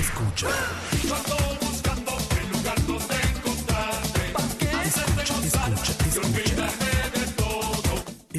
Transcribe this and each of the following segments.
Escucha.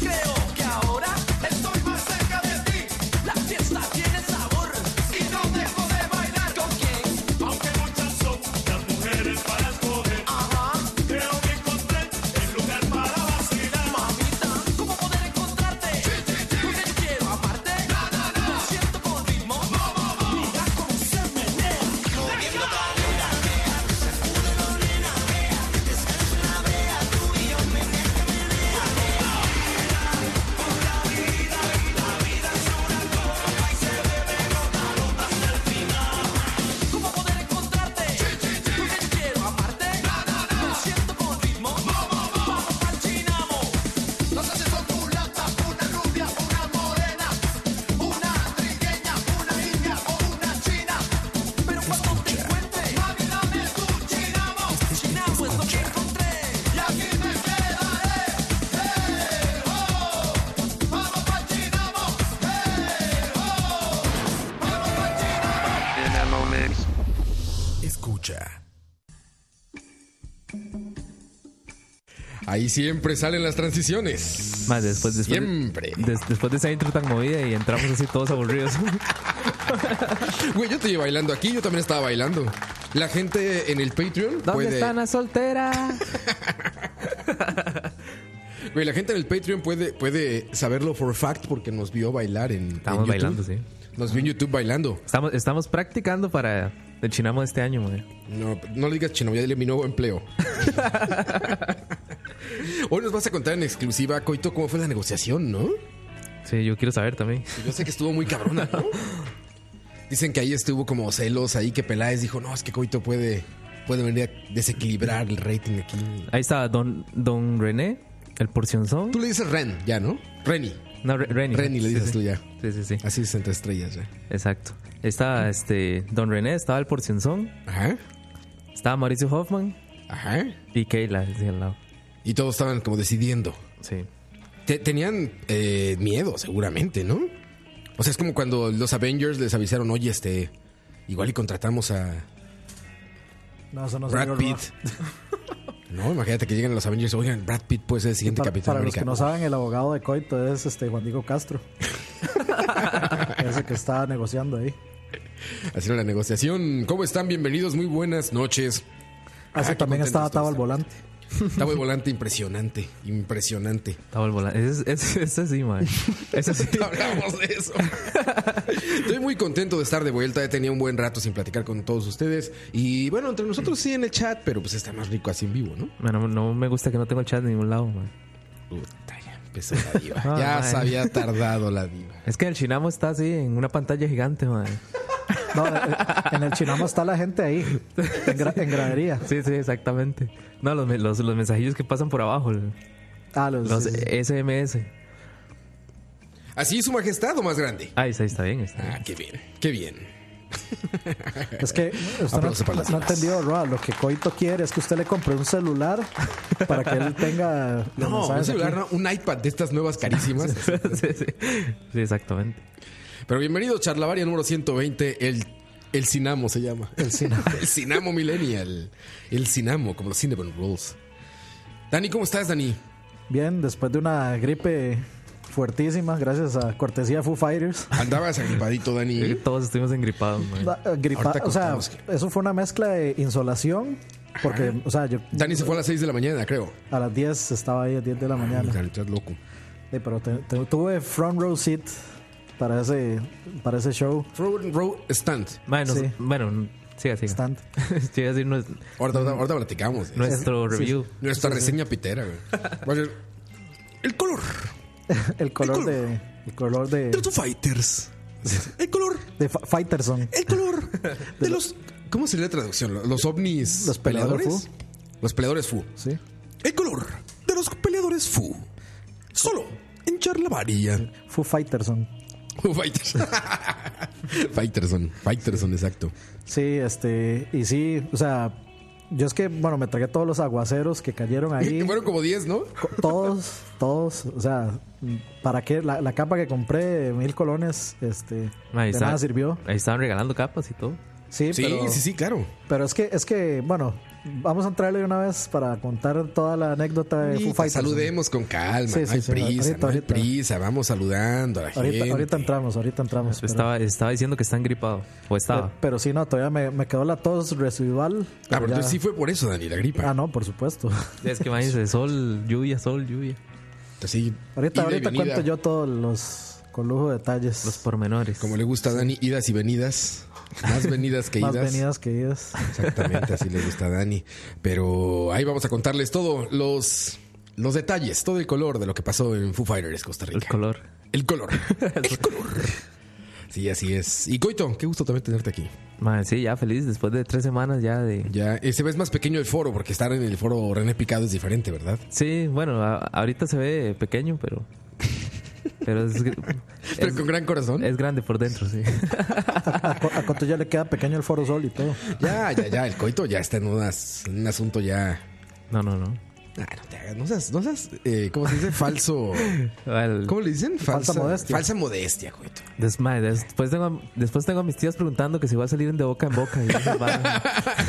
Creo que ahora estoy más cerca de ti. La fiesta tiene sabor y no dejo de bailar con quien. Aunque muchas son las mujeres para escoger, Ajá, creo que encontré el lugar para vacilar. mamita, ¿cómo poder encontrarte? Porque quiero amarte. Lo siento con ritmo. Mira cómo se menea. ¿Cómo poder encontrarte? Porque quiero amarte. Lo siento con ritmo. Vamos al Chinamo. No sé si son mulatas, una rubia, una morena, una trigueña, una india o una china. Pero cuando te encuentre, Mami, dame tu chinamo Chinamo es lo que encontré. y aquí me quedaré. ¡Eh, oh! ¡Vamos pa' chinamo! ¡Eh, oh! ¡Vamos pa' chinamo! Escucha. Ahí siempre salen las transiciones. Más después, después, Siempre. des- después de esa intro tan movida y entramos así todos aburridos. Güey, yo estoy bailando aquí, yo también estaba bailando. La gente en el Patreon ¿Dónde puede. están las solteras? Güey, la gente en el Patreon puede, puede saberlo for fact porque nos vio bailar en. en Estábamos YouTube. bailando, sí. Nos vio en YouTube bailando. Estamos, estamos practicando para el chinamo de este año, man. No, no le digas chino, ya dile mi nuevo empleo. Hoy nos vas a contar en exclusiva, Coito, cómo fue la negociación, ¿no? Sí, yo quiero saber también. Yo sé que estuvo muy cabrona, ¿no? Dicen que ahí estuvo como celos, ahí que Peláez dijo, no, es que Coito puede, puede venir a desequilibrar el rating aquí. Ahí estaba Don, don René, el porcionzón. Tú le dices Ren, ya, ¿no? Renny. No, Re- Renny. Renny le Sí, dices sí. tú ya. Sí, sí, sí. Así es entre estrellas, ya. Exacto. Estaba este, Don René, estaba el porcionzón, Ajá, estaba Mauricio Hoffman ajá. y Keila desde al lado. Y todos estaban como decidiendo. Sí. Te- tenían eh, miedo, seguramente, ¿no? O sea, es como cuando los Avengers les avisaron, oye, este, igual y contratamos a No, eso no Brad señor, no. Pitt. No, imagínate que lleguen los Avengers, oigan, Brad Pitt puede ser el siguiente Para, Capitán para los América. que no saben, el abogado de Coito es este Juan Diego Castro. Ese que está negociando ahí. Haciendo la negociación. ¿Cómo están? Bienvenidos, muy buenas noches. Hace Ah, qué también contentos está atado todos al volante. Estaba el volante impresionante, impresionante. Estaba el volante. Ese, ese, ese sí, man. Ese sí. Hablamos de eso. Estoy muy contento de estar de vuelta. Ya tenía un buen rato sin platicar con todos ustedes. Y bueno, entre nosotros sí en el chat, pero pues está más rico así en vivo, ¿no? Man, no, no me gusta que no tengo el chat de ningún lado, man. Puta, ya empezó la diva. Ah, ya man. se había tardado la diva. Es que el chinamo está así en una pantalla gigante, man. este No, eh, eh, en el Chinamo está la gente ahí, en, gra- en gradería. Sí, sí, exactamente. No, los, me- los, los mensajillos que pasan por abajo, los, Ah, los, sí, sí. SMS. Así su majestad o más grande. Ah, Ahí está, ahí está bien. Está bien. Ah, qué bien, qué bien. Es que usted Aplauso para no, las no ha damas. entendido, Roa. Lo que Coito quiere es que usted le compre un celular para que él tenga. los No, un mensajes celular, aquí. no, un iPad de estas nuevas carísimas. sí, sí. Sí, exactamente. Pero bienvenido, Charlavaria número 120, el, el Cinamo se llama. El Cinamo. el Cinamo Millennial. El Cinamo, como los Cinnamon Rolls. Dani, ¿cómo estás, Dani? Bien, después de una gripe fuertísima, gracias a cortesía Foo Fighters. Andabas agripadito, Creo Dani. que todos estuvimos engripados, man. Da- eh, gripa- Mm. Ahorita o sea, contamos. eso fue una mezcla de insolación. Porque, o sea, yo Dani se fue a las 6 de la mañana, creo. a las 10 estaba ahí, a 10 de la mañana. Estás loco. Sí, pero te- te- tuve front row seat para ese, para ese show. Front row stand. Man, nos- Sí. Bueno, siga, siga. Stand. Sí, iba a decir nues- Ahorita, ahorita, ahorita platicamos. de nuestro sí. review. Nuestra reseña pitera, güey. Va a ser El color El color de. El color de. de los Fighters. El color, De Fa- Fighterson. el color de los. ¿Cómo sería la traducción? ¿Los ovnis? Los peleadores Los peleadores Fu. Sí. El color de los peleadores Fu. Solo en Charlavaria. Fue Fighterson. Fu Fighters. Fighterson. Fighterson, exacto. Sí, este. Y sí, o sea. Yo es que, bueno, me tragué todos los aguaceros que cayeron ahí. Eh, Fueron como 10, ¿no? Co- Todos, todos. O sea, ¿para qué? La, la capa que compré de mil colones, este. Man, ahí de está- nada sirvió. Ahí estaban regalando capas y todo. Sí, Sí, pero, Eh, sí, sí, claro. pero es que, es que, bueno, vamos a entrarle de una vez para contar toda la anécdota de Foo Ahorita Fighters. saludemos con calma, Sí, no sí, hay sí, prisa, ahorita, no hay ahorita. prisa, vamos saludando a la gente. Ahorita, ahorita entramos, ahorita entramos. pero- Pues Estaba, estaba diciendo que está engripado. O estaba. Pero, pero sí, no, todavía me, me quedó la tos residual. Ah, pero ya- entonces sí fue por eso, Dani, la gripa. Ah, no, por supuesto. Es que, man, dice sol, lluvia, sol, lluvia. Así, Ahorita, Pues ida y ahorita venida, cuento yo todos los con lujo de detalles. Los pormenores. Como le gusta a Dani, idas y venidas. Más venidas que más idas. venidas que idas. Exactamente, así le gusta a Dani. Pero ahí vamos a contarles todo, los, los detalles, todo el color de lo que pasó en Foo Fighters Costa Rica. El color. El color. El color. Sí, así es. Y Coito, qué gusto también tenerte aquí. Man, sí, ya feliz después de tres semanas ya de. Ya, eh, se ve más pequeño el foro, porque estar en el foro René Picado es diferente, ¿verdad? Sí, bueno, a- ahorita se ve pequeño, pero. Pero es, Pero es- con gran corazón. es grande por dentro, sí. ¿A, cu- a cuánto ya le queda pequeño el Foro Sol y todo? Ya, ya, ya. El coito ya está en, unas- en un asunto ya. No, no, no. Ah, no te hagas. No seas, no seas eh, ¿cómo se dice? Falso. El- ¿Cómo le dicen? Falsa modestia. Falsa modestia, coito. des- man, después, tengo, después tengo a mis tías preguntando que si va a salir de boca en boca. Y esas varas.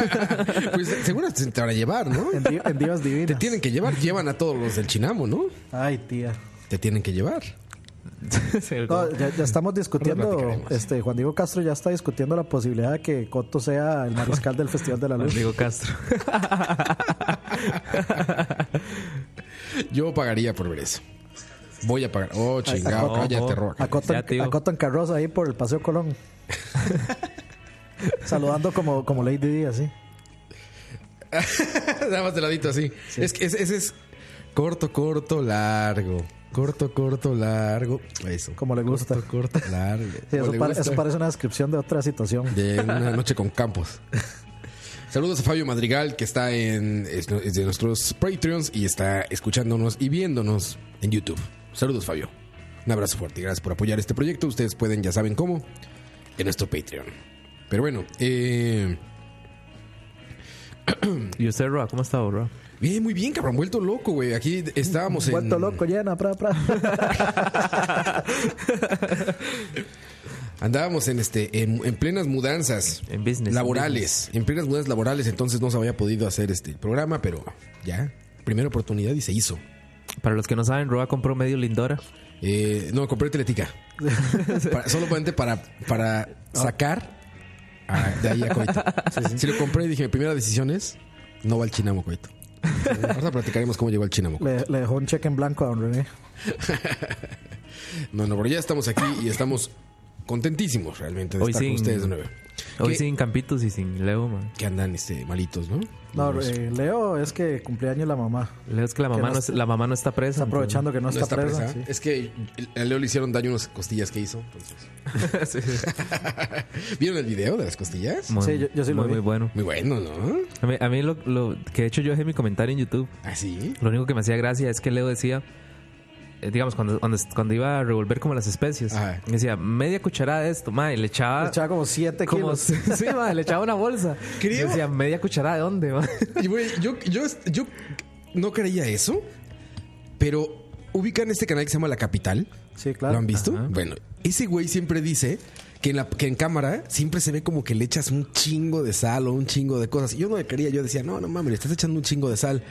Pues seguro te te van a llevar, ¿no? En, di- en Divas Te Divinas. tienen que llevar. Llevan a todos los del Chinamo, ¿no? Ay, tía. Te tienen que llevar. Sí, No, ya, ya estamos discutiendo. platicaremos. Este, Juan Diego Castro ya está discutiendo la posibilidad de que Coto sea el mariscal del Festival de la Luz. Rodrigo Castro. Yo pagaría por ver eso. Voy a pagar. Oh, chingado. no, Cállate, no. Rock. A Coto, Ya, tío. a Coto en carroza ahí por el Paseo Colón. Saludando como, como Lady Di, así. Nada más de ladito así. Es que ese, ese es corto, corto, largo. Corto, corto, largo. Eso. Como le gusta. Corto, corto, largo. Sí, eso, Como le pare- gusta. eso parece una descripción de otra situación. De una noche con Campos. Saludos a Fabio Madrigal, que está en es, es de nuestros Patreons y está escuchándonos y viéndonos en YouTube. Saludos, Fabio. Un abrazo fuerte y gracias por apoyar este proyecto. Ustedes pueden, ya saben cómo, en nuestro Patreon. Pero bueno, eh, ¿Y usted, Roa? ¿Cómo está, Roa? bien, muy bien, cabrón. Vuelto loco, güey. Aquí estábamos en. Vuelto loco, llena, pra, pra. Andábamos en este en, en plenas mudanzas En business, laborales, en plenas mudanzas laborales, entonces no se había podido hacer este programa, pero ya, primera oportunidad y se hizo. Para los que no saben, Roa compró medio Lindora. Eh, no, compré Teletica. Para- solamente para, Ah. para sacar a- de ahí a Coito. Si lo compré y dije, mi primera decisión es, no va al Chinamo, Coito. Ahora platicaremos cómo llegó al Chinamo. Le, le dejó un cheque en blanco a don René. No, no, pero ya estamos aquí y estamos contentísimos realmente de Hoy estar sí. con ustedes de nuevo. Hoy ¿Qué- sin Campitos y sin Leo, man. Que andan este, malitos, ¿no? No, Los- eh, Leo es que cumpleaños la mamá. Leo es que la mamá, no no, es- la mamá no está presa. Está aprovechando que no, No está, presa. sí. Es que a Leo le hicieron daño unas costillas que hizo. entonces. entonces- Sí, sí. ¿Vieron el video de las costillas? Muy- Sí, yo- yo sí lo muy, vi. muy bueno. Muy bueno, ¿no? ¿Ah, A mí, a mí lo, lo que de hecho yo dejé mi comentario en YouTube. Así. Lo único que me hacía gracia es que Leo decía eh, digamos, cuando, cuando, cuando iba a revolver como las especies, Ajá. me decía, media cucharada de esto, madre, le Ah, echaba... Le echaba como siete como- kilos. sí, madre, le echaba una bolsa. Creo- Yo decía, media cucharada de dónde, madre? Y güey, yo, yo, yo no creía eso, pero ubican este canal que se llama La Capital. Sí, claro. ¿Lo han visto? Ajá. Bueno, ese güey siempre dice que en, la, que en cámara siempre se ve como que le echas un chingo de sal o un chingo de cosas. Y yo no le creía, yo decía, no, no mames, le estás echando un chingo de sal.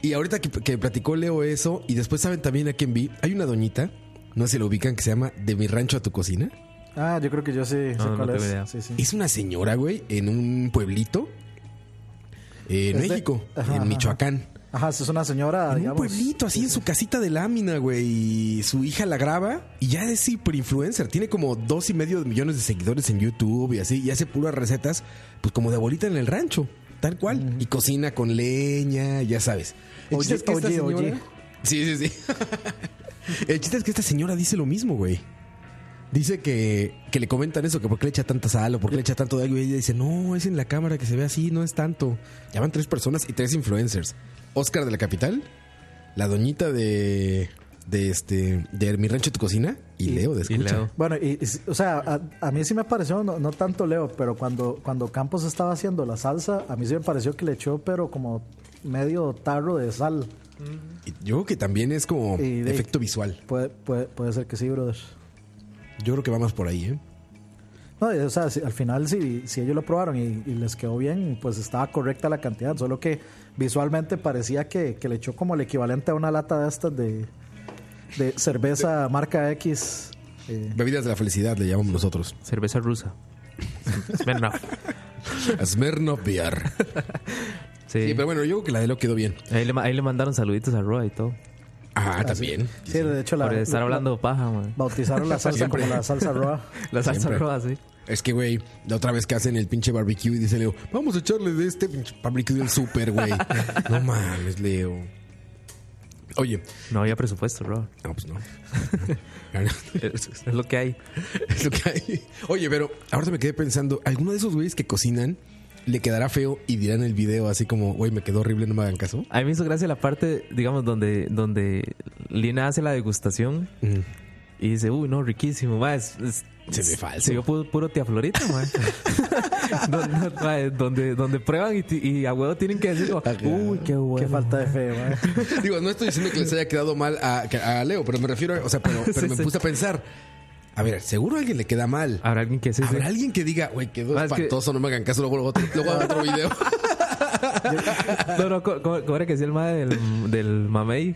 Y ahorita que, que platicó Leo eso, y después saben también a quién vi, hay una doñita, no sé si lo ubican, que se llama De mi rancho a tu cocina. Ah, yo creo que yo sí sé No, no cuál tengo es. idea. Sí, sí. Es una señora, güey, en un pueblito, eh, en Es de- México, Ajá, ajá. en Michoacán. Ajá, es una señora, En un digamos. pueblito, así en su casita de lámina, güey. Y su hija la graba y ya es hiperinfluencer. Tiene como dos y medio millones de seguidores en YouTube y así. Y hace puras recetas, pues como de abuelita en el rancho, tal cual. Y cocina con leña, ya sabes. El Oye, chiste es que esta oye, señora- oye. Sí, sí, sí. el chiste es que esta señora dice lo mismo, güey. Dice que, que le comentan eso, que por qué le echa tanta sal o por qué le echa tanto de algo. Y ella dice, no, es en la cámara que se ve así, no es tanto. Ya van tres personas y tres influencers. Oscar de la capital, la doñita de, de este, de Mi Rancho Tu Cocina y Leo de Y Escucha. Leo. Bueno, y, y- o sea, a, a mí sí me pareció, no, no tanto Leo, pero cuando, cuando Campos estaba haciendo la salsa, a mí sí me pareció que le echó, pero como medio tarro de sal. Y Yo creo que también es como Y de- efecto visual. Puede, puede, puede ser que sí, brother. Yo creo que va más por ahí, ¿eh? No, y, o sea, si- al final, si, si ellos lo probaron y, y les quedó bien, pues estaba correcta la cantidad, solo que visualmente parecía que, que le echó como el equivalente a una lata de estas de, de cerveza marca X. eh, Bebidas de la felicidad le llamamos nosotros. Cerveza rusa. Smirnoff. Smirnoff Beer. Sí. Sí, pero bueno, yo creo que la de Leo quedó bien. ahí, le, ma- ahí le mandaron saluditos a Roa y todo. Ah, también. sí, de hecho, la, por estar la- hablando paja, man. bautizaron la salsa como la salsa roja. La salsa Siempre. Roa, sí. Es que, güey, la otra vez que hacen el pinche barbecue y dice Leo, vamos a echarle de este pinche barbecue del súper, güey. no mames, Leo. Oye, No había presupuesto, Roa. no, pues no. Es, es lo que hay. Es lo que hay. Oye, pero ahorita me quedé pensando, ¿alguno de esos güeyes que cocinan le quedará feo y dirán el video así como, güey, me quedó horrible, no me hagan caso? A mí me hizo gracia la parte, digamos, donde, donde Lina hace la degustación y dice, uy, no, riquísimo, ma, es- es- Se ve es- falso. Se vio puro, puro tía Florita, ma. donde, ma, eh, donde, donde prueban y, ti- y a huevo tienen que decir, como, Ah, uy, qué bueno. Qué falta de fe, man. Digo, no estoy diciendo que les haya quedado mal a, que- a Leo, pero me refiero, a- o sea, pero, pero Sí, me sí. puse a pensar, a ver, seguro a alguien le queda mal. Habrá alguien que se Habrá alguien que diga, güey, quedó Ah, es que- espantoso, no me hagan caso, luego, luego, otro- luego hago otro video. No, no, ¿cómo, cómo- cómo era que decía el ma del, del mamey?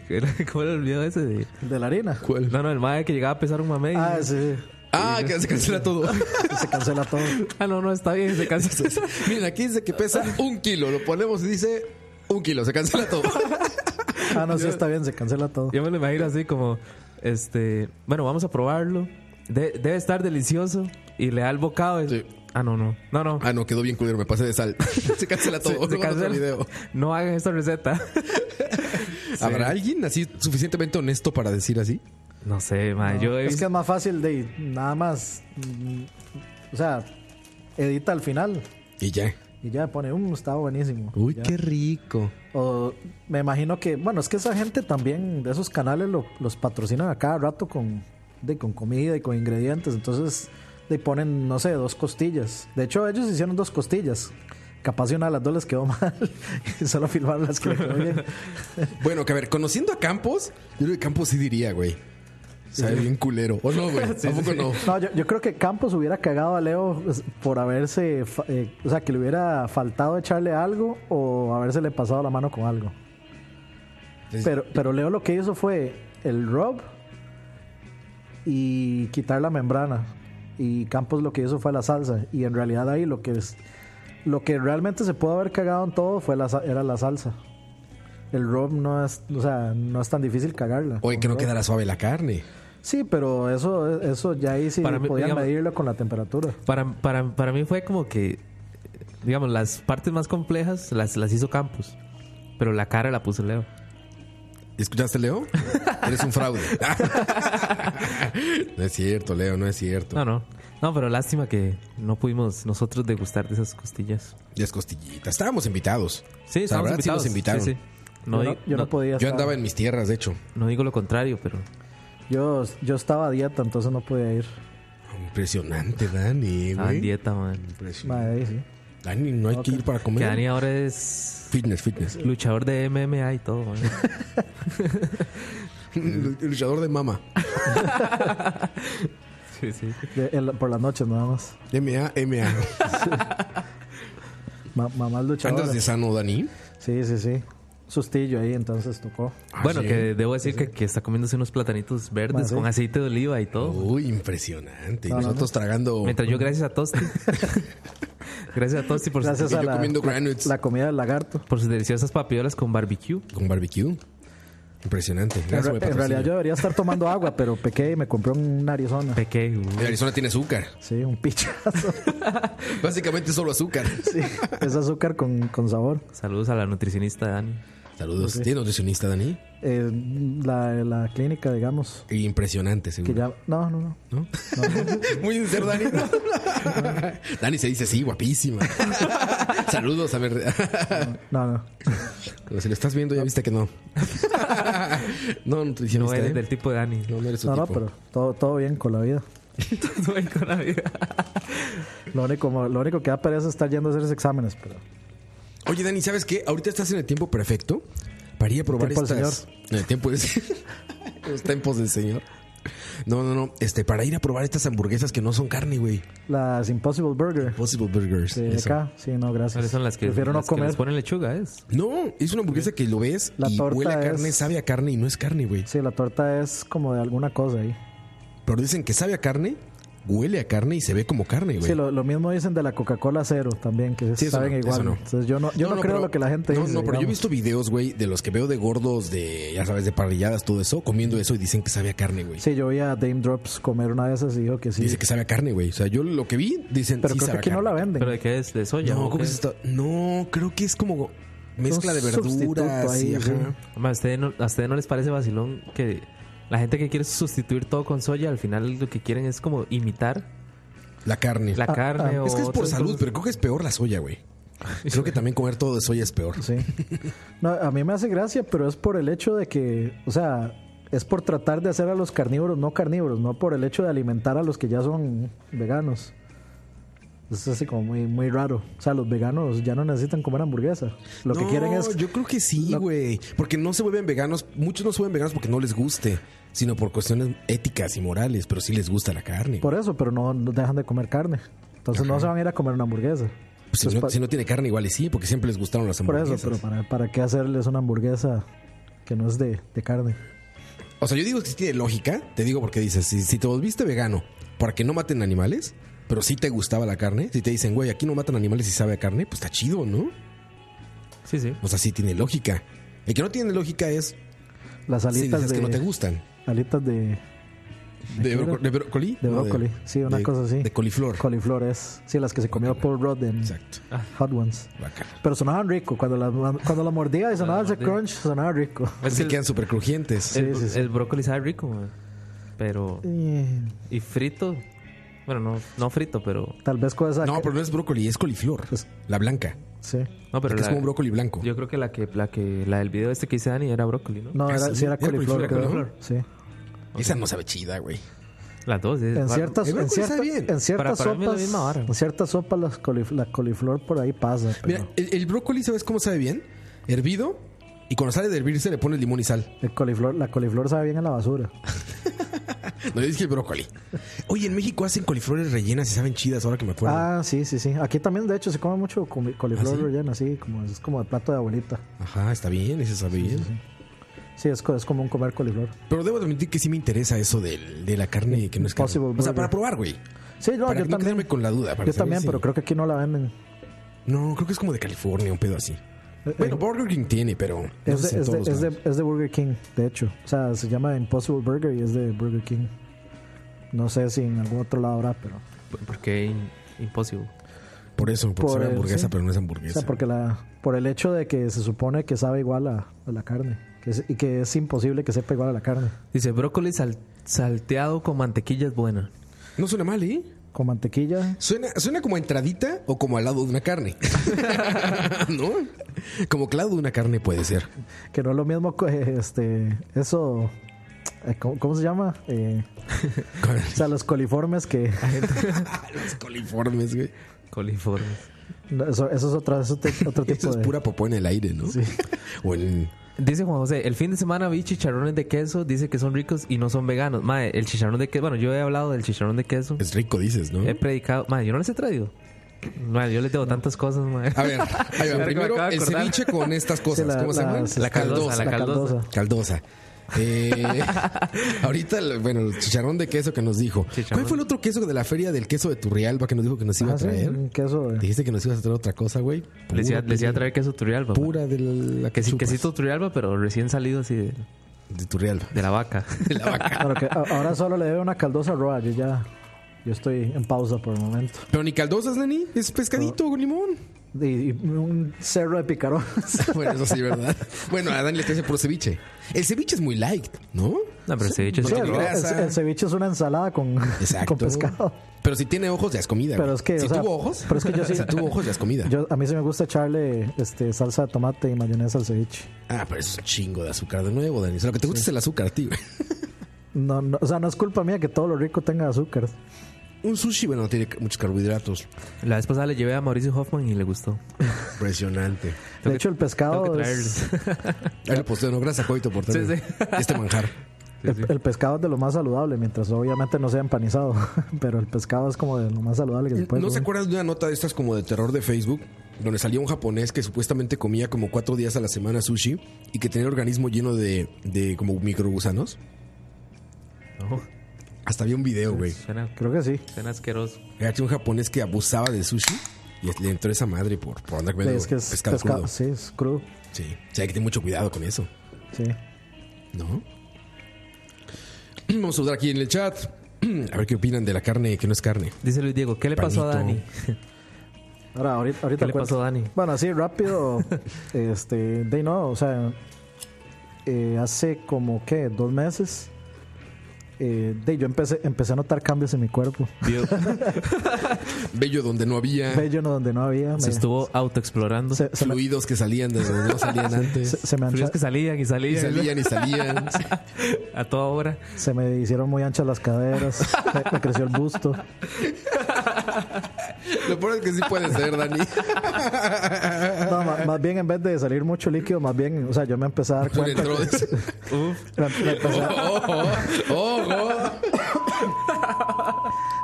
¿Cómo era el video ese? De... De la harina. No, no, el ma que llegaba a pesar un mamey. Ah, sí. Ah, que se cancela todo. Se cancela todo. Ah, no, no, está bien, se cansa. Miren, aquí dice que pesa un kilo. Lo ponemos y dice un kilo. Se cancela todo. Ah, no, sí, está bien, se cancela todo. Yo me lo imagino así como, este, bueno, vamos a probarlo. De- debe estar delicioso. Y le da el bocado. y- Sí. Ah, no, no. No, no. Ah, no, quedó bien culero. Me pasé de sal. Se cancela todo. Se- se Luego otro cancela. video. No hagan esta receta. ¿Habrá alguien así suficientemente honesto para decir así? No sé, ma. ah, yo he Es que visto- es más fácil de nada más. mm, O sea, edita al final Y ya. y ya pone, un estaba buenísimo. Uy, Ya. qué rico. O me imagino que, bueno, es que esa gente también de esos canales lo- los patrocinan a cada rato con, de, con comida y con ingredientes. Entonces, le ponen, no sé, dos costillas. De hecho, ellos hicieron dos costillas. Capaz y una de las dos les quedó mal y solo filmaron las que le quedó bien. Bueno, que a ver, conociendo a Campos, yo creo que Campos sí diría, güey. Sabe bien culero. ¿O no, güey? Tampoco no. No, yo, yo creo que Campos hubiera cagado a Leo pues, por haberse, fa- eh, o sea, que le hubiera faltado echarle algo o habérsele pasado la mano con algo. Es- Pero, pero Leo lo que hizo fue el rob y quitar la membrana. Y Campos lo que hizo fue la salsa. Y en realidad ahí lo que es, lo que realmente se pudo haber cagado en todo fue la, sa- era la salsa. El rob no es, o sea, no es tan difícil cagarla. Oye, que no Con rob. quedará suave la carne. Sí, pero eso, eso ya ahí sí Para mí, podían digamos- medirlo con la temperatura. para, para, para mí fue como que, digamos, las partes más complejas las, las hizo Campos. Pero la cara la puso Leo. ¿Escuchaste, Leo? Eres un fraude. no es cierto, Leo, no es cierto. No, no. No, pero lástima que no pudimos nosotros degustar de esas costillas. Las costillitas. Estábamos invitados. Sí, La estábamos verdad, sí invitados. nos invitaron. Sí, sí. No, yo no, di- yo no no- podía Yo estar- andaba en mis tierras, de hecho. no digo lo contrario, pero Yo, yo estaba a dieta, entonces no podía ir. Impresionante, Dani, Ah, güey. dieta, man. Impresionante. Madre, sí. Dani, no hay que ir para Que comer. Dani ahora es Fitness, fitness. luchador de MMA y todo, man. Luchador de mama. sí, sí. De- el- por las noches nada más. MA, MA. Ma- mamá luchadora. ¿Andas de sano, Dani? Sí, sí, sí. Sustillo ahí, entonces tocó. Ah, bueno, sí. que debo decir que, que está comiéndose unos platanitos verdes Madre. con aceite de oliva y todo. Uy, impresionante. Y nosotros tragando. Mientras yo, gracias a Tosti. gracias a Tosti por, sus, Gracias yo a la, comiendo la, granules. la comida del lagarto. por sus deliciosas papiolas con barbecue. Con barbecue. Impresionante. En, Gracias, re- güey, en realidad yo patrocinio. debería estar tomando agua, pero pequé y me compré un Arizona. Peque, güey. En Arizona tiene azúcar. Sí, un pichazo. Básicamente solo azúcar. Sí, es azúcar con, con sabor. Saludos a la nutricionista Dani. Saludos. ¿Tiene nutricionista, Dani? Eh, la, la clínica, digamos. Impresionante, Que seguro. ya. No, no, no. ¿No? Muy sincero, Dani. Dani se dice sí, guapísima. Saludos, a ver. No, no. Pero si lo estás viendo, ya viste que no. no, No nutricionista. eres ¿eh? del tipo de Dani. No, no eres su No, no, tipo. pero todo, todo bien con la vida. Todo bien con la vida. Lo único, lo único que da pereza es estar yendo a hacer esos exámenes, pero. Oye, Dani, ¿sabes qué? Ahorita estás en el tiempo perfecto para ir a probar tiempo del estas. En el tiempo del Los tiempos del Señor. No, no, no. Este, para ir a probar estas hamburguesas que no son carne, güey. Las Impossible Burger Possible Burgers. de eso. acá, sí, no, gracias. ¿Cuáles son las que, Prefiero las no que les comer. ponen lechuga? Es. No, es una hamburguesa que lo ves La y torta huele a carne, es- sabe a carne y no es carne, güey. Sí, la torta es como de alguna cosa ahí. Pero dicen que sabe a carne, huele a carne y se ve como carne, güey. Sí, lo, lo mismo dicen de la Coca-Cola cero también, que Sí, eso saben no, eso igual. no. Entonces yo no, yo no, creo pero- lo que la gente no, dice. No, pero yo he digamos. visto videos, güey, de los que veo de gordos, de, ya sabes, de parrilladas, todo eso, comiendo eso y dicen que sabe a carne, güey. Sí, yo vi a Dame Drops comer una de esas y dijo que sí. Dice que sabe a carne, güey. O sea, yo lo que vi, dicen pero sí creo que sabe aquí a no carne. la venden. ¿Pero de qué es? ¿De soya? No, o ¿cómo qué? es esto? No, creo que es como mezcla de Un sustituto verduras. ahí, y, ajá. Ma, ¿A ustedes no, a ustedes no les parece vacilón que la gente que quiere sustituir todo con soya, al final lo que quieren es como imitar La carne. la carne o Ah, es que es por otras salud, cosas? pero creo que es peor la soya, güey. Creo que también comer todo de soya es peor. Sí. No, a mí me hace gracia, pero es por el hecho de que, o sea, es por tratar de hacer a los carnívoros no carnívoros, no por el hecho de alimentar a los que ya son veganos. Es así como muy, muy raro. O sea, los veganos ya no necesitan comer hamburguesa. Lo que No, quieren es... Yo creo que sí, lo- güey. Porque no se vuelven veganos. Muchos no se vuelven veganos porque no les guste, sino por cuestiones éticas y morales. Pero sí les gusta la carne. Por eso, pero no, no dejan de comer carne. Entonces no se van a ir a comer una hamburguesa. Pues si, Pues no, pa- si no tiene carne, igual y sí, porque siempre les gustaron las Por eso, hamburguesas. pero para, ¿para qué hacerles una hamburguesa que no es de, de carne? O sea, yo digo que sí tiene lógica. Te digo porque dices, si, si te volviste vegano para que no maten animales, pero sí te gustaba la carne, si te dicen, güey, aquí no matan animales y sabe a carne, pues está chido, ¿no? Sí, sí. O sea, sí tiene lógica. El que no tiene lógica es Las si alitas dices de... que no te gustan. Alitas de... ¿De, bro- de brócoli? De No, brócoli, sí, una de- cosa así. De coliflor. Coliflores. Sí, las que se comió Paul Rudd en Exacto. Hot Ones. Bacana. Pero sonaban rico. Cuando la, cuando la mordía y sonaba ese mordía. crunch, sonaba rico. Es Se que quedan súper crujientes. el, el, sí, sí. el brócoli sabe rico, ma, pero... Eh, Y frito. Bueno, no, no frito, pero... Tal vez con esa... No, pero no es brócoli, es coliflor. Pues- la blanca. Sí. No, pero que es la- como un brócoli blanco. Yo creo que la que la que la del video este que hice Dani era brócoli, ¿no? No, Ah, era, sí, sí era era coliflor. coliflor, creo. ¿no? Sí. Esa no sabe chida, güey. Las dos. es- ¿Eh? En va- ciertas, el brócoli en cierta- sabe bien. en ciertas Para- para mí es la sopas, misma vara. en ciertas sopas las colif- la coliflor por ahí pasa. pero Mira, el, el brócoli, ¿sabes cómo sabe bien? Hervido. Y cuando sale de hervirse le pones limón y sal. el coliflor, la coliflor sabe bien a la basura. No, yo dije brócoli. Oye, en México hacen coliflores rellenas y saben chidas, ahora que me acuerdo. Ah, sí, sí, sí. Aquí también, de hecho, se come mucho comi- coliflor ¿Ah, sí? rellena, sí, como, es como de plato de abuelita. Ajá, está bien, ese sabe bien. Sí, es, co- es común comer coliflor. Pero debo admitir que sí me interesa eso del- de la carne que no es carne. Impossible O sea, burger. para probar, güey. Sí, no, para yo no también. quedarme con la duda. para Yo saber también, si- pero creo que aquí no la venden. No, creo que es como de California, un pedo así. Bueno, Burger King tiene, pero... no Eh, Es sé si de, en es, de, todos es de- lados. es de Burger King, de hecho. O sea, se llama Impossible Burger y es de Burger King. No sé si en algún otro lado habrá, pero. Porque in- imposible. Por eso, porque por sabe a el- hamburguesa, sí. pero no es O hamburguesa. sea, porque la, por el hecho de que se supone que sabe igual a, a la carne. que es- y que es imposible que sepa igual a la carne. Dice brócoli sal- salteado con mantequilla es buena. No suena mal, ¿eh? Con mantequilla. Suena, suena como entradita o como al lado de una carne. ¿No? Como clavo de una carne puede ser. Que no es lo mismo que este. Eso. eh, ¿cómo, cómo se llama? Eh, o sea, los coliformes que... Los coliformes, güey. Coliformes. no, Eso, eso es otra- eso te- otro tipo Eso es de... pura popó en el aire, ¿no? O el. Dice Juan José, el fin de semana vi chicharrones de queso, dice que son ricos y no son veganos. Mae, el chicharrón de queso, bueno, yo he hablado del chicharrón de queso, Es rico, dices, ¿no? he predicado, mae, yo no les he traído. Mae, yo les debo tantas cosas, mae. A ver, ahí va. me primero acabo de el acordar. ceviche con estas cosas. Sí, la- ¿Cómo se la- llaman? la caldosa, la caldosa. Caldosa. Eh, ahorita, lo- bueno, el chicharrón de queso que nos dijo. ¿Cuál Chicharrón. fue el otro queso de la feria del queso de Turrialba que nos dijo que nos iba Ah, a sí, traer? un queso de- Dijiste que nos ibas a traer otra cosa, güey. Les iba, Pura- les iba a traer queso Turrialba. mae. Pura de la Que sí, chupas. quesito Turrialba, pero recién salido así de, De Turrialba. de la vaca. De la vaca. Claro que a- ahora solo le debe una caldosa roa. Yo ya yo estoy en pausa por el momento. Pero ni caldosas, Nani. Es pescadito con limón. Y, y un cerro de picarones. Bueno, eso sí, ¿verdad? Bueno, a Dani le trae puro ceviche. El ceviche es muy light, ¿no? No, pero el ceviche Sí, sí. tiene el, grasa. el- el ceviche es una ensalada con, Exacto. con pescado. Pero si tiene ojos, ya es comida. Pero güey. es que, si o sea, tuvo ojos, pero es que yo sí- si tuvo ojos, ya es comida. Yo, a mí sí me gusta echarle este, salsa de tomate y mayonesa al ceviche. Ah, pero es un chingo de azúcar de nuevo, Dani. O sea, lo que te gusta es el azúcar, tío. No, no, o sea, no es culpa mía que todo lo rico tenga azúcar. Un sushi, bueno, tiene muchos carbohidratos. La vez pasada le llevé a Mauricio Hoffman y le gustó. Impresionante. De hecho, Tengo el pescado que es, traerle. Ahí lo posteo, no, gracias a Coito por tener Sí, sí. este manjar. el, el pescado es de lo más saludable, mientras obviamente no sea empanizado. Pero el pescado es como de lo más saludable que se puede ¿No se comer. acuerdas de una nota de estas como de terror de Facebook? Donde salía un japonés que supuestamente comía como cuatro días a la semana sushi y que tenía el organismo lleno de, de como microgusanos. No, Hasta había un video, güey. suena, Creo que sí. suena asqueroso. Era un japonés que abusaba de sushi y le entró esa madre por, por andar comiendo Es que es pescado, pescado, crudo. sí, es crudo. Sí. O sea, hay que tener mucho cuidado con eso, Sí. ¿no? Vamos a usar aquí en el chat. A ver qué opinan de la carne que no es carne. Dice Luis Diego, ¿qué le pasó a Dani? Panito. Ahora, ahorita, ¿Qué ahorita le cuento. pasó a Dani? Bueno, así rápido, este, de ahí no, o sea, eh, hace como que dos meses, eh, de ahí yo empecé, empecé a notar cambios en mi cuerpo, Vio- Bello donde no había bello no donde no había, me- Ah. se estuvo autoexplorando. se, se me- fluidos que salían de donde no salían antes. se- se me Fríos ancha- que salían y Y salían. salían y salían. A toda hora. se me hicieron muy anchas las caderas, me, me creció el busto, Lo peor es que sí puede ser, Dani. No, ma- más, bien en vez de salir mucho líquido, más bien, o sea, yo me empecé a dar Le cuenta, entró de- me- me empecé a- ¡Ojo! ¡Ojo!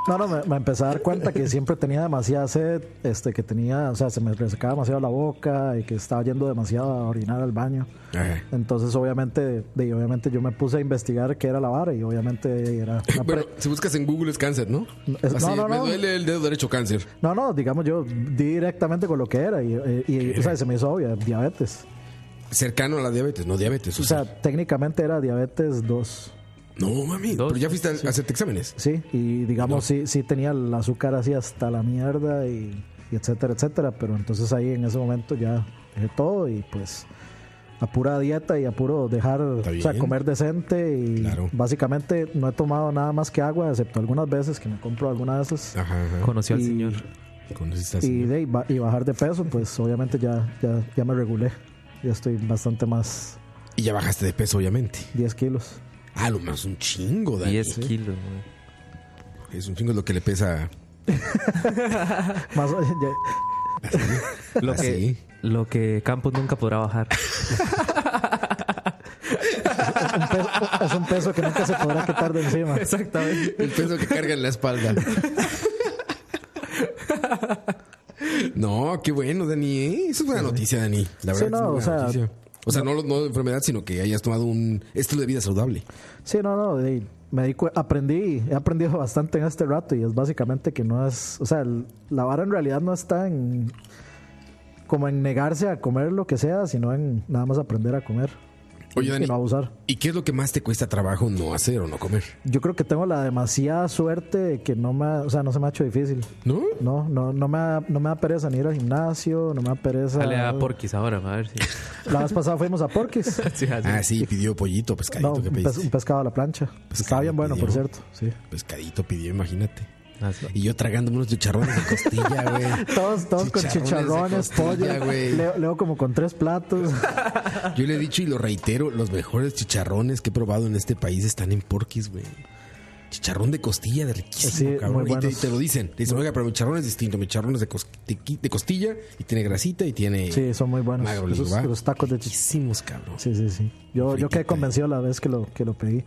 No, no, me, me empecé a dar cuenta que siempre tenía demasiada sed, este, que tenía, o sea, se me resecaba demasiado la boca y que estaba yendo demasiado a orinar al baño. Ajá. Entonces, obviamente, de, obviamente yo me puse a investigar qué era la vara y obviamente era... una Bueno, pre- si buscas en Google es cáncer, ¿no? Es- Así, no, no, me no. duele el dedo derecho cáncer. No, no, digamos yo directamente con lo que era y, eh, y, o sea, se me hizo obvia, diabetes. Cercano a la diabetes, no diabetes. O sea, técnicamente era diabetes 2. No, mami. Dos. Pero ya fuiste a a hacerte exámenes. Sí, y digamos, sí, sí tenía el azúcar así hasta la mierda y, y etcétera, etcétera. Pero entonces ahí en ese momento ya dejé todo y pues a pura dieta y a puro dejar, o Está sea, bien. comer decente y Claro. básicamente no he tomado nada más que agua, excepto algunas veces que me compro algunas de esas. Ajá, ajá. Conoció al Y- Señor. Con esas- Y, de, y ba- y bajar de peso, pues obviamente ya, ya, ya me regulé. Ya estoy bastante más Y ya bajaste de peso, obviamente. 10 kilos. Ah, lo más un chingo, Dani. 10 kilos, güey. Es un chingo lo que le pesa. Más, ya- Lo Así. que, lo que Campos nunca podrá bajar. un peso- es un peso que nunca se podrá quitar de encima. Exactamente. El peso que carga en la espalda. No, qué bueno, Dani. ¿eh? Eso es buena noticia, Dani. La Sí, verdad, es no, una buena o sea, noticia. O sea, no, lo- no de enfermedad, sino que hayas tomado un estilo de vida saludable. Sí, no, no, de- me di cu- aprendí, he aprendido bastante en este rato y es básicamente que no es, o sea, el- la vara en realidad no está en como en negarse a comer lo que sea, sino en nada más aprender a comer Oye, y- Dani. y no abusar. ¿Y qué es lo que más te cuesta trabajo no hacer o no comer? Yo creo que tengo la demasiada suerte de que no me, ha- o sea, no se me ha hecho difícil. ¿No? No, no, no me, da- no me da pereza ni ir al gimnasio, no me da pereza. Dale a Porquis ahora, a ver si. La vez pasada fuimos a Porquis. Sí, así. Ah, sí, pidió pollito, No, pescadito. un, ¿Qué pes- pediste? un pescado a la plancha. Pescado Estaba bien bueno, por pidió. cierto. Sí. Pescadito pidió, imagínate. Así. Y yo tragándome unos chicharrones de costilla, güey. Todos, todos con Chicharrones chicharrones, de costilla, pollo. güey. Leo, Leo como con tres platos. Yo le he dicho y lo reitero, los mejores chicharrones que he probado en este país están en Porquis, güey. Chicharrón de costilla, de riquísimo, Sí, cabrón. muy Y te, buenos. te lo dicen. Te dicen, oiga, pero mi chicharrón es distinto. Mi chicharrón es de, cos- de qui- de costilla y tiene grasita y tiene... Sí, son muy buenos. Magro, le digo, Esos, va. los tacos de chicharrones. Riquísimos, cabrón. Sí, sí, sí. Yo, yo Friquita, eh. quedé convencido la vez que lo, que lo pedí.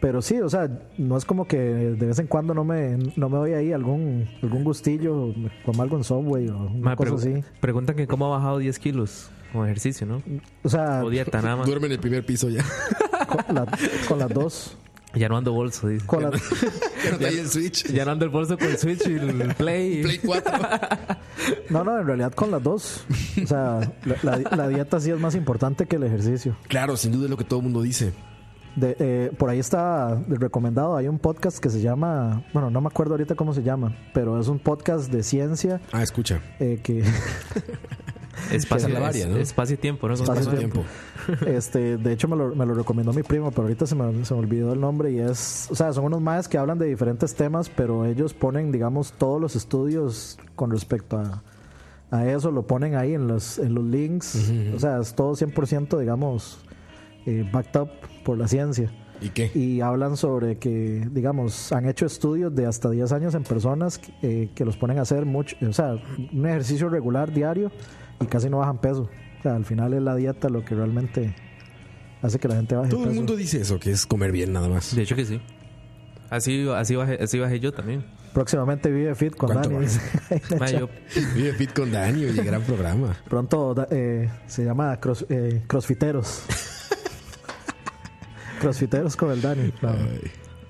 Pero sí, o sea, no es como que de vez en cuando no me, no me doy ahí algún, algún gustillo, me como algo en Subway o una Ma, cosa pregu- así. Preguntan que cómo ha bajado 10 kilos con ejercicio, ¿no? O sea, O dieta, nada más. Duerme en el primer piso ya. con, la- con las dos. Ya no ando bolso, dice. Con la- ya no trae el Switch. Ya no ando el bolso con el Switch y el Play. Play 4. no, no, en realidad con las dos. O sea, la, la- la dieta sí es más importante que el ejercicio. claro, sin duda es lo que todo el mundo dice. De- eh, por ahí está recomendado, hay un podcast que se llama, bueno, no me acuerdo ahorita cómo se llama, pero es un podcast de ciencia Ah, escucha. eh, que... Espacio, Que la varia, es- ¿no? espacio y tiempo, ¿no? Espacio Espacio y tiempo. Este, de hecho, me lo, me lo recomendó mi primo, pero ahorita se me, se me olvidó el nombre y es, o sea, son unos más que hablan de diferentes temas, pero ellos ponen, digamos, todos los estudios con respecto a, a eso, lo ponen ahí en los, en los links, o sea, es todo 100%, digamos, eh, backed up por la ciencia. ¿Y qué? Y hablan sobre que, digamos, han hecho estudios de hasta 10 años en personas eh, que los ponen a hacer mucho, o sea, un ejercicio regular diario y casi no bajan peso. O sea, al final es la dieta lo que realmente hace que la gente baje Todo peso. el mundo dice eso, que es comer bien nada más. De hecho que sí. Así, así, bajé, así bajé yo también. Próximamente vive fit con ¿Cuánto Dani. bajas? Ma, yo, Vive Fit con Dani, oye, gran programa. Pronto da- eh, se llama cross- eh, Crossfiteros. crossfiteros con el Dani. No,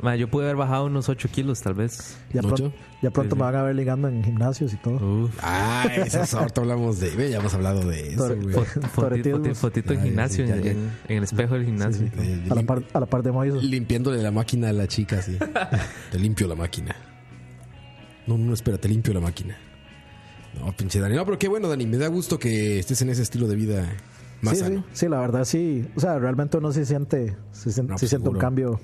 ma, yo pude haber bajado unos 8 kilos, tal vez. ya, ¿Mucho? pronto, ya pronto me van a ver ligando en gimnasios y todo. Uf. Ah, esa es ahorita hablamos de. Ve, ya hemos hablado de eso, Tore- güey. Fo- foti- foti- Toretismos. Fotito en Ay, gimnasio, ya, ya. En, en el espejo del gimnasio. De- A la lim- par, a la par de Moiso. Limpiándole la máquina a la chica, sí. te limpio la máquina. No, no, espera, te limpio la máquina. No, pinche Dani. No, pero qué bueno, Dani. Me da gusto que estés en ese estilo de vida más sí, sano. sí, sí, la verdad sí. O sea, realmente uno sí siente, sí, sien- No, pues, sí siente un seguro. cambio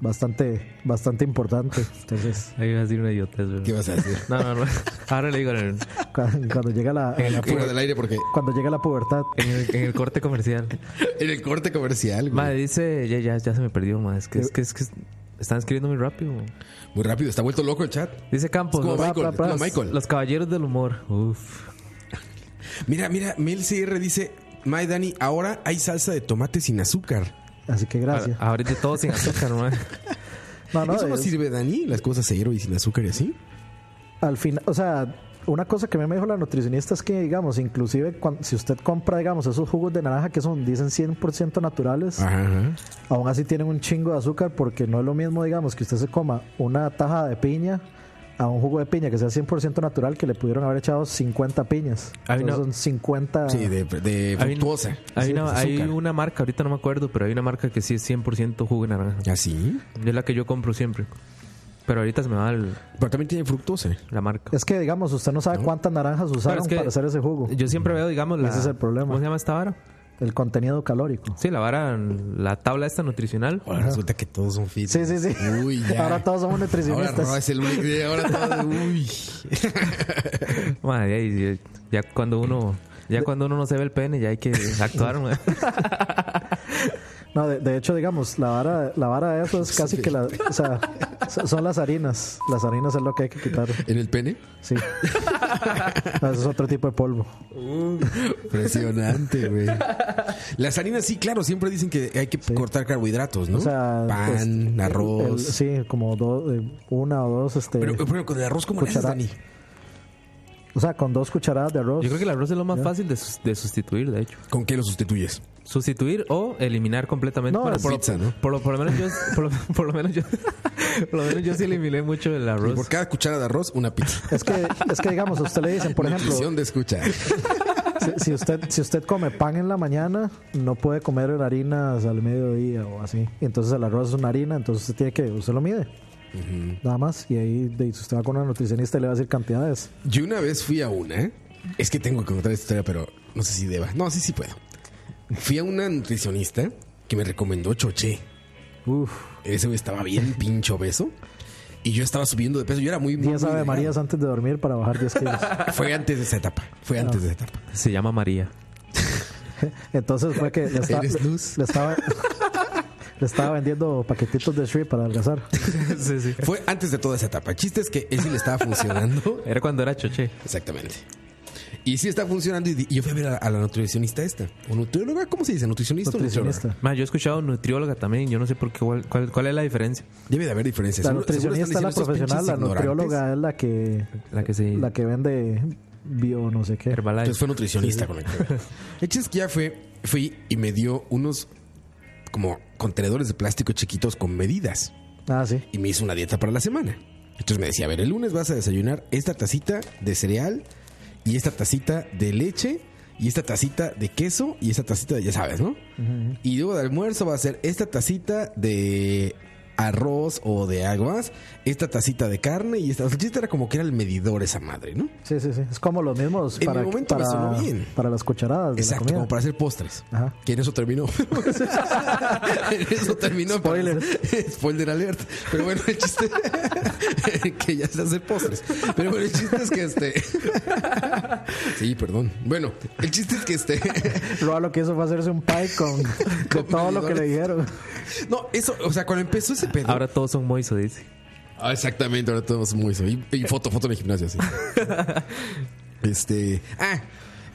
bastante, bastante importante. Entonces, Ahí iba a decir una idiotez, ¿verdad? ¿Qué vas a decir? No, no, no. Ahora le digo en el, cuando, cuando llega la, En la fuera del aire, porque cuando llega la pubertad, en el- en el corte comercial. en el corte comercial, güey. Madre, dice, ya, ya, ya se me perdió, madre. Es que, es que, es que están escribiendo muy rápido. Muy rápido, está vuelto loco el chat. Dice Pues Es Campos, como los, Michael, es como Michael. los caballeros del humor. Uf. Mira, mira, Mel CR dice: My Dani, ahora hay salsa de tomate sin azúcar. así que gracias. Ahora es de todo sin azúcar, madre. No, no, ¿Eso no es- sirve, Dani? Las cosas cero y sin azúcar y así. al final, o sea, una cosa que a mí me dijo la nutricionista es que, digamos, inclusive cuan- si usted compra, digamos, esos jugos de naranja que son, dicen 100% naturales, Ajá, ajá. aún así tienen un chingo de azúcar porque no es lo mismo, digamos, que usted se coma una taja de piña a un jugo de piña que sea 100% natural que le pudieron haber echado 50 piñas. Ay, Entonces no. son 50... Sí, de, de Hay un- fructuosa. Hay, Sí, una, pues, hay azúcar. una marca, ahorita no me acuerdo, pero hay una marca que sí es 100% jugo de naranja. Así. Es la que yo compro siempre. Pero ahorita se me va el- Pero también tiene fructosa. la marca. Es que, digamos, usted no sabe cuántas naranjas usaron es que- para hacer ese jugo. Yo siempre veo, digamos, la, Ese es el problema. ¿Cómo se llama esta vara? El contenido calórico. Sí, la vara, la tabla esta nutricional. Ahora resulta que todos son fit. Sí, sí, sí. Uy, ya. Ahora todos somos Ahora nutricionistas. no es el único. día, Ahora todo. Uy. Madre, ahí ya, ya cuando uno, ya cuando uno no se ve el pene, ya hay que actuar, madre. No, de, de hecho, digamos, la vara, la vara de eso es casi que la... O sea, so- son las harinas. Las harinas es lo que hay que quitar. ¿En el pene? Sí. No, eso es otro tipo de polvo. Impresionante, güey. Las harinas, sí, claro. Siempre dicen que hay que cortar carbohidratos, ¿no? O sea, Pan, es- arroz. el- sí, como dos, eh, una o dos, este, pero, eh, pero con el arroz, ¿cómo le haces, cuchara- Dani? o sea, con dos cucharadas de arroz. Yo creo que el arroz es lo más fácil de, sus- de sustituir, de hecho. ¿Con qué lo sustituyes? Sustituir o eliminar completamente. No, Bueno, es- por, lo- Pizza, ¿no? por lo, por lo menos yo, por lo, por lo menos yo, por lo menos yo sí eliminé mucho el arroz. Pues- Por cada cuchara de arroz, una pizza. Es que, es que digamos, a usted le dicen, por ejemplo, Nutrición de escucha. si, si usted, si usted come pan en la mañana, no puede comer harinas al mediodía o así. Y Entonces el arroz es una harina, entonces usted tiene que, usted lo mide. Nada más, y ahí de, si usted va con una nutricionista y le va a decir cantidades. Yo una vez fui a una, ¿eh? es que tengo que contar esta historia, pero no sé si deba. No, sí, sí puedo. Fui a una nutricionista que me recomendó choché. Uf, Ese güey estaba bien pincho obeso. Y yo estaba subiendo de peso. Yo era muy. muy 10 Ave Marías antes de dormir para bajar 10 kilos. Fue antes de esa etapa. Fue antes de esa etapa. Se llama María. Entonces fue que le estaba, Eres luz. le estaba, le estaba vendiendo paquetitos de Shree para adelgazar. sí, sí. Fue antes de toda esa etapa. El chiste es que ese le estaba funcionando. Era cuando era choche. Exactamente. Y sí está funcionando. Y di- y yo fui a ver a, a la nutricionista esta. ¿O nutrióloga? ¿Cómo se dice? ¿Nutricionista, o Nutricionista. nutrióloga? Ma, yo he escuchado nutrióloga también. Yo no sé por qué, cuál, cuál, cuál es la diferencia. Debe de haber diferencias. La Este, Seguro- seguro están nutricionista es la diciendo estos profesional, la pinches ignorantes. nutrióloga es la que, La que se. la que vende bio no sé qué. Herbalife. Entonces fue nutricionista con la que fue. El chiste es que ya fue, fui y me dio unos como contenedores de plástico chiquitos con medidas. Ah, sí. y me hizo una dieta para la semana. Entonces me decía, a ver, el lunes vas a desayunar esta tacita de cereal y esta tacita de leche y esta tacita de queso y esta tacita de, ya sabes, ¿no? Y luego de almuerzo va a ser esta tacita de arroz o de aguas, esta tacita de carne y esta... O sea, el chiste era como que era el medidor esa madre, ¿no? Sí, sí, sí. Es como los mismos En para, mi momento me para, sonó bien. para las cucharadas de Exacto, la como comida. para hacer postres. Ajá. Que en eso terminó. en eso terminó. Spoiler. Spoiler alert. Pero bueno, el chiste. que ya se hace postres. Pero bueno, el chiste es que este. sí, perdón. Bueno, el chiste es que este. Roa lo que hizo fue hacerse un pie con, de Con todo lo que medidores. le dijeron. no, eso, o sea, cuando empezó ese pedo. Ahora todos son moiso, dice. Ah, exactamente, ahora todos muy eso. Y, y foto, foto en el gimnasio, así. este. Ah,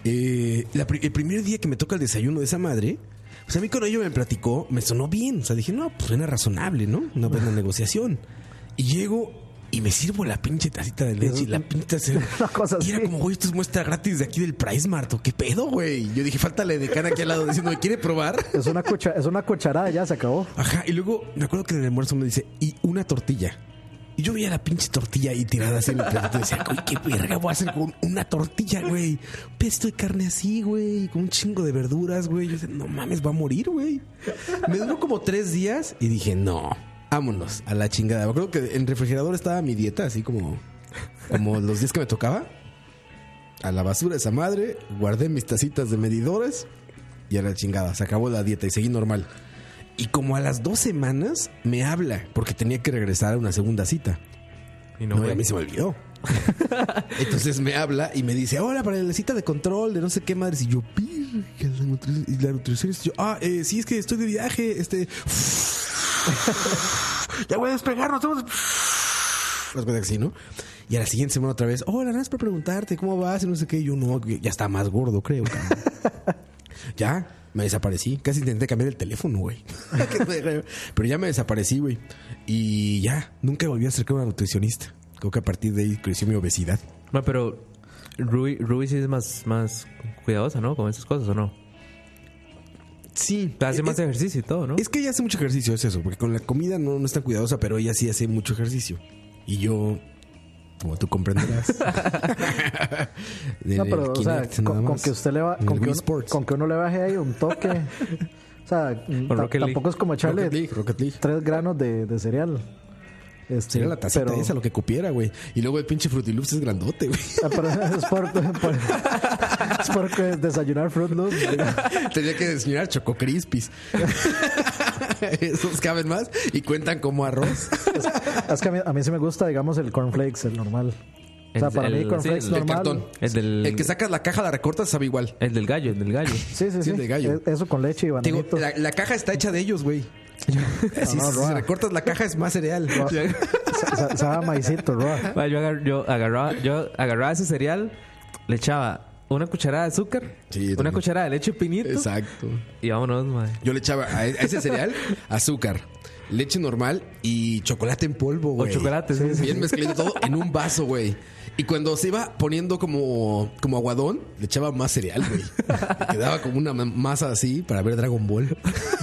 eh, la pri- el primer día que me toca el desayuno de esa madre, pues a mí cuando ella me platicó, me sonó bien. O sea, dije, no, pues suena razonable, ¿no? Una buena negociación. Y llego y me sirvo la pinche tacita de leche y la pinche tacita- Una cosa Y era así. como, güey, esto es muestra gratis de aquí del Price Mart. ¿o ¿Qué pedo, güey? Yo dije, falta la decana aquí al lado diciendo, ¿me quiere probar? Es una, cucha- es una cucharada, ya se acabó. Ajá, y luego me acuerdo que en el almuerzo me dice, y una tortilla. Y yo veía la pinche tortilla ahí tirada así en el plato y decía, güey, qué verga voy a hacer con una tortilla, güey. Un Pesto de carne así, güey, con un chingo de verduras, güey. Yo decía, no mames, va a morir, güey. Me duró como tres días y dije, no, vámonos a la chingada. Me acuerdo que en el refrigerador estaba mi dieta, así como, como los días que me tocaba. A la basura esa madre, guardé mis tacitas de medidores y a la chingada. Se acabó la dieta y seguí normal. Y como a las dos semanas me habla porque tenía que regresar a una segunda cita. Y No, no, fue. a mí se me olvidó. Entonces me habla y me dice, hola, para la cita de control de no sé qué madre. Y yo, "Virga, la nutri- y la nutricionista. Yo, ah, eh, sí, es que estoy de viaje. Este. ya voy a despegar, nos vemos. Las cosas así, ¿no? Y a la siguiente semana otra vez, hola, nada más para preguntarte cómo vas y no sé qué. Y yo, no, ya está más gordo, creo. cabrón". Ya, me desaparecí. Casi intenté cambiar el teléfono, güey. Pero ya me desaparecí, güey. Y ya, nunca volví a acercarme a una nutricionista. Creo que a partir de ahí creció mi obesidad. Ma, pero Ruby, Ruby sí es más, más cuidadosa, ¿no? Con esas cosas, ¿o no? Sí. O sea, hace más ejercicio y todo, ¿no? Es que ella hace mucho ejercicio, es eso. Porque con la comida no, no es tan cuidadosa, pero ella sí hace mucho ejercicio. Y yo, como tú comprenderás. No, pero, o sea, con, con que usted le va, con que, uno, con que uno le baje ahí un toque. o sea, ta- Rocket League. tampoco es como Rocket echarle League, Rocket League. tres granos de, de cereal. Este, Sería la tacita pero- esa, lo que cupiera, güey. Y luego el pinche Frutiloops es grandote, güey. Ah, pero es por, por- es por que desayunar Fruit Loops. Tenía que desayunar Choco Crispies. Esos caben más y cuentan como arroz. Es que a mí, a mí sí me gusta, digamos, el cornflakes, el normal. O sea, El- para mí el- cornflakes sí, el de normal. cartón. El del, El que sacas la caja, la recortas, sabe igual. el del gallo, el del gallo. Sí, sí, Sí, sí. el de gallo. E- Eso con leche y Te digo, bananito. la, la caja está hecha de ellos, güey. Sí, No, no, sí, Roa. si recortas la caja es más cereal. Sa- sa- Sabe a maicito, Roa. Ma, yo, agar- yo agarraba, yo agarraba ese cereal, le echaba una cucharada de azúcar, Sí, yo una también. cucharada de leche pinito Exacto. y vámonos, madre. Yo le echaba a a ese cereal azúcar, leche normal y chocolate en polvo, O güey. chocolate, sí, sí. Bien mezclado todo en un vaso, güey. Y cuando se iba poniendo como, como aguadón, le echaba más cereal, güey. Y Quedaba como una ma- masa así para ver Dragon Ball.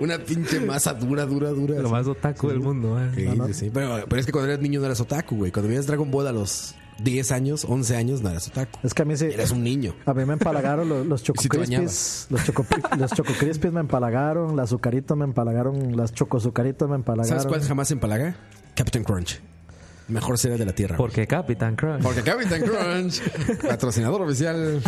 una pinche masa dura, dura, dura. Lo así. más otaku del mundo, madre. Sí, sí, sí. Pero, pero es que cuando eras niño no eras otaku, güey. Cuando veías Dragon Ball a los 10 años, 11 años, no eras otaku. Es que a mí sí. Eras un niño. A mí me empalagaron los, los Choco Si te Crispies. Los Choco, los Choco Crispies me empalagaron, las azucaritas me empalagaron, las chocozucaritas me empalagaron. ¿Sabes cuál jamás se empalaga? Captain Crunch. Mejor cereal de la tierra. güey. Porque Capitán Crunch. Porque Captain Crunch, patrocinador oficial.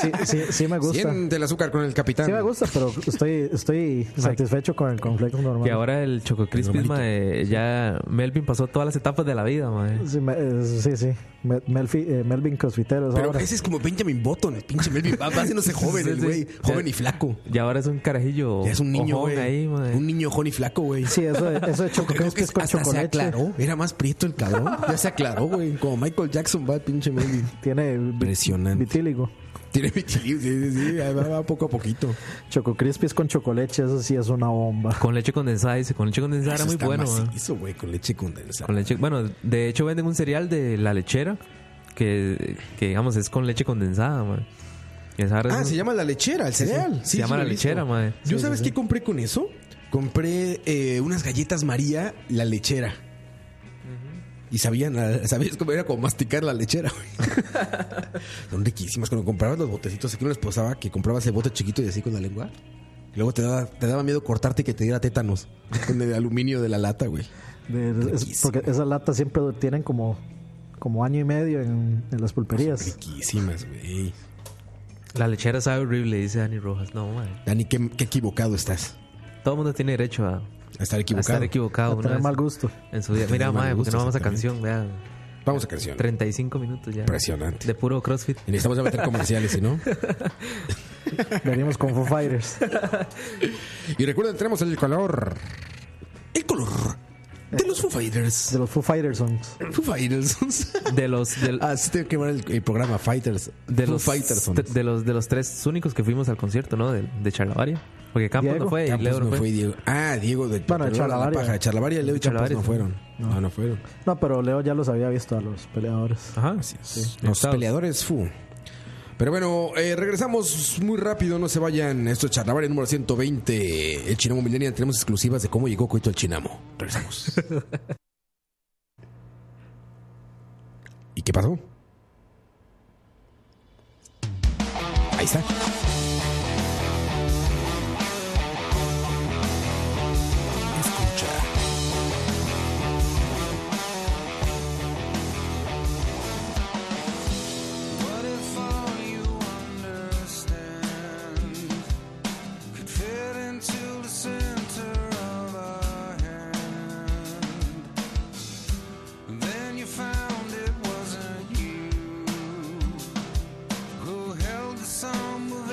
Sí, sí, sí me gusta. Siente el azúcar con el capitán. Sí me gusta, pero estoy, estoy satisfecho con el conflicto normal. Que ahora el Choco Crispis, mae, ya Melvin pasó todas las etapas de la vida, mae. Sí, me- eh, sí, sí. Me- Melfi- eh, Melvin Cosfitero es Pero ahora. ese es como Benjamin Button, el pinche Melvin. Va va haciéndose joven, Sí, el sí. güey. Ya- Joven y flaco. Y ahora es un carajillo. Ya es un niño, ojón güey. ahí, mae. Un niño ojón y flaco, güey. Sí, eso de, eso de Choco Creo Crispy que es con hasta se chocolate. aclaró. Era más prieto el cabrón. Ya se aclaró, güey. Como Michael Jackson va el pinche Melvin. Tiene vi- Impresionante. vitíligo. Tiene vitiligo, sí, sí, sí. Ahí Va, va poco a poquito. Choco Crispy es con chocolate, eso sí es una bomba. Con leche condensada, dice. Con leche condensada Eso era muy está bueno, ¿eh? mae. macizo, güey, con leche condensada. Con leche, bueno, de hecho venden un cereal de la lechera que, que digamos es con leche condensada, man. Esa ahora es Ah, un- se llama la lechera, el cereal. Se llama lo la he visto. lechera, mae. Yo sabes qué compré con eso? Compré eh, unas galletas María, la lechera. Y sabían, a- sabías cómo era como masticar la lechera, güey. Son riquísimas. Cuando comprabas los botecitos, aquí me les pasaba que comprabas el bote chiquito y así con la lengua. Y luego te daba, te daba miedo cortarte y que te diera tétanos con el aluminio de la lata, güey. De- es- Riquísimo. porque esas latas siempre tienen como, como año y medio en, en las Pues, pulperías. Riquísimas, güey. La lechera sabe horrible, dice Dani Rojas. No, man. Dani, qué, qué equivocado estás. Todo el mundo tiene derecho a, a A estar equivocado. estar equivocado. A una tener vez mal gusto. En su vida. Mira, mal mae, porque gusto, no vamos a canción, exactamente. vea. Vamos a canción. 35 minutos ya. Impresionante. De puro CrossFit. Y necesitamos ya meter comerciales, ¿sí, no? Venimos con Foo Fighters. Y recuerden, tenemos el color. El color de los Foo Fighters. De los Foo Fighters songs. Foo Fighters. De los del- ah, sí, tengo que llamar el, el programa Fighters. de Foo los Fighters. te- de los de los tres únicos que fuimos al concierto, ¿no? De, de Charlavaria. Porque Campos Diego. no fue y Campos Leo no fue. Diego. Ah, Diego de Bueno, de pero era la Charlavaria. paja. Charlavaria, Leo y Campos Charlavaria no fue. fueron. No, no, fueron. No, pero Leo ya los había visto a los peleadores. Ah, Ajá. Los Estados. peleadores Fu. Pero bueno, eh, regresamos muy rápido, no se vayan. Esto es Charlavaria número 120. El Chinamo Millennial. Tenemos exclusivas de cómo llegó Coito al Chinamo. Regresamos. ¿Y qué pasó? Ahí está. Escucha. What if all you understand could fit into the center of our hand? And then you found it wasn't you who held the sum of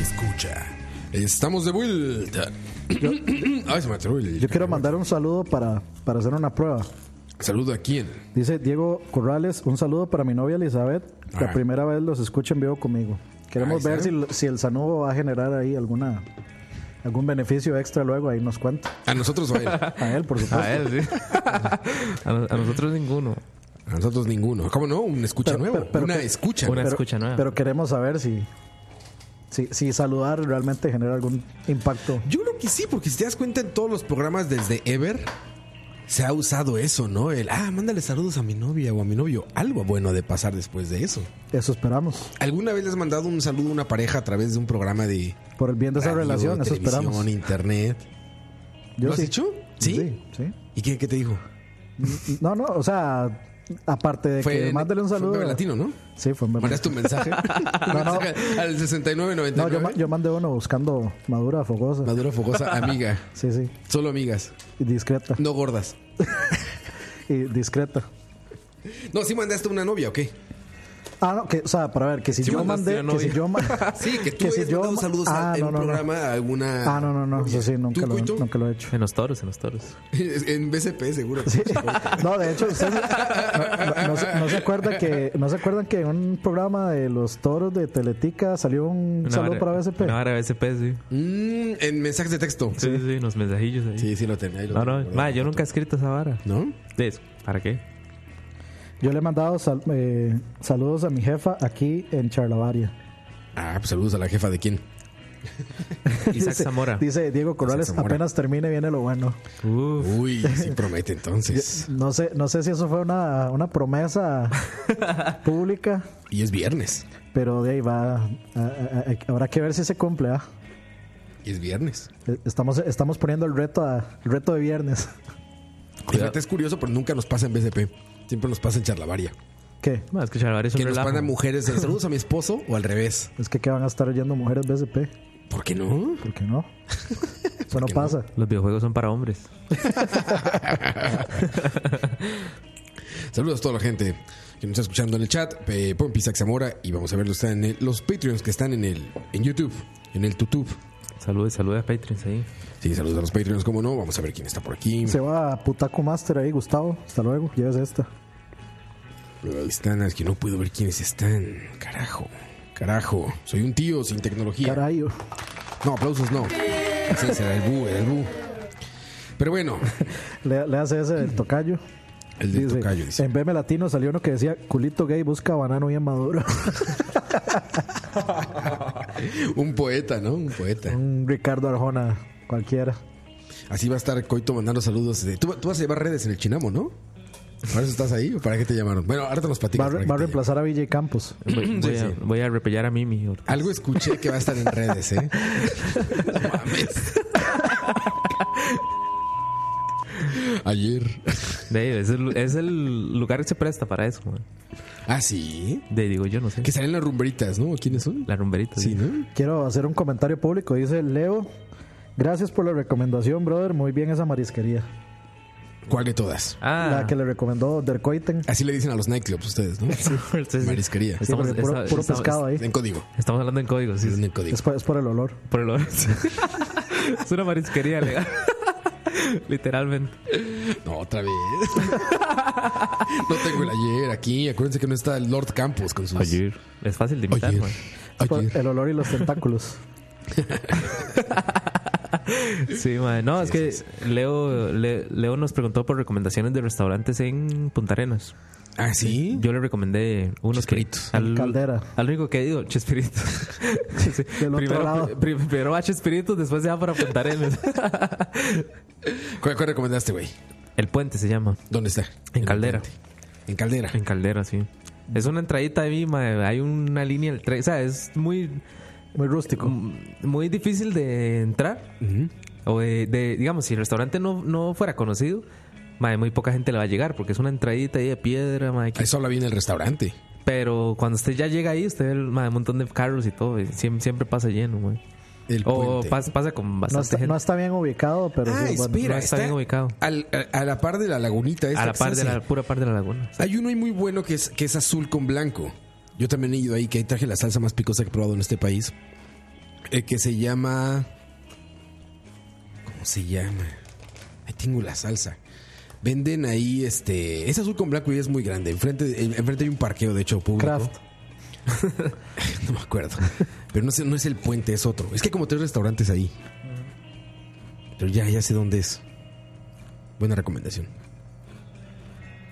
escucha. Estamos de vuelta. Ay, se me atoró el- Yo quiero mandar un saludo para, para hacer una prueba. Saludo a quién. Dice Diego Corrales, un saludo para mi novia Elizabeth. Ah. La primera vez los escucha en vivo conmigo. Queremos Ahí ver está. si, si el sanudo va a generar ahí alguna algún beneficio extra luego, ahí nos cuenta. A nosotros o a él. A él, por supuesto. A él, sí. a, no- a nosotros ninguno. A nosotros ninguno. ¿Cómo no? Un escucha Pero- nuevo. pero- pero una que- escucha. Una Pero- escucha nueva. Pero queremos saber si, si, si saludar realmente genera algún impacto. Yo creo que sí, porque si te das cuenta en todos los programas desde Ever, se ha usado eso, ¿no? El, ah, mándale saludos a mi novia o a mi novio. Algo bueno de pasar después de eso. Eso esperamos. ¿Alguna vez le has mandado un saludo a una pareja a través de un programa de Por el bien de esa radio, relación, eso televisión, esperamos. internet? Yo ¿Lo has sí. hecho? ¿Sí? sí. ¿Y qué, qué te dijo? sí. No, no, o sea, aparte de que en- mándale un fue en saludo. Bebe Latino, ¿no? Sí, fue en Bebe ¿Mandaste un mensaje? Un No, no. mensaje Al No, yo, ma- 6999. yo mandé uno buscando madura, fogosa. Maduro Fogosa, amiga. Sí, sí. Solo amigas. Y discreta. No gordas. Y discreta. No, sí mandaste una novia, ¿o qué? Ah, no, que, o sea, para ver, que si Sí yo mandaste mandé, una que si novia. yo ma- Sí, que tú si has mandado ma- saludos a- Ah, en no, un no, no. programa a alguna... Ah, no, no, no, eso sí, nunca ¿Tú, lo, Cuito? nunca lo he hecho. En los toros, en los toros. En BCP seguro. No, de hecho, ustedes no, no se- no se acuerdan que no se acuerdan que en un programa de los toros de Teletica salió un Una saludo vara- para BSP. Una vara BSP, sí. Mm, en mensajes de texto. Sí, sí, los mensajillos ahí. Sí, sí lo tenía. ahí lo no, tenía no, guardado. ma, yo nunca he escrito esa vara. ¿No? Es- ¿Para qué? Yo le he mandado sal- eh, saludos a mi jefa aquí en Charlavaria. Ah, pues saludos a la jefa de quién. Isaac Dice- Zamora. Dice Diego Corrales, Isaac Zamora. apenas termine viene lo bueno. Uf. Uy, sí promete entonces. No sé, no sé si eso fue una, una promesa pública, Y es viernes. pero de ahí va. a- a- a- habrá que ver si se cumple. ¿ah? Y es viernes. Eh, Estamos, estamos poniendo el reto, a, el reto de viernes. Fíjate, es curioso, pero nunca nos pasa en BCP. Siempre nos pasa en charlavaria. ¿Qué? Ma, es que Charvari es un Que nos relajo. mandan mujeres. el Saludos a mi esposo o al revés. Es que ¿qué van a estar oyendo mujeres BSP? ¿Por qué no? ¿Por qué no? Eso no pasa. Los videojuegos son para hombres. Saludos a toda la gente que nos está escuchando en el chat. Eh, Pompi Isaac Zamora. Y vamos a verlo. Están en el- los Patreons que están en el en YouTube. En el Tutub. Saludos, saludos a Patreons ahí. Sí, saludos a los Patreons, como no. Vamos a ver quién está por aquí. Se va a Putaco Master ahí, Gustavo. Hasta luego. Lleves esta. Ahí Están, es que no puedo ver quiénes están. Carajo. Carajo. Soy un tío sin tecnología. Carayo. No, aplausos no. Ese será el bu, era el bu. Pero bueno, Le, le hace ese del tocayo. el de tocayo dice. En BM Latino salió uno que decía, culito gay busca banano bien maduro. Un poeta, ¿no? Un poeta. Un Ricardo Arjona cualquiera. Así va a estar Coito mandando saludos. de- Tú, tú vas a llevar redes en el Chinamo, ¿no? ¿Para eso estás ahí o para qué te llamaron? Bueno, ahora te los Va, platicas. a re- para qué va a te llaman. reemplazar a Villa Campos. Voy, voy a, voy a repellar a Mimi. Algo escuché que va a estar en redes, ¿eh? No mames. Ayer. De ahí, es, el, es el lugar que se presta para eso. man. Ah, sí. De ahí digo yo, no sé. Que salen las rumberitas, ¿no? ¿Quiénes son? La rumberita. Sí, Sí. ¿no? Quiero hacer un comentario público. Dice Leo, gracias por la recomendación, brother. Muy bien esa marisquería. ¿Cuál de todas? Ah, La que le recomendó Der Coiten. Así le dicen a los nightclubs ustedes, ¿no? entonces- Marisquería. Sí, Estamos- porque puro, esta- puro estamos- pescado ahí. En código. estamos hablando en código. Sí, En sí. el código. Es por, es por el olor. Por el olor. es una marisquería legal. Literalmente. No, otra vez. no tengo el ayer aquí. Acuérdense que no está el Lord Campos con sus. Es fácil de imitar, Ayer. man. Es por Ayer. el olor y los tentáculos. Sí, man. No, es que Leo, Le- Leo nos preguntó por recomendaciones de restaurantes en Punta Arenas. Ah, sí. Yo le recomendé unos que- Chespiritos. Al, Caldera. Al único que he ido, Chespiritos. Sí. Del otro primero, lado. pri- primero va Chespiritos, después se va para Punta Arenas. ¿Cuál, cuál recomendaste, güey? El puente se llama. ¿Dónde está? En Caldera. En Caldera. En Caldera, sí. Es una entradita de mí, mae. Hay una línea del tren. O sea, es muy, Muy rústico. mm, muy difícil de entrar. O de, de- digamos, si el restaurante no, no fuera conocido, mae, muy poca gente le va a llegar porque es una entradita ahí de piedra, mae, que- Eso habla bien el restaurante. Pero cuando usted ya llega ahí, usted ve mae, un montón de carros y todo. y siempre, siempre pasa lleno, mae. El O puente. Oh, pasa, pasa con No bastante está, gente. no está bien ubicado, pero Ah, sí, bueno. espera, no está bien ubicado. al- a, a la par de la lagunita. Esta a la que par se de la hace. pura par de la laguna. Hay uno ahí muy bueno que es, que es azul con blanco. Yo también he ido ahí, que ahí traje la salsa más picosa que he probado en este país. eh, que se llama. ¿Cómo se llama? Ahí tengo la salsa. Venden ahí este. Es azul con blanco y es muy grande. Enfrente, en- enfrente hay un parqueo, de hecho, público. Kraft. No me acuerdo. Pero no, sé- no es el puente, es otro. Es que hay como tres restaurantes ahí. Pero ya, ya sé dónde es. Buena recomendación.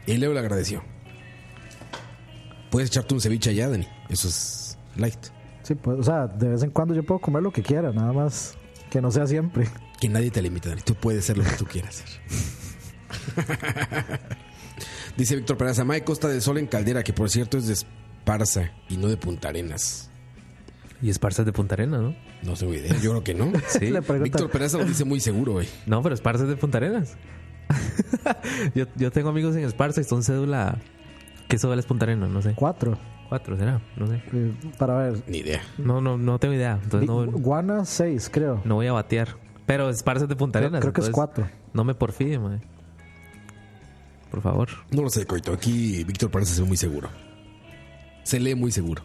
Y Leo le agradeció. Puedes echarte un ceviche allá, Dani. Eso es light. Sí, pues, o sea, de vez en cuando yo puedo comer lo que quiera, nada más que no sea siempre. Que nadie te limita, Dani. Tú puedes ser lo que tú quieras ser. Dice Víctor Peraza, May Costa del Sol en Caldera, que por cierto es de Esparza y no de Punta Arenas. Y Esparza es de Punta Arenas, ¿no? No tengo idea, yo creo que no. Sí. Le preguntan, Víctor Peraza lo dice muy seguro, güey. No, pero Esparza es de Punta Arenas. yo, yo tengo amigos en Esparza y son cédula. ¿Qué cédula es Punta Arenas? No sé. cuatro, Cuatro será, no sé. eh, para ver. Ni idea. No, no, no tengo idea. Entonces no, Di- Guana, seis, creo. no voy a batear. Pero Esparza es de Punta Creo- Arenas. creo que es entonces cuatro. No me porfíe, madre. Por favor. No lo sé, Coito. Aquí Víctor Peraza se ve muy seguro. Se lee muy seguro.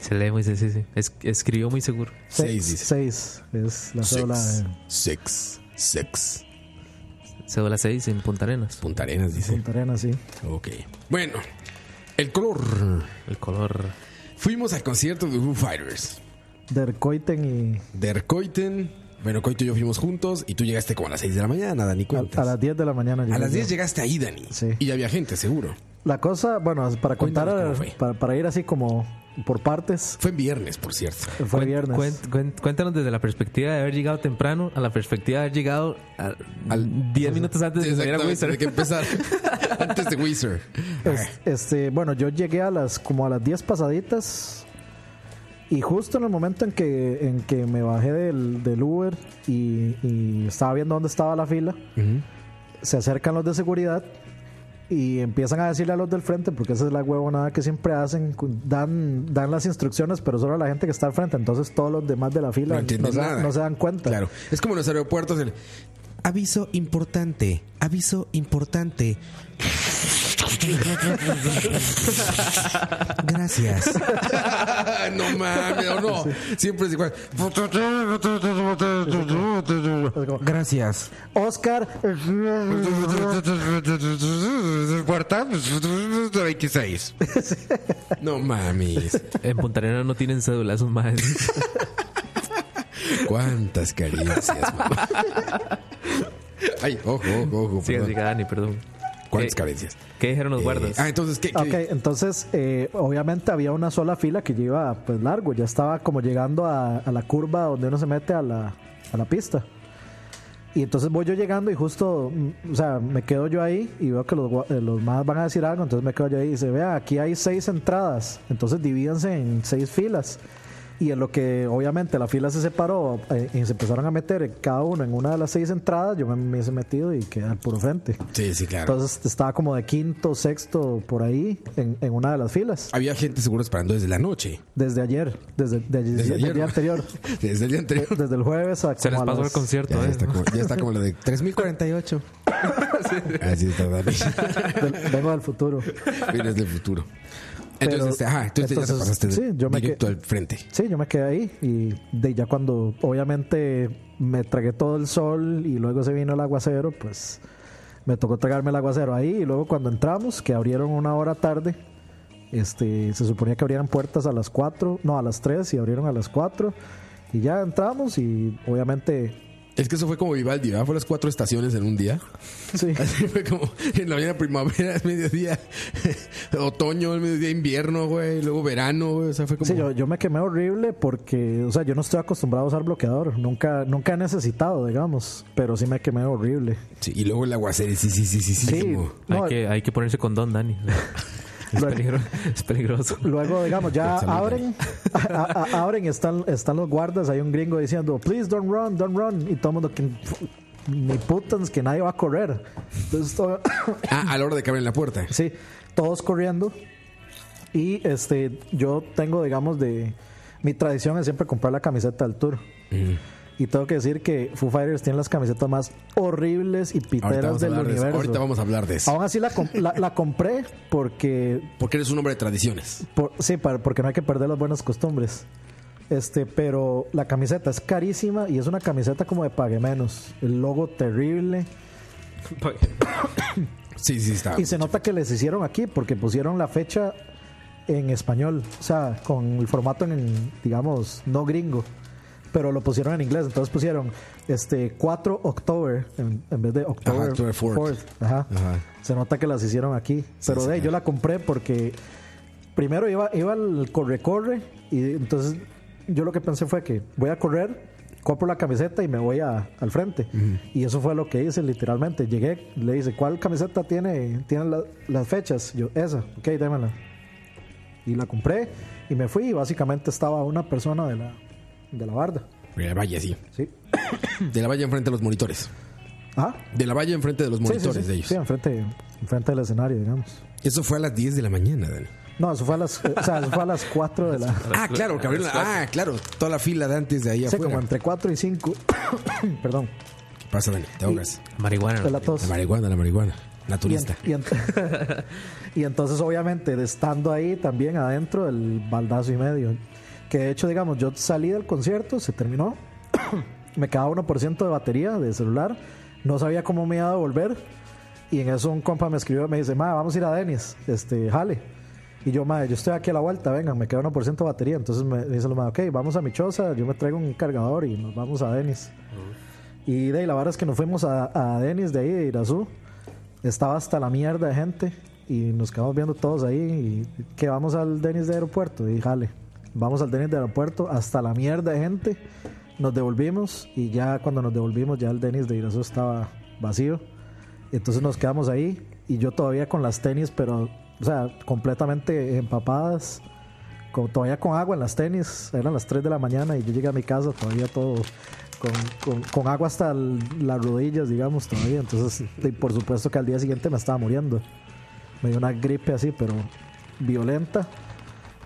Se lee muy, sí, sí, sí. Es- escribió muy seguro. Seis, Seis, dice. seis es la cédula. Sex. de Sex. Sex. Cédula 6 en Punta Arenas. Punta Arenas, dice. Punta Arenas, sí. Ok. Bueno, el color. El color. Fuimos al concierto de Foo Fighters. Dercoiten y de Ercoiten. Bueno, Coito y yo fuimos juntos y tú llegaste como a las 6 de la mañana, Dani. ¿Cuántas? a, a las 10 de la mañana. A llegué las yo. 10 llegaste ahí, Dani. Sí. Y ya había gente, seguro. La cosa, bueno, para contar, Cuéntanos cómo fue. para, para ir así como por partes, Fue en viernes, por cierto. fue Cuen- viernes. cuen- cuen- cuéntanos desde la perspectiva de haber llegado temprano a la perspectiva de haber llegado a- Al- 10 minutos antes de que saliera Exactamente, Wizard. de que empezar. Antes de Wizard. Eh. Es- este, bueno, yo llegué a las como a las 10 pasaditas y justo en el momento en que en que me bajé del, del Uber y, y estaba viendo dónde estaba la fila, se acercan los de seguridad y empiezan a decirle a los del frente, porque esa es la huevonada que siempre hacen, cu- dan, dan las instrucciones, pero solo a la gente que está al frente, entonces todos los demás de la No fila no, entienden se, nada. no se dan cuenta. Claro. Es como en los aeropuertos. El... Aviso importante. Aviso importante. Gracias. no mames, o no. Siempre es igual. Gracias. Oscar, No mames. En Punta Arenas no tienen cédula, esos madres. Cuántas caricias, mamá. Ay, ojo, ojo, ojo. Sí, perdón. así que Dani, perdón. ¿Cuántas Eh, carencias? ¿Qué dijeron los Eh, guardas? ah, entonces, ¿qué? qué? Ok, entonces eh, obviamente había una sola fila que lleva pues largo, ya estaba como llegando a, a la curva donde uno se mete a la, a la pista. Y entonces voy yo llegando y justo, mm, o sea, me quedo yo ahí y veo que los, gua- eh, los más van a decir algo, entonces me quedo yo ahí y dice, vea, aquí hay seis entradas, entonces divídanse en seis filas. Y en lo que obviamente la fila se separó eh, y se empezaron a meter cada uno en una de las seis entradas, yo me, me hubiese metido y quedé al puro frente. Sí, sí, claro. Entonces estaba como de quinto, sexto, por ahí, en, en una de las filas. Había gente seguro esperando desde la noche. Desde ayer, desde, de- desde ayer, el día ¿no? anterior. Desde el día De- anterior. Desde el jueves a Se les como a pasó el las- concierto, Ya ¿eh? está, como, ya está como lo de 3048. Así está, Dani. del- vengo del futuro. Vienes del futuro. Entonces, Pero- este, ajá, entonces, ya te entonces, pasaste sí, yo me directo que- al frente. Sí, yo me quedé ahí y de ya cuando obviamente me tragué todo el sol y luego se vino el aguacero, pues me tocó tragarme el aguacero ahí y luego cuando entramos, que abrieron una hora tarde, este, se suponía que abrieran puertas a las 4, no, a las 3 y abrieron a las 4 y ya entramos y obviamente Es que eso fue como Vivaldi, ¿verdad? Fue las cuatro estaciones en un día. sí. Así fue como en la mañana primavera, al mediodía, otoño, al mediodía invierno, güey, luego verano, güey. O sea, fue como. Sí, yo, yo me quemé horrible porque, o sea, yo no estoy acostumbrado a usar bloqueador. Nunca, nunca he necesitado, digamos. Pero sí me quemé horrible. Sí, y luego el aguacero, sí, sí, sí, sí, sí. Sí. como- hay, no, que, hay que ponerse condón, Dani. Es, Luego- peligro- es peligroso. Luego, digamos, ya Salud, abren, a- a- abren, están, están los guardas. Hay un gringo diciendo, please don't run, don't run. Y todo el mundo, que, ni putans, que nadie va a correr. Entonces, todo- Ah, a la hora de que abren la puerta. Sí, todos corriendo. Y este, yo tengo, digamos, de. Mi tradición es siempre comprar la camiseta del tour. Mm. Y tengo que decir que Foo Fighters tiene las camisetas más horribles y Ahorita piteras vamos, a del hablar de eso. universo. Ah. Ahorita vamos a hablar de eso. Aún así la, com- la, la compré porque, Porque eres un hombre de tradiciones. por- sí, para- porque no hay que perder las buenas costumbres. Este, pero la camiseta es carísima y es una camiseta como de pague menos. El logo terrible. Sí, sí, está. Y se nota que les hicieron aquí porque pusieron la fecha en español, o sea, con el formato en, digamos, no gringo, pero lo pusieron en inglés, entonces pusieron este 4 October en, en vez de October October 4th. 4th, ajá. Ajá. Se nota que las hicieron aquí, pero de ahí, yo la compré porque primero iba iba al corre corre y entonces yo lo que pensé fue que voy a correr compro la camiseta y me voy a- al frente y eso fue lo que hice literalmente llegué le dice cuál camiseta tiene tiene la- las fechas yo esa ok démela y la compré y me fui y básicamente estaba una persona de la de la barda De la valla, sí. sí De la valla enfrente de los monitores. ah De la valla enfrente de los sí, sí, monitores sí, de ellos. sí enfrente enfrente del escenario digamos Eso fue a las 10 de la mañana, Dani. no eso fue a las o sea eso fue a las 4 de la Ah, claro, que abrieron la- Ah, claro. Toda la fila de antes de ahí sí afuera. como entre 4 y 5 perdón ¿Qué pasa, Dani? Te ahogas. Marihuana. de la tos La marihuana, la marihuana. Y, en- Naturista. y en- y entonces, obviamente, de estando ahí también adentro del baldazo y medio. Que de hecho, digamos, yo salí del concierto, se terminó. me quedaba 1% de batería de celular. No sabía cómo me iba a devolver. Y en eso un compa me escribió y me dice, ma, vamos a ir a Denis, este, jale. Y yo, madre, yo estoy aquí a la vuelta, vengan, me queda 1% de batería. Entonces me dice lo más, ok, vamos a mi choza, yo me traigo un cargador y nos vamos a Denis. Y de ahí, la verdad es que nos fuimos a, a Denis de ahí, de Irazú. Estaba hasta la mierda de gente y nos quedamos viendo todos ahí. Y que vamos al Denis de aeropuerto y jale. Vamos al Denis de aeropuerto hasta la mierda de gente. Nos devolvimos y ya cuando nos devolvimos, ya el Denis de Irazú estaba vacío. Entonces nos quedamos ahí y yo todavía con las tenis, pero, o sea, completamente empapadas. Con, todavía con agua en las tenis, eran las 3 de la mañana y yo llegué a mi casa todavía todo con, con- con agua hasta el- las rodillas, digamos, todavía. Entonces, y por supuesto que al día siguiente me estaba muriendo. Me dio una gripe así, pero violenta,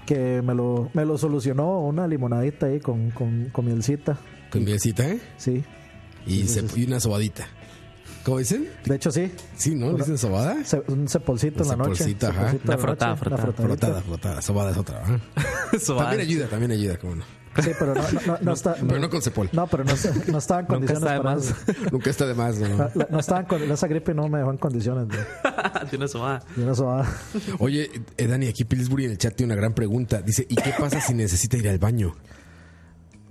que me lo, me lo solucionó una limonadita ahí con, con, con mielcita, Con mielcita, ¿eh? sí. Y, se- y una sobadita. ¿Cómo dicen? De hecho, sí, Sí, ¿no? ¿Dicen sobada? se- un sepolcito Un en la noche. sepolcito, ajá. sepolcito en Una la noche, frotada, frotada. frotadita. Frotada, frotada. Sobada es otra, ¿verdad? También ¿eh? ayuda, también ayuda, cómo no. Sí, pero no, no- no- no está- Pero no con cepol. No, pero no, no estaba Nunca en condiciones está de para más. eso. Nunca está de más, ¿no? La- la- no estaba en con- esa gripe no me dejó en condiciones de, De una sobada. de una sobada. Oye, eh, Dani, aquí Pillsbury en el chat tiene una gran pregunta. Dice, ¿y qué pasa si necesita ir al baño?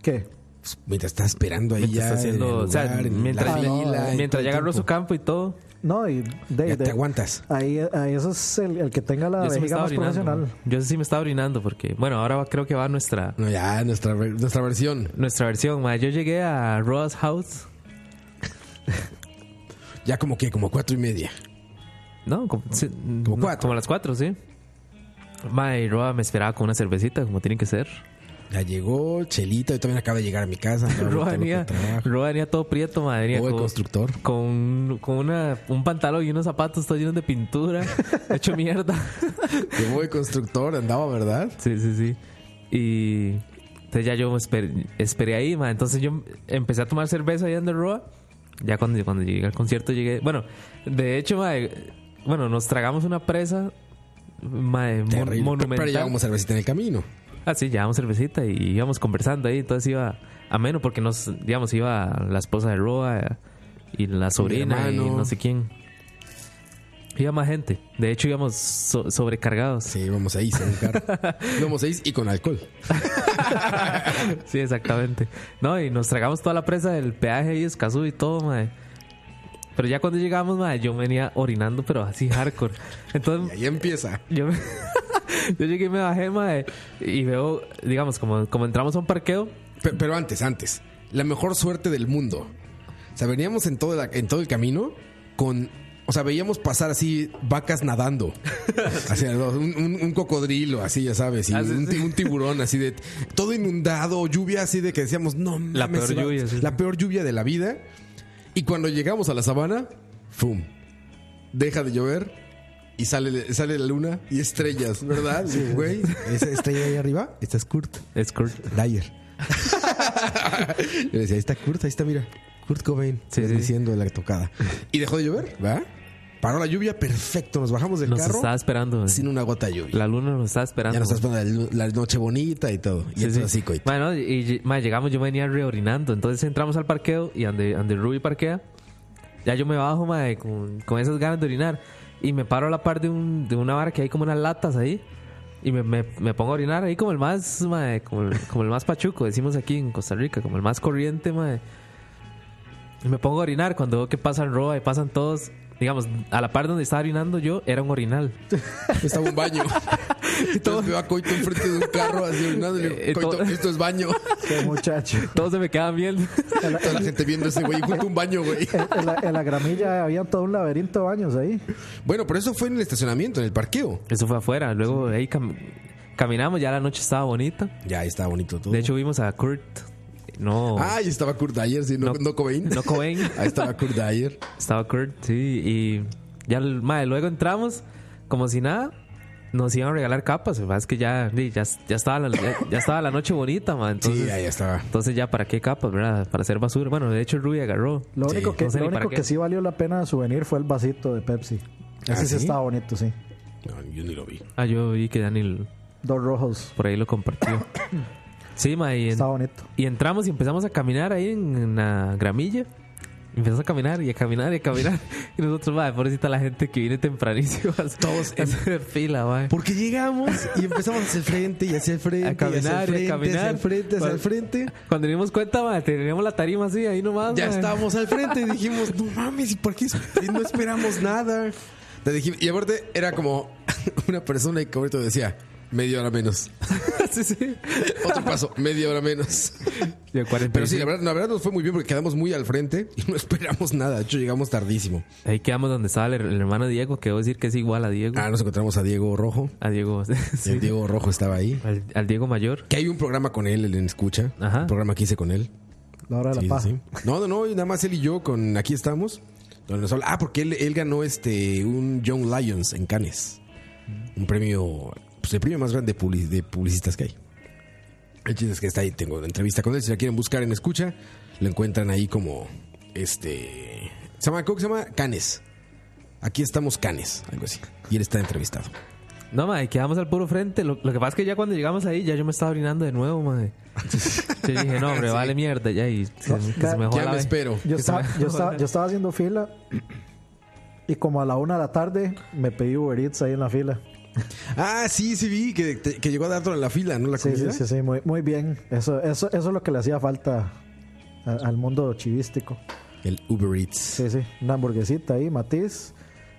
¿Qué? Pues, Mientras está esperando ahí Mientras ya. está haciendo- en el o sea, lugar, en mientras- Ah, la fila, en Mientras todo ya el agarró su tiempo. campo y todo. No, y de, Ya te de- aguantas. ahí, ahí eso es el, el que tenga la Yo sí me vejiga estaba más orinando. profesional. Yo sí me estaba orinando porque, bueno, ahora va- creo que va nuestra No, ya, nuestra, ver- nuestra versión. nuestra versión. ma. Yo llegué a Ross House, Ya como que, como cuatro y media. ¿no? Como, sí, Como no, cuatro. como a las cuatro, sí. Ma, y Roa me esperaba con una cervecita, como tiene que ser. Ah, Ya llegó, Chelita, yo también acabo de llegar a mi casa. andaba Roa todo loco de venía, trabajo. Roa venía todo prieto, ma, venía Todo de con- constructor. Con, con una, un pantalón y unos zapatos todos llenos de pintura, hecho mierda. Llegó de constructor, andaba, ¿verdad? Sí, sí, sí. Y entonces ya yo esperé, esperé ahí, ma. Entonces yo empecé a tomar cerveza ahí en The Roa. Ya cuando, cuando llegué al concierto llegué... Bueno, de hecho, ma, eh, bueno, nos tragamos una presa ma, eh, mon- Terrible. Pero- monumental. Pero llevamos cervecita en el camino. Ah, sí, llevamos cervecita y íbamos conversando ahí. Entonces iba ameno porque nos, digamos, iba la esposa de Roa eh, y la sobrina y hermano. no sé quién. Iba más gente. De hecho, íbamos so- sobrecargados. Sí, íbamos ahí, en un carro. íbamos ahí y con alcohol. Sí, exactamente. No, y nos tragamos toda la presa del peaje y Escazú y todo, madre. Pero ya cuando llegamos, madre, yo venía orinando, pero así hardcore. Y Entonces, ahí empieza. yo, me- yo llegué y me bajé, madre, y veo, digamos, como, como entramos a un parqueo, Pe- Pero antes, antes. La mejor suerte del mundo. O sea, veníamos en todo, la- en todo el camino con... O sea, veíamos pasar así vacas nadando. Así, un, un- un cocodrilo, así, ya sabes. Y Ah, sí, un, ti- sí. un tiburón, así de... Todo inundado, lluvia así de que decíamos... No, La mames, peor va- lluvia, sí, sí. La peor lluvia de la vida. Y cuando llegamos a la sabana... ¡Fum! Deja de llover y sale, sale la luna y estrellas, ¿verdad? Güey, esa estrella ahí arriba, esta es Kurt. es Kurt. Dyer. Yo le decía, ahí está Kurt, ahí está, mira. Kurt Cobain Sí, sí. diciendo la tocada. Y dejó de llover, ¿verdad? Paró la lluvia, perfecto. Nos bajamos del Nos carro estaba esperando. sin una gota de lluvia. La luna nos estaba esperando. ya nos estás poniendo la, la noche bonita y todo. Y Sí, entonces sí. así, coito. Bueno, y y, ma, llegamos, yo venía reorinando. Entonces entramos al parqueo y donde, donde Ruby parquea, ya yo me bajo, ma, con, con esas ganas de orinar. Y me paro a la par de, un, de una vara que hay como unas latas ahí. Y me, me- me pongo a orinar ahí como el más, ma, como, el, como el más pachuco, decimos aquí en Costa Rica, como el más corriente, ma. Y me pongo a orinar cuando veo que pasan Roa y pasan todos. Digamos, a la par donde estaba orinando yo, era un orinal. Estaba un baño. Entonces veo a Coito enfrente de un carro así orinando y le digo, Eh, todo- Coito, esto es baño. Qué muchacho. Todos se me quedaban viendo. Toda la gente viendo ese güey junto a un baño, güey. En, en la, en la gramilla había todo un laberinto de baños ahí. Bueno, pero eso fue en el estacionamiento, en el parqueo. Eso fue afuera. Luego ahí cam- caminamos, ya la noche estaba bonita. Ya estaba bonito todo. De hecho, vimos a Kurt. No. Ay, estaba Kurt Dyer, sí, no, No. no Cobain. No Cobain. Ahí estaba Kurt Dyer. estaba Kurt, sí. Y ya, el- mae, luego entramos, como si nada. Nos iban a regalar capas. lo que pasa Es que ya, di, ya, ya estaba, la, ya, ya estaba la noche bonita, man. Entonces, sí, ahí estaba. entonces ya, ¿para qué capas, verdad? Para hacer basura. Bueno, de hecho, Ruby agarró. Lo Sí. único, que, No sé lo ni para único qué. que sí valió la pena de souvenir fue el vasito de Pepsi. Ese ¿Ah, sí, sí? estaba bonito, sí. No, yo ni lo vi. Ah, yo vi que Daniel Dos rojos. por ahí lo compartió. Sí, ma, y en- Estaba bonito. Y entramos y empezamos a caminar ahí en, en la gramilla. Empezamos a caminar y a caminar y a caminar. Y nosotros, madre, pobrecita la gente que viene tempranísimo. Todos en fila, madre. Porque llegamos y empezamos hacia el frente y hacia el frente. A caminar, y hacia el y a frente, Hacia caminar. el frente, hacia el frente. Cuando nos dimos cuenta, madre, teníamos la tarima así, ahí nomás. Ya mae. estábamos al frente y dijimos, no mames, ¿y por qué esp- no esperamos nada? Te dije- y aparte era como una persona que ahorita decía, media hora menos. sí, sí. Otro paso, media hora menos. Yo, 45. Pero sí, la verdad, la verdad nos fue muy bien porque quedamos muy al frente y no esperamos nada. De hecho, llegamos tardísimo. Ahí quedamos donde estaba el, el hermano Diego, que debo decir que es igual a Diego. Ah, nos encontramos a Diego Rojo. A Diego. sí. El Diego Rojo estaba ahí. Al, al Diego mayor. Que hay un programa con él, el en Escucha. Ajá. Un programa que hice con él. La hora de la Sí, paja. sí. No, no, no, y nada más él y yo con Aquí estamos. donde nos habla- Ah, porque él, él ganó este un Young Lions en Cannes. Mm. Un premio, pues el premio más grande de publi- de publicistas que hay. El chiste es que está ahí, tengo una entrevista con él. Si la quieren buscar en Escucha, lo encuentran ahí como este. Se llama, creo que se llama Canes. Aquí estamos Canes, algo así. Y él está entrevistado. No, madre, quedamos al puro frente. Lo, lo que pasa es que ya cuando llegamos ahí, ya yo me estaba orinando de nuevo, madre. Yo dije, no, hombre, vale mierda. Ya, y se, que se me joda ya la me vez. espero. Que Yo se estaba, me- yo, estaba, yo estaba haciendo fila y como a la una de la tarde me pedí Uber Eats ahí en la fila. Ah, sí, sí vi que, te- que llegó a dar toda la fila, ¿no? La Sí, sí, comida. sí, sí, muy, muy bien. Eso, eso, eso es lo que le hacía falta a- al mundo chivístico. El Uber Eats. Sí, sí, una hamburguesita ahí, matiz.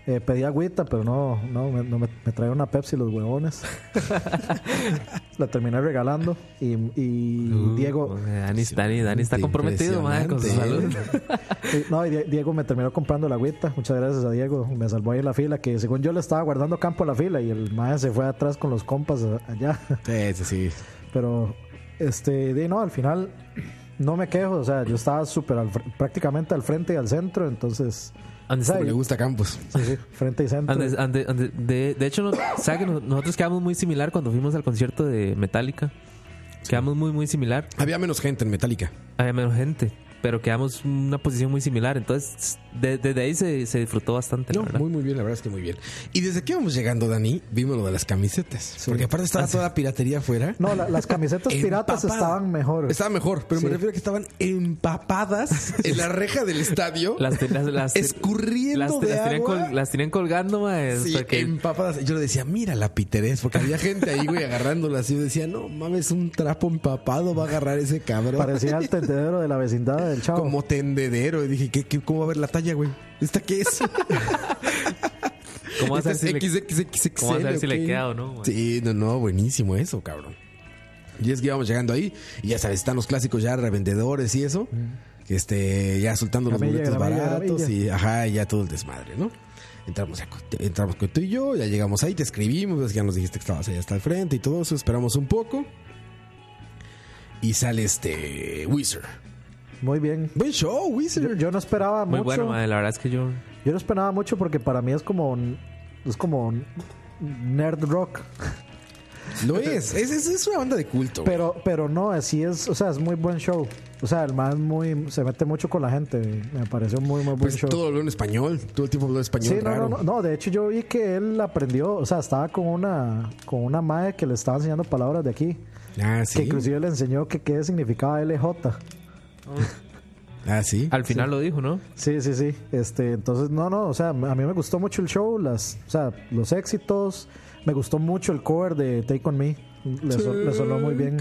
Eh, pedí agüita, pero no, no, me, no me, me traía una Pepsi los huevones. la terminé regalando y, y Uh, Diego, Dani, Dani, Dani está comprometido, madre, con su salud. Impresionante, Eh, No, y Die- Diego me terminó comprando la agüita. Muchas gracias a Diego. Me salvó ahí la fila, que según yo le estaba guardando campo a la fila y el maestro se fue atrás con los compas a- allá. Sí, sí, sí. Pero, este, di, no, al final no me quejo. O sea, yo estaba súper al fr- prácticamente al frente y al centro, entonces, Ande- Sí. Como le gusta a Campos. sí, sí, frente y centro. ande- ande- ande- de, de hecho, no- ¿sabe que no- nosotros quedamos muy similar cuando fuimos al concierto de Metallica? Quedamos muy, muy similar. Había menos gente en Metallica. Había menos gente, pero quedamos una posición muy similar. Entonces, de- desde ahí se, se disfrutó bastante. la No, verdad. muy, muy bien, la verdad es que muy bien. Y desde que íbamos llegando, Dani, vimos lo de las camisetas. Porque aparte Ah, estaba toda la piratería afuera. No, la- las camisetas piratas Empapada. estaban mejor. Estaba mejor, pero me Sí. refiero a que estaban empapadas en la reja del estadio. Las, te- las, las- escurriendo las- de las tenían, agua. col- las tenían colgando, mae, Sí, hasta que- empapadas. Yo le decía, mira la piterés, porque había gente ahí, güey, agarrándolas. Y yo decía, no mames, un trapo empapado va a agarrar ese cabrón. Parecía el tendedero de la vecindad del chavo. como tendedero. Y dije, ¿qué, qué, cómo va a ver la talla, güey? ¿Esta qué es? ¿Cómo vas a ¿Esta ver es si le- XXXXL, cómo vas a ver si le ok? queda o no, güey? Sí, no, no, buenísimo eso, cabrón. Y es que íbamos llegando ahí, y ya sabes, están los clásicos ya revendedores y eso. Mm. Este, ya soltando Gramilla, los boletos gramilla, baratos gramilla. y ajá, ya todo el desmadre, ¿no? Entramos, ya, con- entramos con tú y yo, ya llegamos ahí, te escribimos, ves que ya nos dijiste que estabas allá hasta el frente y todo eso, esperamos un poco. Y sale este Wizard. Muy bien. Buen show, Yo, Wizard. yo no esperaba Muy mucho. bueno, mae, la verdad es que yo. Yo no esperaba mucho porque para mí es como un- es como un nerd rock. Lo es. Es, es, es una banda de culto. güey. Pero, pero no, así es, o sea, es muy buen show. O sea, el más muy, se mete mucho con la gente. Me pareció muy, muy buen pues show. todo habló en español. Todo el tiempo habló en español Sí, no, raro. no, no, no, de hecho yo vi que él aprendió, o sea, estaba con una con una madre que le estaba enseñando palabras de aquí, Ah, que sí. inclusive le enseñó que qué significaba LJ. Ah, sí. Al final lo dijo, ¿no? Sí, sí, sí. Este, entonces, no, no, o sea, a mí me gustó mucho el show, las, o sea, los éxitos, me gustó mucho el cover de Take on Me, le, so- le sonó muy bien.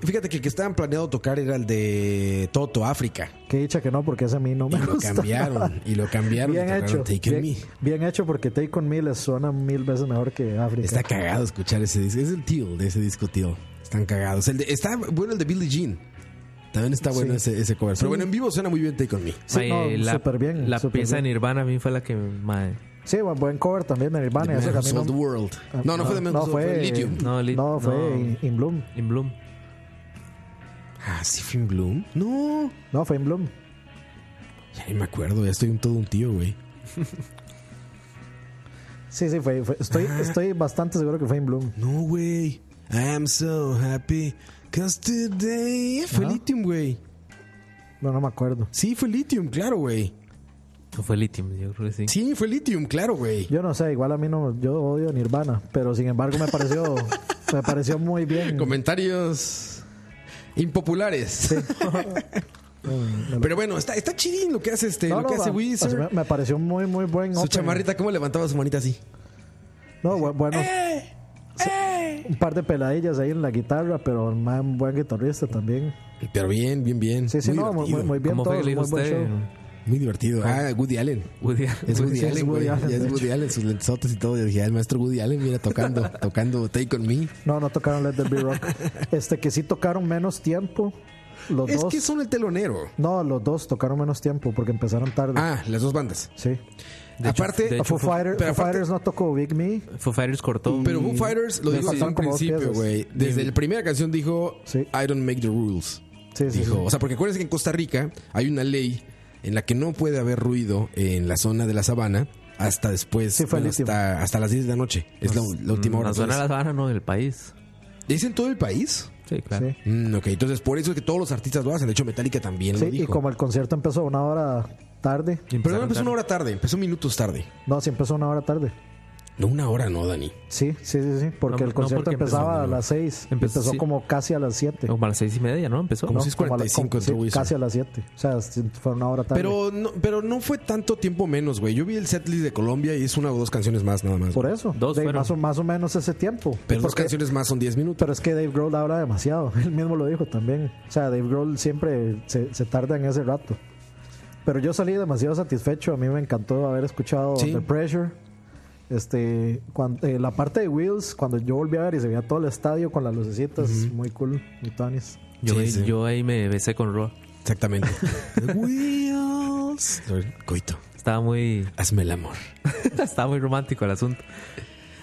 Fíjate que el que estaban planeado tocar era el de Toto, África. Qué dicha que no, porque ese a mí no Y me lo gusta. cambiaron. Y lo cambiaron. y Bien tocaron hecho. Take On Bien, Me. bien hecho porque Take on Me les suena mil veces mejor que África. Está cagado escuchar ese disco. Es el tío de ese disco, tío. Están cagados. El de- está bueno el de Billie Jean. También está bueno ese, ese cover. Pero bueno, en vivo suena muy bien Take On Me. Sí, Mae, no, la, súper bien, La súper pieza bien. de Nirvana a mí fue la que. mae. Sí, buen, buen cover también de The Nirvana. Man ese Who también Sold no- the World. No, no, fue de Man Who Ah, Sold- no fue fue Lithium. No, Lit- no, fue no. In, In Bloom. In Bloom. Ah, sí, fue en Bloom. No. No, fue In Bloom. Ya ni me acuerdo. Ya estoy un todo un tío, güey. Sí, sí, fue. fue- estoy, estoy bastante seguro que fue In Bloom. No, güey. I'm so happy. Cause today. Fue Ajá. Lithium, güey. No, no me acuerdo. Sí, fue Lithium, claro, güey. No fue Lithium, yo creo que sí. Sí, fue Lithium, claro, güey. Yo no sé, igual a mí no. Yo odio Nirvana, pero sin embargo me pareció. me pareció muy bien. Comentarios impopulares. Pero bueno, está, está chidín lo que hace este, No, lo no, que hace va- Wizard. o sea, me, me pareció muy, muy buen. Su opening. chamarrita, Eh, ¿cómo levantaba su manita así? No, bu- bueno. Un par de peladillas ahí en la guitarra, pero man, buen guitarrista también. Pero bien, bien, bien. Sí, sí, muy no, muy, divertido. muy- muy bien ¿Cómo todo, fue que le muy dijo buen usted? show. Muy divertido. Ah, Woody Allen. Woody Es Woody sí, es Allen, Woody güey. Allen, Ya es de Woody Allen, sus lentesotas y todo. Y dije, ah, el maestro Woody Allen viene tocando, tocando Take On Me. No, no tocaron Let There Be Rock. Este, que sí tocaron menos tiempo. Los Es dos. que son el telonero. No, los dos tocaron menos tiempo porque empezaron tarde. Ah, las dos bandas. Sí. aparte, de A Foo, Fighter- pero Foo aparte- Fighters no tocó Big Me. Foo Fighters cortó. pero Foo Fighters lo Le dijo desde faltaron un como dos principio, piezas. güey. Desde la primera canción dijo, Sí. I don't make the rules. Sí, sí, Dijo, sí. o sea, porque acuérdense que en Costa Rica hay una ley en la que no puede haber ruido en la zona de la sabana hasta después, Sí, fue bueno, litio. hasta, hasta las 10 de la noche. Es la, la última hora. La zona de la entonces. sabana no del país. ¿Es en todo el país? Sí, claro. Sí. Mm, ok, entonces por eso es que todos los artistas lo hacen. De hecho, Metallica también Sí, lo y dijo. como el concierto empezó una hora tarde. Y Pero no empezaron empezó tarde. una hora tarde, empezó minutos tarde. No, sí empezó una hora tarde. No, una hora no, Dani. Sí, sí, sí, sí. Porque No, el no, concierto porque empezó, empezaba no, a no. las seis. y Empezó, Empezó, sí. como casi a las siete. Como a las seis y media, ¿no? Empezó. Como No, si es como a las- 45 como- sí, entró Wizard. casi a las siete. O sea, sí, fue una hora tarde. Pero no, pero no fue tanto tiempo menos, güey. Yo vi el setlist de Colombia y es una o dos canciones más, nada más. Por güey. eso. Dos de- fueron. más, o, más o menos ese tiempo. Pero dos Porque- canciones más son 10 minutos. Pero es que Dave Grohl habla demasiado. Él mismo lo dijo también. O sea, Dave Grohl siempre se, se tarda en ese rato. Pero yo salí demasiado satisfecho. A mí me encantó haber escuchado Sí. Under Pressure. Este, cuan- eh, la parte de Wheels, cuando yo volví a ver y se veía todo el estadio con las lucecitas, muy cool. Y Tonis. Yo, Sí, ahí- sí. yo ahí me besé con Roa. Exactamente. Wheels. A ver, Coito, Estaba muy. hazme el amor. Estaba muy romántico el asunto.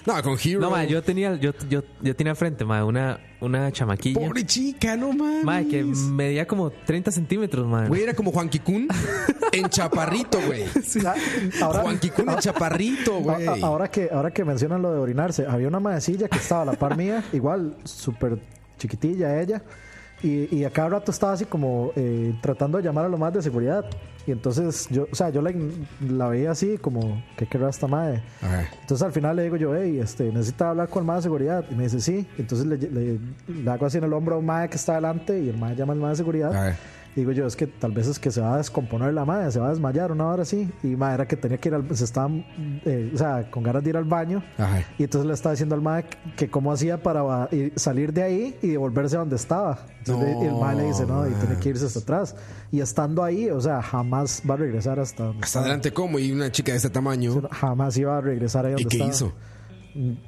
No, con Hero. No, ma, yo tenía, yo, yo, yo tenía frente, ma, una, una chamaquilla. Pobre chica, no Ma, mames. que medía como 30 centímetros, ma. Güey, era como Juan Kikun en chaparrito, güey. Ah, Juan Kikun en chaparrito, A- güey. a- ahora que ahora que mencionan lo de orinarse, había una madecilla que estaba a la par mía, igual súper chiquitilla ella, y, y a cada rato estaba así como eh, tratando de llamar a lo más de seguridad. Y entonces yo, o sea, yo la, ign- la veía así como, ¿qué querrá esta madre? Ajá. Entonces al final le digo yo, hey, este, necesita hablar con el más de seguridad. Y me dice, sí. Entonces le, le- le hago así en el hombro a un mae que está adelante y el mae llama al mae de seguridad. Ajá. Digo yo, es que tal vez es que se va a descomponer la madre, se va a desmayar una hora así. Y madre era que tenía que ir al, se estaba, eh, o sea, con ganas de ir al baño. Ajá. Y entonces le estaba diciendo al mae que cómo hacía para ir- salir de ahí y devolverse a donde estaba. Entonces No, le- el mae le dice, no, y tiene man. que irse hasta atrás. Y estando ahí, o sea, jamás va a regresar hasta donde Hasta estaba. adelante, como Y una chica de este tamaño. Jamás iba a regresar ahí donde ¿Y qué estaba. hizo?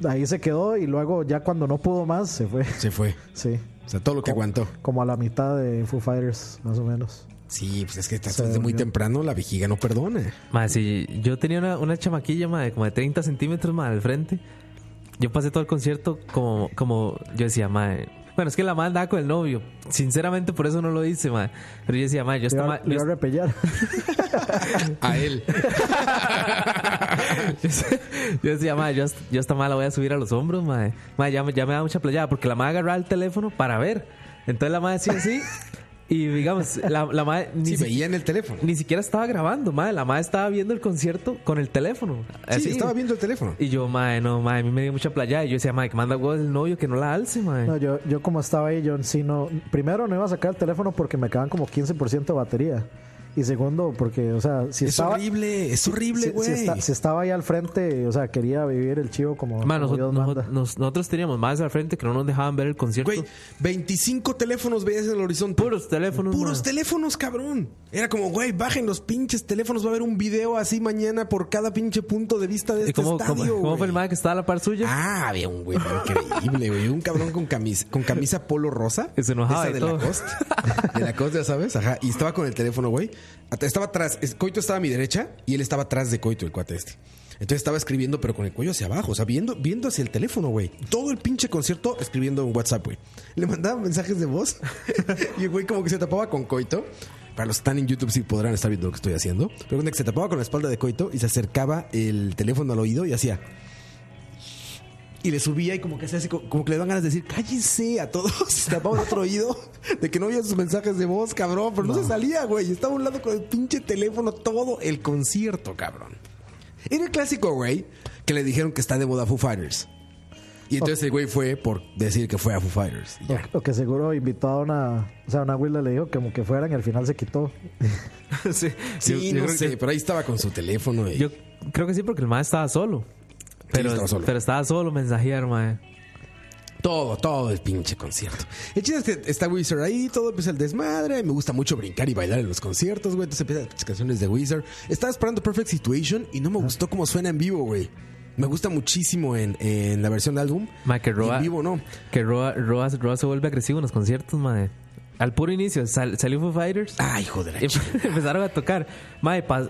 Ahí se quedó y luego ya cuando no pudo más se fue. Se fue. Sí. O sea, todo lo que aguantó. Como a la mitad de Foo Fighters, más o menos. Sí, pues es que estás Se desde muy durmió. temprano, la vejiga no perdona. Ma, si yo tenía una, una chamaquilla, ma, de como de 30 centímetros, ma, al frente. Yo pasé todo el concierto como, como yo decía, ma, Bueno, es que la madre andaba con el novio. Sinceramente, por eso no lo hice, madre. Pero yo decía, madre, yo Le esta iba, madre. le iba a repellar. A él. Yo decía, madre, yo, hasta- yo esta madre la voy a subir a los hombros, madre. Madre, ya, me- ya me da mucha playada porque la madre agarraba el teléfono para ver. Entonces la madre decía así. Y digamos, la, la madre ni, Sí, si- veía en el teléfono. ni siquiera estaba grabando, madre. La madre estaba viendo el concierto con el teléfono. Sí, Así. estaba viendo el teléfono. Y yo, madre, no, madre, a mí me dio mucha playada. Y yo decía, madre, que manda huevos el novio que no la alce, madre. No, yo, yo como estaba ahí, yo sí no. Primero, no iba a sacar el teléfono porque me quedaban como 15% de batería. Y segundo, porque, o sea, si Es estaba. horrible, es horrible, si, si güey. esta- si estaba ahí al frente, o sea, quería vivir el chivo como, Madre, como Dios nosotros, manda. nos- nosotros teníamos más al frente que no nos dejaban ver el concierto. Güey, 25 teléfonos veías en el horizonte. Puros teléfonos. Puros madre. teléfonos, cabrón. Era como, güey, bajen los pinches teléfonos. Va a haber un video así mañana por cada pinche punto de vista de ¿Y este cómo, estadio. cómo- cómo güey. fue el madre que estaba a la par suya? Ah, había un güey increíble, güey. Un cabrón con camisa, con camisa polo rosa. Que se enojaba Esa y de todo. la costa. De la costa, ya sabes. Ajá. Y estaba con el teléfono, güey. At- Estaba atrás. es- Coito estaba a mi derecha y él estaba atrás de Coito, el cuate este. Entonces estaba escribiendo, pero con el cuello hacia abajo, o sea, viendo, viendo hacia el teléfono, güey. Todo el pinche concierto escribiendo en WhatsApp, güey. Le mandaba mensajes de voz y el güey como que se tapaba con Coito. Para los que están en YouTube sí podrán estar viendo lo que estoy haciendo. Pero cuando se tapaba con la espalda de Coito y se acercaba el teléfono al oído y hacía... Y le subía y como que se hace, co- como que le dan ganas de decir, cállense a todos. Tapaba el otro oído de que no oía sus mensajes de voz, cabrón. Pero no, se salía, güey. Estaba a un lado con el pinche teléfono todo el concierto, cabrón. Era el clásico, güey, que le dijeron que está de moda Foo Fighters. Y entonces el güey fue por decir que fue a Foo Fighters. Y ya. O, o que seguro invitó a una. O sea, una abuela le dijo que como que fueran y al final se quitó. sí, Sí, yo- yo no creo sé, que- pero ahí estaba con su teléfono. Y... yo creo que sí, porque el madre estaba solo. Pero, estaba solo. pero estaba solo mensajear, madre. Todo, todo el pinche concierto. El chiste es que está Wizard ahí, todo empieza el desmadre. Me gusta mucho brincar y bailar en los conciertos, güey. Entonces empiezan las canciones de Wizard. Estaba esperando Perfect Situation y no me gustó cómo suena en vivo, güey. Me gusta muchísimo en, en la versión de álbum. Ma, que Y Roa- En vivo no. Que Roa, Roa- Roa se vuelve agresivo en los conciertos, madre. Al puro inicio, sal- salió Foo Fighters. Ay, joder. y empezaron a tocar. Madre, pas-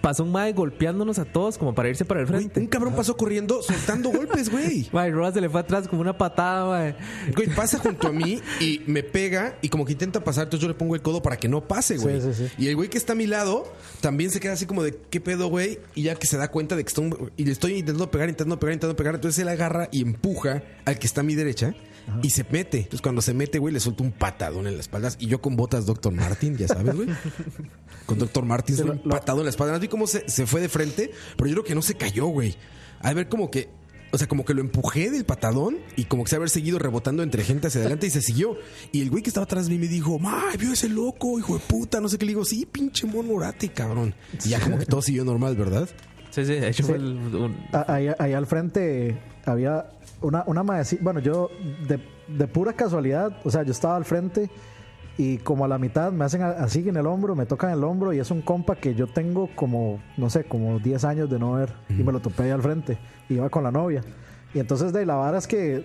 pasó un madre golpeándonos a todos como para irse para el frente. Un cabrón pasó corriendo soltando golpes, güey. Madre, Roa se le fue atrás como una patada, madre. Güey, pasa junto a mí y me pega y como que intenta pasar, entonces yo le pongo el codo para que no pase, güey. Sí, sí, sí. Y el güey que está a mi lado también se queda así como de qué pedo, güey. Y ya que se da cuenta de que está un- y le estoy intentando pegar, intentando pegar, intentando pegar. Entonces él agarra y empuja al que está a mi derecha y se mete. Entonces cuando se mete, güey, le suelto un patadón en la espalda. Y yo con botas Dr. Martin, ya sabes, güey. Con Dr. Martins, Pero un lo- patado en la espalda. No vi cómo se, se fue de frente, pero yo creo que no se cayó, güey. A ver, como que. O sea, como que lo empujé del patadón y como que se haber seguido rebotando entre gente hacia adelante y se siguió. Y el güey que estaba atrás de mí me dijo, ma, vio ese loco, hijo de puta, no sé qué. Le digo, sí, pinche mono orate, cabrón. Y ya como que todo siguió normal, ¿verdad? Sí, sí, de hecho Sí. fue el- un- A- Ah, Ahí, ahí al frente había una, una maecita. Bueno, yo de, de pura casualidad, o sea, yo estaba al frente y como a la mitad me hacen a- así en el hombro, me tocan el hombro y es un compa que yo tengo como, no sé, como 10 años de no ver y me lo topé ahí al frente. Iba con la novia. Y entonces de ahí, la vara es que,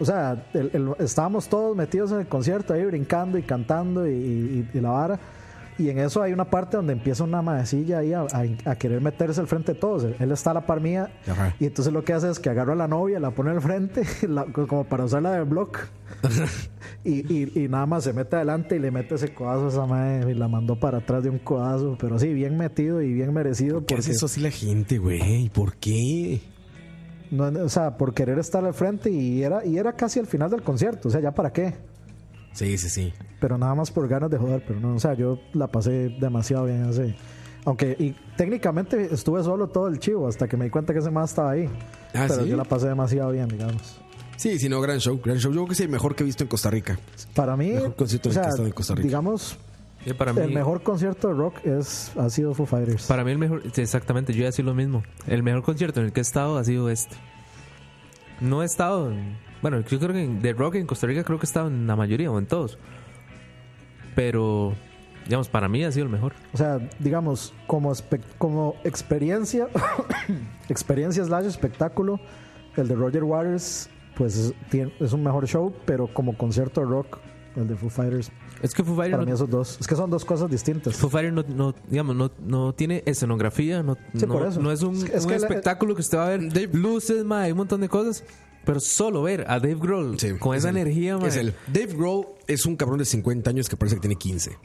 o sea, el- el- estábamos todos metidos en el concierto ahí brincando y cantando y, y- y la vara. Y en eso hay una parte donde empieza una madecilla ahí a, a- a querer meterse al frente de todos. Él está a la par mía. Ajá. Y entonces lo que hace es que agarra a la novia, la pone al frente, la- como para usarla de block. y, y- y nada más se mete adelante y le mete ese codazo a esa madre y la mandó para atrás de un codazo. Pero sí, bien metido y bien merecido. ¿Qué hace porque, eso así la gente, güey? ¿Por qué? no, o sea, por querer estar al frente y era, y era casi al final del concierto. O sea, ¿ya para qué? Sí, sí, sí. pero nada más por ganas de joder, pero no, o sea, yo la pasé demasiado bien así. Aunque y técnicamente estuve solo todo el chivo hasta que me di cuenta que ese más estaba ahí. Ah, pero ¿sí? yo la pasé demasiado bien, digamos. Sí, sí, no, gran show, gran show. Yo creo que es el mejor que he visto en Costa Rica. Para mí, Mejor concierto o sea, que he estado en Costa Rica. digamos, eh, para mí, el mejor concierto de rock es ha sido Foo Fighters. Para mí el mejor, sí, exactamente, yo iba a decir lo mismo. El mejor concierto en el que he estado ha sido este. No he estado, en- bueno, yo creo que en- de rock en Costa Rica creo que he estado en la mayoría o en todos. Pero, digamos, para mí ha sido el mejor. O sea, digamos, como, espe- como experiencia, experiencia slash espectáculo, el de Roger Waters, pues es, tiene- es un mejor show, pero como concierto de rock, el de Foo Fighters, Es que Foo Fighters, para mí no, esos dos, es que son dos cosas distintas. Foo Fighters no, no, digamos, no, no tiene escenografía, no, Sí, no, por eso. no es un, Es que- es un que la- espectáculo que usted va a ver. Luces, ma, hay un montón de cosas. Pero solo ver a Dave Grohl Sí, con es esa él. energía, mae. Es él. Dave Grohl es un cabrón de 50 años que parece que tiene 15.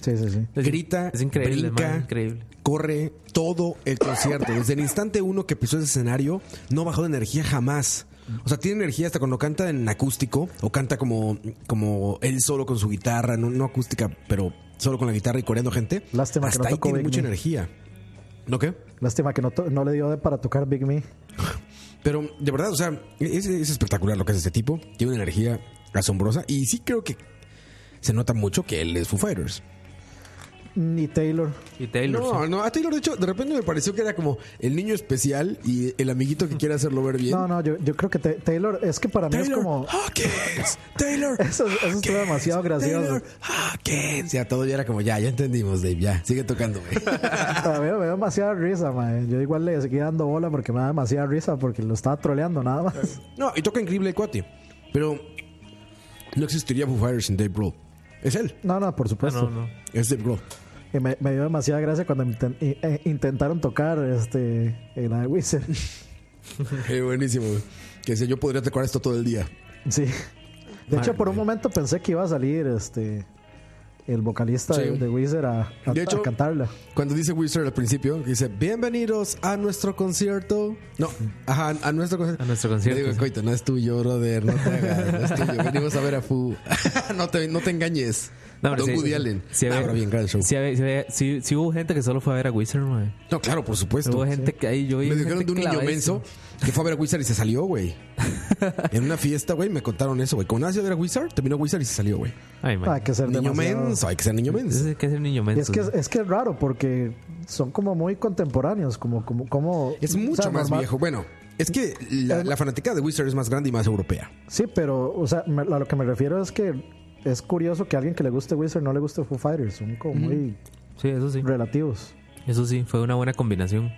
Sí, sí, sí. Es- Grita, es increíble, brinca, mae, increíble. corre todo el concierto. Desde el instante uno que pisó ese escenario, no bajó de energía jamás. O sea, tiene energía hasta cuando canta en acústico o canta como, como él solo con su guitarra, no, no acústica, pero solo con la guitarra y coreando gente. Lástima que hasta no ahí tocó tiene Big mucha Me. energía. ¿No qué? Lástima que no, to- no le dio de para tocar Big Me. Pero de verdad, o sea, es, es espectacular lo que hace este tipo. Tiene una energía asombrosa y sí creo que se nota mucho que él es Foo Fighters. Ni Taylor. Y Taylor. sí. No, no, a Taylor, de hecho, de repente me pareció que era como el niño especial y el amiguito que quiere hacerlo ver bien. No, no, yo, yo creo que Ta- Taylor es que para mí es Taylor como. Hawkins, Taylor. Eso- eso estuvo Hawkins, demasiado gracioso. Taylor Hawkins. Ya todo ya era como ya, ya entendimos, Dave, ya. Sigue tocando, güey. Para mí me da demasiada risa, mae. Yo igual le seguí dando bola porque me da demasiada risa porque lo estaba troleando nada más. No, y toca increíble el cuate. Pero no existiría Foo Fighters sin Dave Grohl. Es él, No, no, por supuesto. Ah, No, no. es Dave Grohl. Y me, me dio demasiada gracia cuando inten- i- eh, intentaron tocar este, eh, la de Wizard. Qué Eh, buenísimo, güey. Que dice, yo podría tocar esto todo el día. Sí. De hecho, por un momento pensé que iba a salir este el vocalista Sí. de, de Wizard a, a- De hecho- a cantarla. Cuando dice Wizard al principio, que dice, bienvenidos a nuestro concierto. No, ajá, a nuestro concierto. A nuestro concierto, Le digo, sí. coito, no es tuyo, brother, no te hagas, no es tuyo. Venimos a ver a Fu. no, te, no te engañes. No, Don pero sí, Woody sí, Allen. sí Ah, había- pero bien, gran show. sí había- sí había- sí- sí hubo gente que solo fue a ver a Wizard, mae. No, claro, por supuesto. Hubo gente que ahí yo vi Me gente dijeron de un niño clavadísima. menso que fue a ver a Wizard y se salió, güey. en una fiesta, güey, me contaron eso, güey. Con nadie de ver a Wizard, terminó Wizard y se salió, güey. Ay, mae. Hay Ah, que ser Niño demasiado- menso, hay que ser niño menso. Ese que es el niño Y menso. es que es, es que es raro porque son como muy contemporáneos, como como como Es o sea, mucho más normal- viejo. Bueno, es que la, la fanática de Wizard es más grande y más europea. Sí, pero o sea, me- a lo que me refiero es que es curioso que a alguien que le guste Wizard no le guste Foo Fighters, son como muy Sí, eso sí. relativos. Eso sí, fue una buena combinación.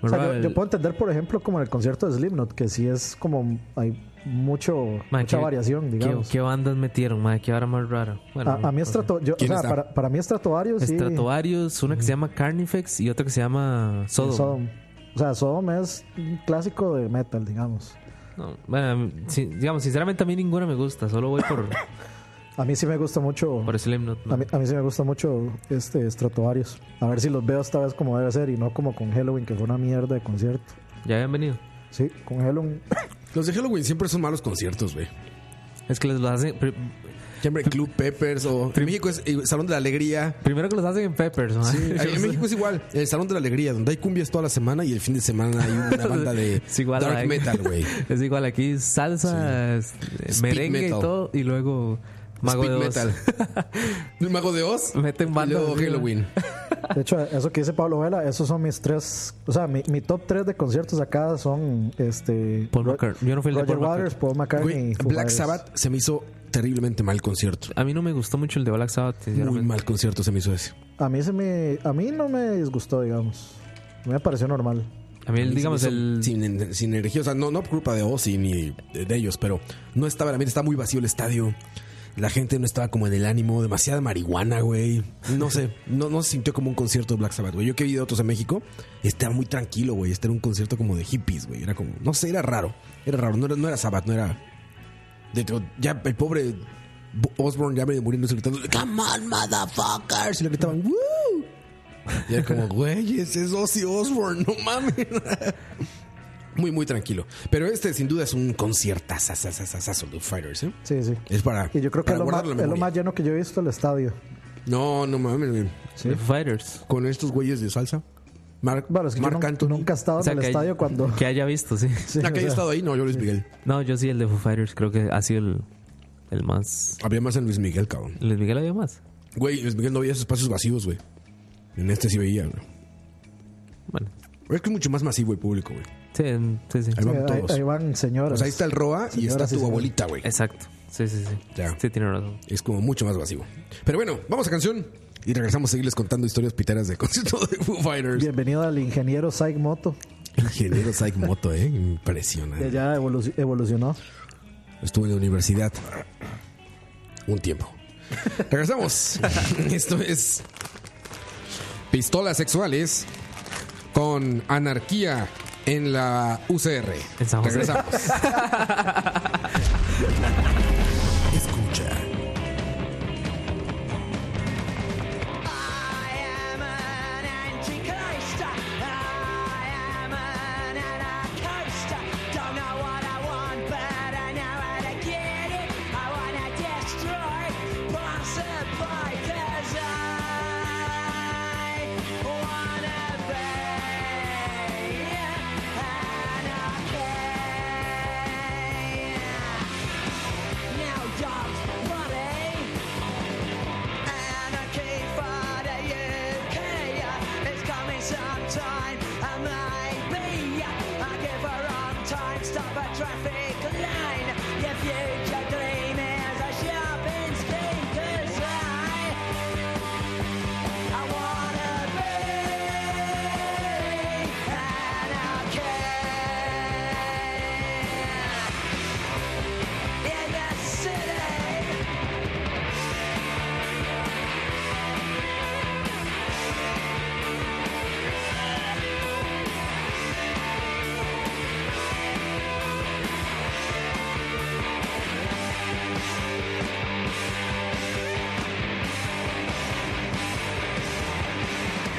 O sea, yo, ¿Verdad? yo puedo entender, por ejemplo, como en el concierto de Slipknot, que sí es como hay mucho Man, mucha qué- variación, ¿Qué- digamos. ¿Qué, bandas metieron, madre? ¿Qué hora más rara? Bueno, a, a mí no sé. Strato- yo- o ¿Quién sea, está? para, para mí Stratovarius sí. Stratovarius, una que se llama Carnifex y otra que se llama Sodom. Sodom. O sea, Sodom es un clásico de metal, digamos. No, bueno, a mí- sí, digamos, sinceramente a mí ninguna me gusta, solo voy por, A mí sí me gusta mucho. por Slipknot. ¿no? A mí, a mí sí me gusta mucho este Stratovarius. A ver si los veo esta vez como debe ser y no como con Halloween, que fue una mierda de concierto. Ya habían venido. Sí, con Halloween. Los de Halloween siempre son malos conciertos, güey. Es que los, los hacen. pri- Siempre Club Peppers o... En México es el Salón de la Alegría. primero que los hacen en Peppers, madre. En México es igual, el Salón de la Alegría, donde hay cumbias toda la semana y el fin de semana hay una banda de Es igual dark a- metal, güey. Es igual aquí, salsa, eh, Speed merengue metal. y todo, y luego Mago Speed de Oz. metal. El Mago de Oz. Meten y bandas luego así, Halloween. De hecho, eso que dice Pablo Vela, esos son mis tres. O sea, mi, mi top tres de conciertos acá son este. Paul Ro- McCartney. Yo no fui el de Roger Paul Waters, Paul McCartney. Güey, y Foo Black Fighters. Sabbath se me hizo terriblemente mal concierto. A mí no me gustó mucho el de Black Sabbath, Muy sinceramente. mal concierto se me hizo ese. A mí, se me, a mí no me disgustó, digamos. A mí me pareció normal. A mí, el, digamos, Se me hizo el. Sin, sin energía, o sea, no, no por culpa de Ozzy ni de, de ellos, pero no estaba, la está muy vacío el estadio. La gente no estaba como en el ánimo, demasiada marihuana, güey. No sé, no, no se sintió como un concierto de Black Sabbath, güey. Yo que he ido a otros en México, estaba muy tranquilo, güey. Este era un concierto como de hippies, güey. Era como, no sé, era raro. Era raro, no era, no era Sabbath, no era. De hecho, ya el pobre Bo- Osborne ya me muriendo gritando, Come on, motherfuckers. Y le gritaban, ¡Woo! Y era como, güey, ese es Ozzy Osborne, no mames. Muy, muy tranquilo. Pero este, sin duda, es un conciertazazazazazo de Fighters, ¿eh? Sí, sí. Es para. Y yo creo que es para lo, más, guardar la es lo memoria. más lleno que yo he visto el estadio. No, no mames, güey. de Foo Fighters. Con estos güeyes de salsa. Marc Bueno, es que yo Marc nun- Anthony. nunca he estado O sea, en el que hay- estadio cuando. Que haya visto, sí. Sí, Ah, o que haya sea, estado ahí, no, yo Luis Miguel. No, yo sí, el de Foo Fighters creo que ha sido el, el más. Había más en Luis Miguel, cabrón. Luis Miguel había más. Güey, Luis Miguel no veía esos espacios vacíos, güey. En este sí veía, güey. Bueno, Es que es mucho más masivo el público, güey. sí, en- sí, sí. Ahí van ahí, todos. ahí van señoras. O sea, ahí está el Roa y Señoras está y tu señores. abuelita, güey. Exacto. Sí, sí, sí. Ya. Sí, tiene razón. Es como mucho más vacío. Pero bueno, vamos a canción y regresamos a seguirles contando historias piteras del concierto de Foo Fighters. Bienvenido al ingeniero Saik Moto, Ingeniero Saik Moto, ¿eh? que Impresionante. ya evolu- evolucionó. Estuve en la universidad un tiempo. Regresamos. Esto es Pistolas Sexuales con Anarquía en la UCR. En San José. Regresamos. Escucha. I am an antichrist. I am an anarchist. Don't know what I want, but I know how to get it. I wanna destroy possibly design. Wanna be anarchy. Now, dogs, buddy. Anarchy for the UK is coming sometime. I might be. I give a wrong time. Stop a traffic line. Your future dream is a shopping scheme design. I wanna be anarchy in the city.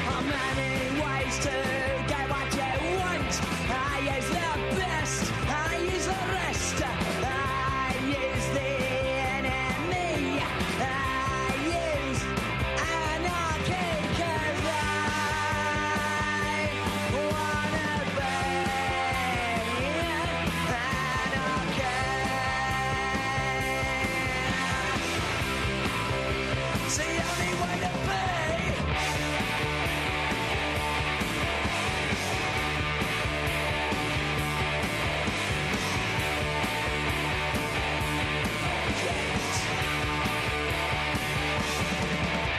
How many ways to get what you want? I use the best, I use the rest, I use the enemy, I use anarchy 'cause I wanna be anarchy. It's the only way to be.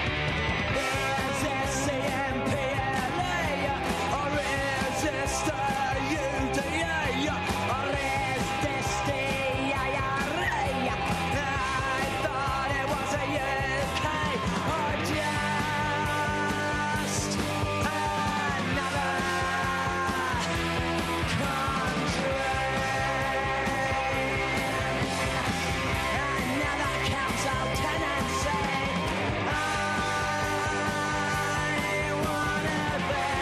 Is it CMPLA? Or is this the UDA? Or is this the IRA? I thought it was a UK or just another country. Another council tenancy. I wanna be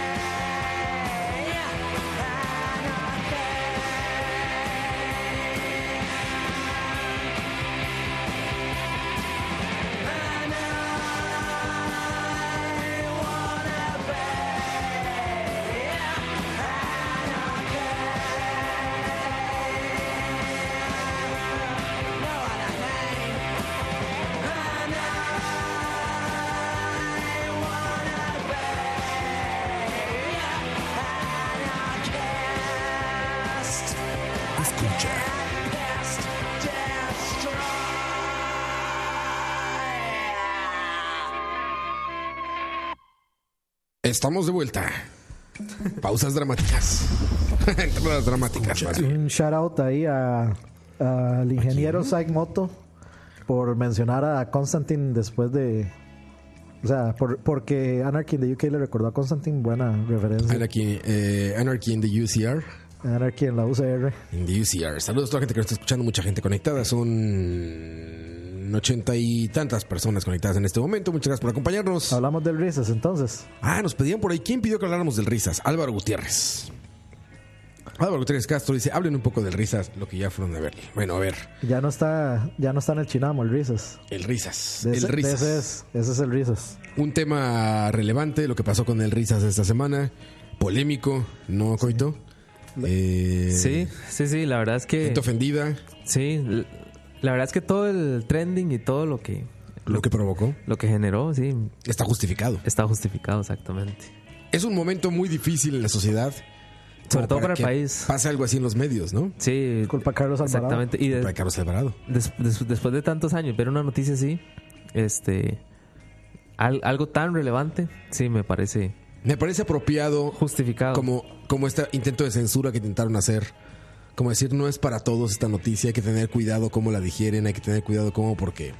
And I wanna be anarchy. Know what I mean? And I wanna be anarchist. Escucha. Anarchist. Destroy. Estamos de vuelta. Pausas dramáticas. Entradas dramáticas. vale. Un shout out ahí a- al ingeniero Saik Moto por mencionar a Constantine después de. O sea, por- porque Anarchy in the UK le recordó a Constantine. Buena referencia. Anarchy, eh, Anarchy in the UCR. Anarchy en la UCR. In the UCR. Saludos a toda la gente que nos está escuchando, mucha gente conectada. Son ochenta y tantas personas conectadas en este momento. Muchas gracias por acompañarnos. Hablamos del Rises entonces. Ah, nos pedían por ahí. ¿Quién pidió que habláramos del risas? Álvaro Gutiérrez. Álvaro Gutiérrez Castro dice: hablen un poco del risas, lo que ya fueron de ver. Bueno, a ver, Ya no está, ya no está en el Chinamo el Rises. el risas. De el ese- de risas. Ese es, ese es el Rises. Un tema relevante, lo que pasó con el risas esta semana. Polémico, ¿no, Coito? Eh, Sí, sí, sí, la verdad es que. Gente ofendida, Sí, l- la verdad es que todo el trending y todo lo que, lo que provocó. lo que generó, sí, Está justificado. está justificado exactamente. Es un momento muy difícil en la sociedad. como Sobre todo para el que país. Pasa algo así en los medios, ¿no? Sí, Culpa a Carlos Alvarado. exactamente. Y de- Para Carlos Alvarado. des- des- después de tantos años, ver una noticia así, este, al- algo tan relevante, sí, me parece Me parece apropiado justificado. como, como este intento de censura que intentaron hacer. Como decir, no es para todos esta noticia, hay que tener cuidado cómo la digieren, hay que tener cuidado cómo, porque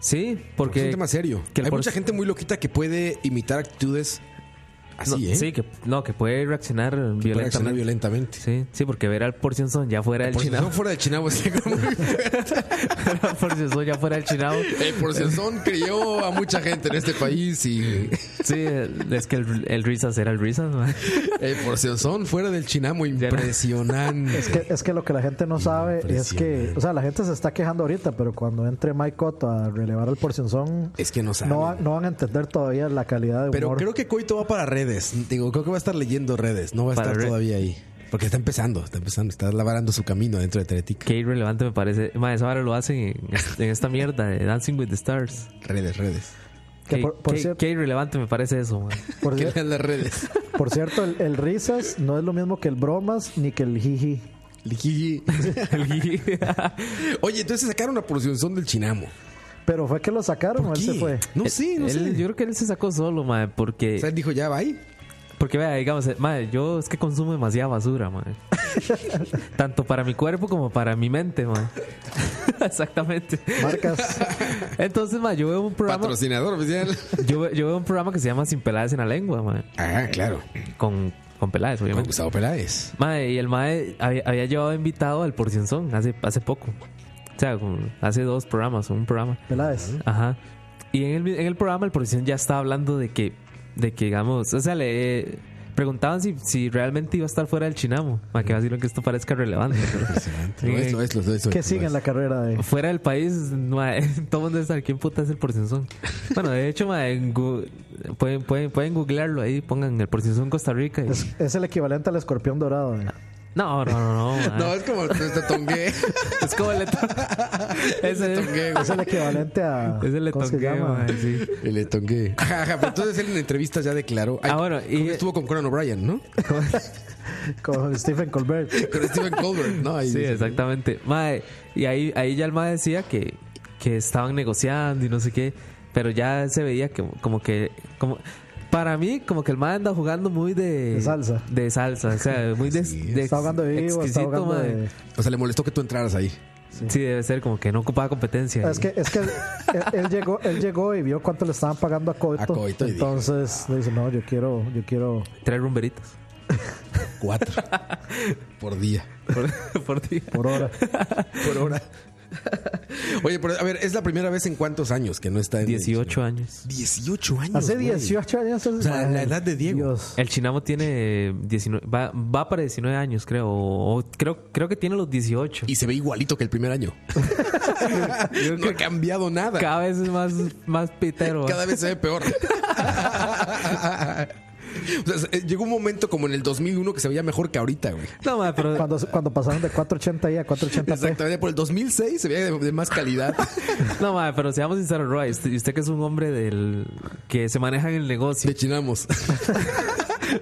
sí, es un porque tema serio. que el hay por- mucha gente muy loquita que puede imitar actitudes Así, no, ¿eh? Sí, que, no, que puede reaccionar violentamente. Para accionar violentamente. Sí, sí, porque ver al Porción Son ya fuera del Por si chinado. son fuera de Chinabo, sí, como- ver al Porción Son ya fuera del chinado. "Eh, el porcenzón crió a mucha gente en este país y Sí, es que el, el Risas era el Risas, man. el porcenzón fuera del Chinamo, impresionante. Es que, es que lo que la gente no sabe es que, o sea, la gente se está quejando ahorita, pero cuando entre Mike Cotto a relevar al Porcionzón, Es que no saben. no, va- no van a entender todavía la calidad de humor. Pero creo que Coito va para redes. Digo, creo que va a estar leyendo redes. No va a Para estar red- todavía ahí. Porque está empezando, está empezando. Está labrando su camino dentro de Teletica. Qué irrelevante me parece. Man, esa ahora lo hacen en, en esta mierda de Dancing with the Stars. Redes, redes. Que Qué, por- por qué- cierto- qué irrelevante me parece eso, man. por, Que cier- lean las redes. por cierto, el, el risas no es lo mismo que el bromas ni que el jiji. Lijiji. Oye, entonces sacaron a porcenzón del Chinamo. Pero fue que lo sacaron, o ¿Por él se qué? fue. Eh, No sé, no Él- sé. Yo creo que él se sacó solo, man, porque... O sea, él dijo, ya, bye. Porque vea, digamos, eh, madre, yo es que consumo demasiada basura, madre. Tanto para mi cuerpo como para mi mente, madre. Exactamente. Marcas. Entonces, madre, yo veo un programa, Patrocinador oficial. yo, ve- yo veo un programa que se llama Sin peladas en la lengua, madre, Ah, claro. con con peladas, Con obviamente. Gustavo Peláez. Madre, y el madre había, había llevado invitado al Porcienzón hace hace poco. O sea, como hace dos programas, un programa. Peláez. Ajá. Y en el, en el programa el profesor ya estaba hablando de que, de que digamos, o sea, le eh, preguntaban si, si realmente iba a estar fuera del Chinamo. Para que va a decir que esto parezca relevante. Lo es, lo es, lo es. lo Que es, sigue lo en es. la carrera de. Fuera del país, mae, todo el mundo está ¿quién puta es el porcenzón? Bueno, de hecho, mae, en gu- pueden, pueden, pueden googlearlo ahí, pongan el porcenzón Costa Rica. y- Es, es el equivalente al escorpión dorado. eh. No, no, no, no. mae. No, es como nuestro tongué. Es como el letongue. Es el, Tongué, Es el equivalente a. es el ¿cómo se letongue, llama? mae, sí. güey. El tongué. Ajá, ajá, pero entonces él en entrevistas ya declaró. Ay, Ah, bueno, y- ¿cómo Estuvo con Conan O'Brien, ¿no? Con Stephen Colbert. Con Steven Colbert, ¿no? Ahí Sí, dice, exactamente. Mae, y ahí, ahí ya el mae decía que, que estaban negociando y no sé qué, pero ya se veía que como que... Como, para mí, como que el mae anda jugando muy de... De salsa. De salsa, o sea, muy de... de Está jugando de vivo, está exquisito, jugando mae. de. O sea, le molestó que tú entraras ahí. Sí, debe ser como que no ocupaba competencia. Es que, es que él, él- él llegó, él llegó y vio cuánto le estaban pagando a Coito. A Coito y dijo. entonces le dice, no, yo quiero, yo quiero. Tres rumberitos Cuatro. por día. por, por día. Por hora. Por hora. Oye, pero a ver, es la primera vez en cuántos años que no está en. el 18 años. Chinamo? 18 años. Hace güey. 18 años. O sea, la edad de Diego. Dios. El Chinamo tiene 19, va, va para 19 años, creo. O, o creo, creo que tiene los 18. Y se ve igualito que el primer año. no ha cambiado nada. Cada, cada vez es más, más pitero. mae. vez se ve peor. O sea, se- llegó un momento como en el 2001 que se veía mejor que ahorita, güey. No, mae, pero Cuando, cuando pasaron de 480i a 480p. Exactamente, por el 2006 se veía de, de más calidad. No, madre, pero seamos sinceros, Roy. Usted, y usted que es un hombre del que se maneja en el negocio. De chinamos.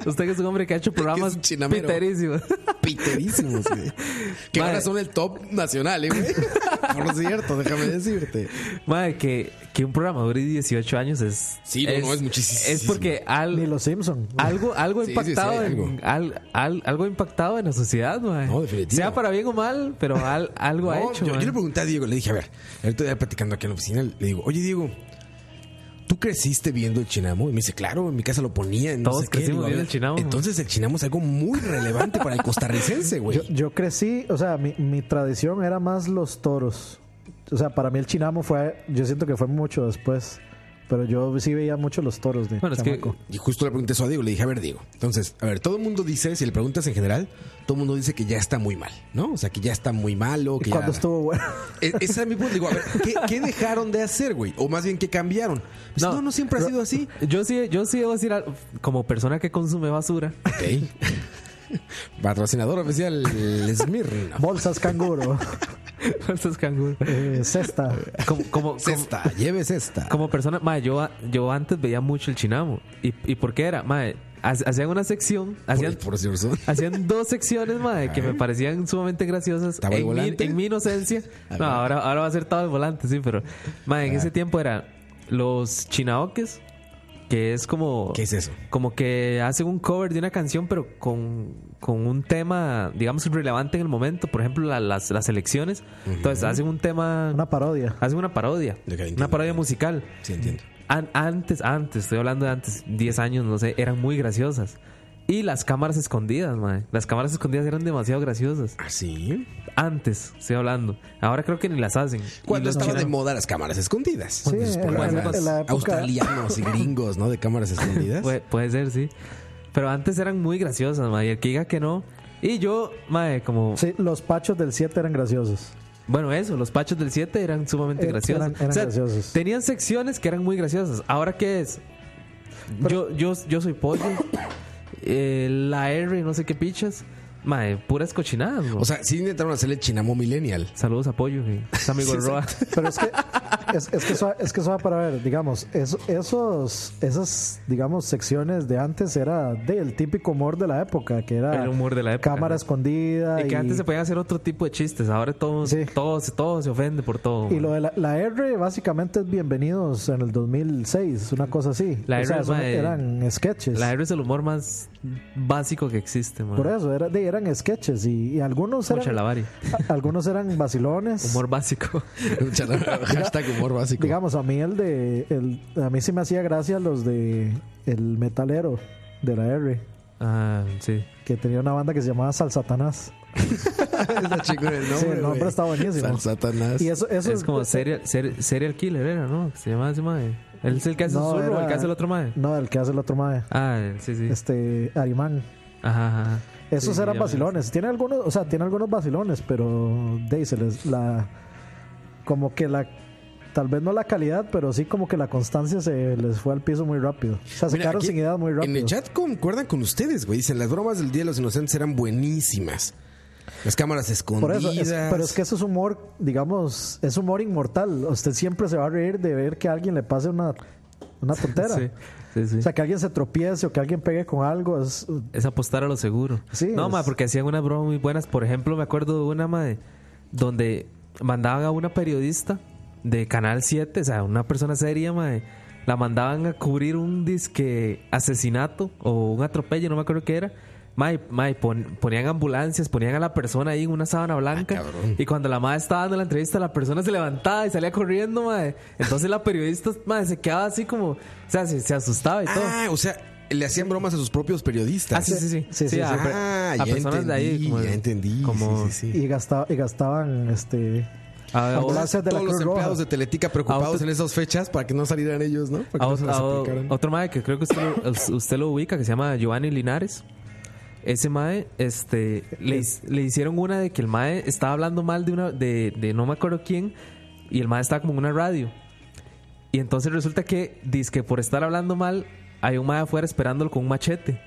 Usted que es un hombre que ha hecho programas un chinamero. piterísimos. Piterísimos, güey. Que Madre. ahora son el top nacional, eh, güey. Por cierto, déjame decirte. Madre, que, que un programa dure 18 años es. Sí, no, no, es muchísimo. Es porque al- Ni los Simpson. algo, algo Sí, sí, impactado sí, hay algo. En, al- al- algo impactado en la sociedad, madre. No, definitivo. Sea para bien o mal, pero al- algo ha No, hecho. yo, yo mae. le pregunté a Diego, le dije, a ver, ahorita ya platicando aquí en la oficina, le digo, oye Diego, ¿tú creciste viendo el chinamo? Y me dice, claro, en mi casa lo ponían. no Todos sé qué". crecimos Digo, "A viendo ver, el Chinamo". Entonces el chinamo es algo muy relevante para el costarricense, güey. Yo, yo crecí, o sea, mi, mi tradición era más los toros. O sea, para mí el chinamo fue, yo siento que fue mucho después. Pero yo sí veía mucho los toros de Bueno, es que- chamaco. Y justo le pregunté eso a Diego, le dije, a ver, Diego, entonces, a ver, todo el mundo dice, si le preguntas en general, todo el mundo dice que ya está muy mal, ¿no? O sea, que ya está muy malo, que Cuando ya... estuvo bueno. E- Ese era mi punto, digo, a ver, ¿qué, qué dejaron de hacer, güey? O más bien, ¿qué cambiaron? Me dice, No. no, no, siempre ha sido así. Yo sí, yo sí debo decir, al- como persona que consume basura, Ok. Patrocinador oficial Smirnoff. Bolsas canguro, estos canguros. eh, cesta. Como, como, como, Esta, lleves esta. Como persona, mae, yo, yo antes veía mucho el chinamo. ¿Y, y por qué era? Mae, ha- hacían una sección, hacían, Por, por si razón. hacían dos secciones, mae, que me parecían sumamente graciosas. ¿Estaba el en, mi, volante? en mi inocencia. No, ahora, ahora va a ser todo el volante, sí, pero. Ah. Mae, en ese tiempo era los chinaoques, que es como. ¿Qué es eso? Como que hacen un cover de una canción, pero con, con un tema, digamos, relevante en el momento. Por ejemplo, la- las, las elecciones. Entonces, hacen un tema Una parodia. hacen una parodia, Ya que entiendo. una parodia musical. Sí, entiendo. an- antes, antes, estoy hablando de antes, 10 años, no sé, eran muy graciosas. Y las cámaras escondidas, mae. Las cámaras escondidas eran demasiado graciosas. Ah, ¿Así? Antes, estoy hablando. Ahora creo que ni las hacen. Cuando Y los estaban de chinos- moda las cámaras escondidas. Sí, Esos en la- programas en la época- australianos y gringos, ¿no? De cámaras escondidas. Puede, puede ser, sí. Pero antes eran muy graciosas, mae. Y el que diga que no. Y yo, mae, como. Sí, los pachos del 7 eran graciosos. Bueno, eso, los pachos del 7 eran sumamente Eran- graciosos. eran- eran graciosos. Tenían secciones que eran muy graciosas. Ahora, ¿qué es? yo, yo, yo soy pollo. eh, la R, no sé qué pichas. Mae, puras cochinadas. güey. O sea, sí intentaron hacerle chinamo millennial. Saludos a Pollo, güey. es amigo de Roa. Pero es que es, es que eso, es que eso va para ver, digamos, eso- esos esas digamos secciones de antes era del típico humor de la época, que era El humor de la época, cámara ¿no? escondida Y que antes se podían hacer otro tipo de chistes. Ahora todo, Sí. todo, se- todo se ofende por todo. y mae. lo de la, la R básicamente es bienvenidos en el 2006, una cosa así. La O R sea, es son- ma- eran sketches. La R es el humor más básico que existe, mae. Por eso, era, de, eran sketches y, y algunos Como eran Chalavari. a- algunos eran vacilones. Humor básico. Hashtag humor básico. Digamos, a mí el de el, a mí sí me hacía gracia los de el metalero de la R. Ah, sí. que tenía una banda que se llamaba Salsatanás. Está chingón el nombre. Sí, el nombre güey. está buenísimo. Sal Satanás. Y eso, eso es como serial, ser- serial killer, era, ¿no? Se llamaba ese mae. Él es el que hace el No, zurro, era- el que hace el otro mae. No, el que hace el otro mae. Ah, el- sí, sí. Este, Arimán. Ajá, ajá. Esos Sí, eran ya vacilones. Tiene algunos, o sea, tiene algunos vacilones, pero Daiseles, la. Como que la. Tal vez no la calidad, pero sí como que la constancia se les fue al piso muy rápido. O sea, se Mira, quedaron aquí sin edad muy rápido. En el chat concuerdan con ustedes, güey. Dicen, las bromas del Día de los Inocentes eran buenísimas. Las cámaras Por escondidas. eso, es- pero es que eso es humor, digamos, es humor inmortal. Usted siempre se va a reír de ver que a alguien le pase una, una tontera. Sí, sí, sí. O sea, que alguien se tropiece o que alguien pegue con algo. Es, es apostar a lo seguro. Sí, no, es- mae, porque hacían unas bromas muy buenas. Por ejemplo, me acuerdo de una, mae, donde mandaban a una periodista de Canal 7, o sea, una persona seria, mae. La mandaban a cubrir un disque asesinato o un atropello, no me acuerdo qué era. Mae, mae, pon- ponían ambulancias, ponían a la persona ahí en una sábana blanca. cabrón. y cuando la madre estaba dando la entrevista, la persona se levantaba y salía corriendo, mae. Entonces la periodista, mae, se quedaba así como... O sea, se, se asustaba y todo. Ah, o sea, le hacían bromas a sus propios periodistas. Ah, sí, sí, sí. Sí, sí, sí. a, Ah, a ya personas de ahí. entendí, Como, ya entendí. Como, Sí, sí, sí. y, gasta- y gastaban este A, a- Ambulancia. Ambulancias de la Todos los Cruz Roja. empleados de Teletica A preocupados otro- en esas fechas para que no salieran ellos, ¿no? Para a- que no se las a- aplicaran. otro mae que creo que usted lo, usted lo ubica, que se llama Giovanni Linares. Ese mae, este, le, his- le hicieron una de que el mae estaba hablando mal de una, de, de no me acuerdo quién, y el mae estaba como en una radio. Y entonces resulta que, dice que por estar hablando mal, hay un mae afuera esperándolo con un machete.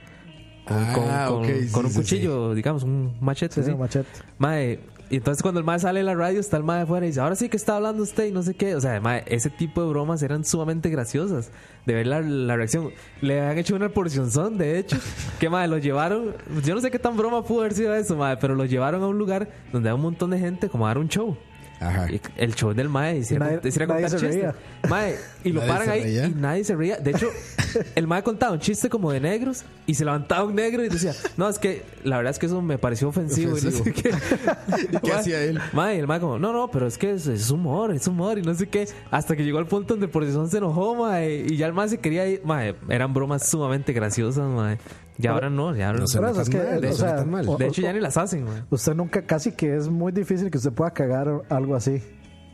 Con, Ah, con- con- ok, sí, con un sí, sí. cuchillo, digamos, un machete. ese sí. machete. Mae, y entonces cuando el mae sale de la radio, está el mae afuera y dice, ahora sí que está hablando usted y no sé qué. O sea, mae, ese tipo de bromas eran sumamente graciosas. De ver la, la reacción. Le han hecho una porcionzón, de hecho. Que mae, lo llevaron. Yo no sé qué tan broma pudo haber sido eso, mae, pero lo llevaron a un lugar donde había un montón de gente como a dar un show. Ajá. Y el show del Mae hicieron, Nadie- hicieron nadie contar se chistes. reía. Mae, y lo Nadie paran se ahí reía. y nadie se reía. De hecho, el Mae contaba un chiste como de negros y se levantaba un negro y decía, no, es que la verdad es que eso me pareció ofensivo, y no sé qué. ¿Y qué Mae, hacía él? Mae, el Mae como, no, no, pero es que es, es humor, es humor y no sé qué. Hasta que llegó al punto donde por se enojó, Mae, y ya el Mae se quería ir. Mae, eran bromas sumamente graciosas, Mae. Y ahora no, ya ahora no. No Pero suena eso es tan que, mal, no o suena sea, tan mal. o- De hecho, ya ni las hacen, Mae. Usted nunca, casi que es muy difícil que usted pueda cagar algo así.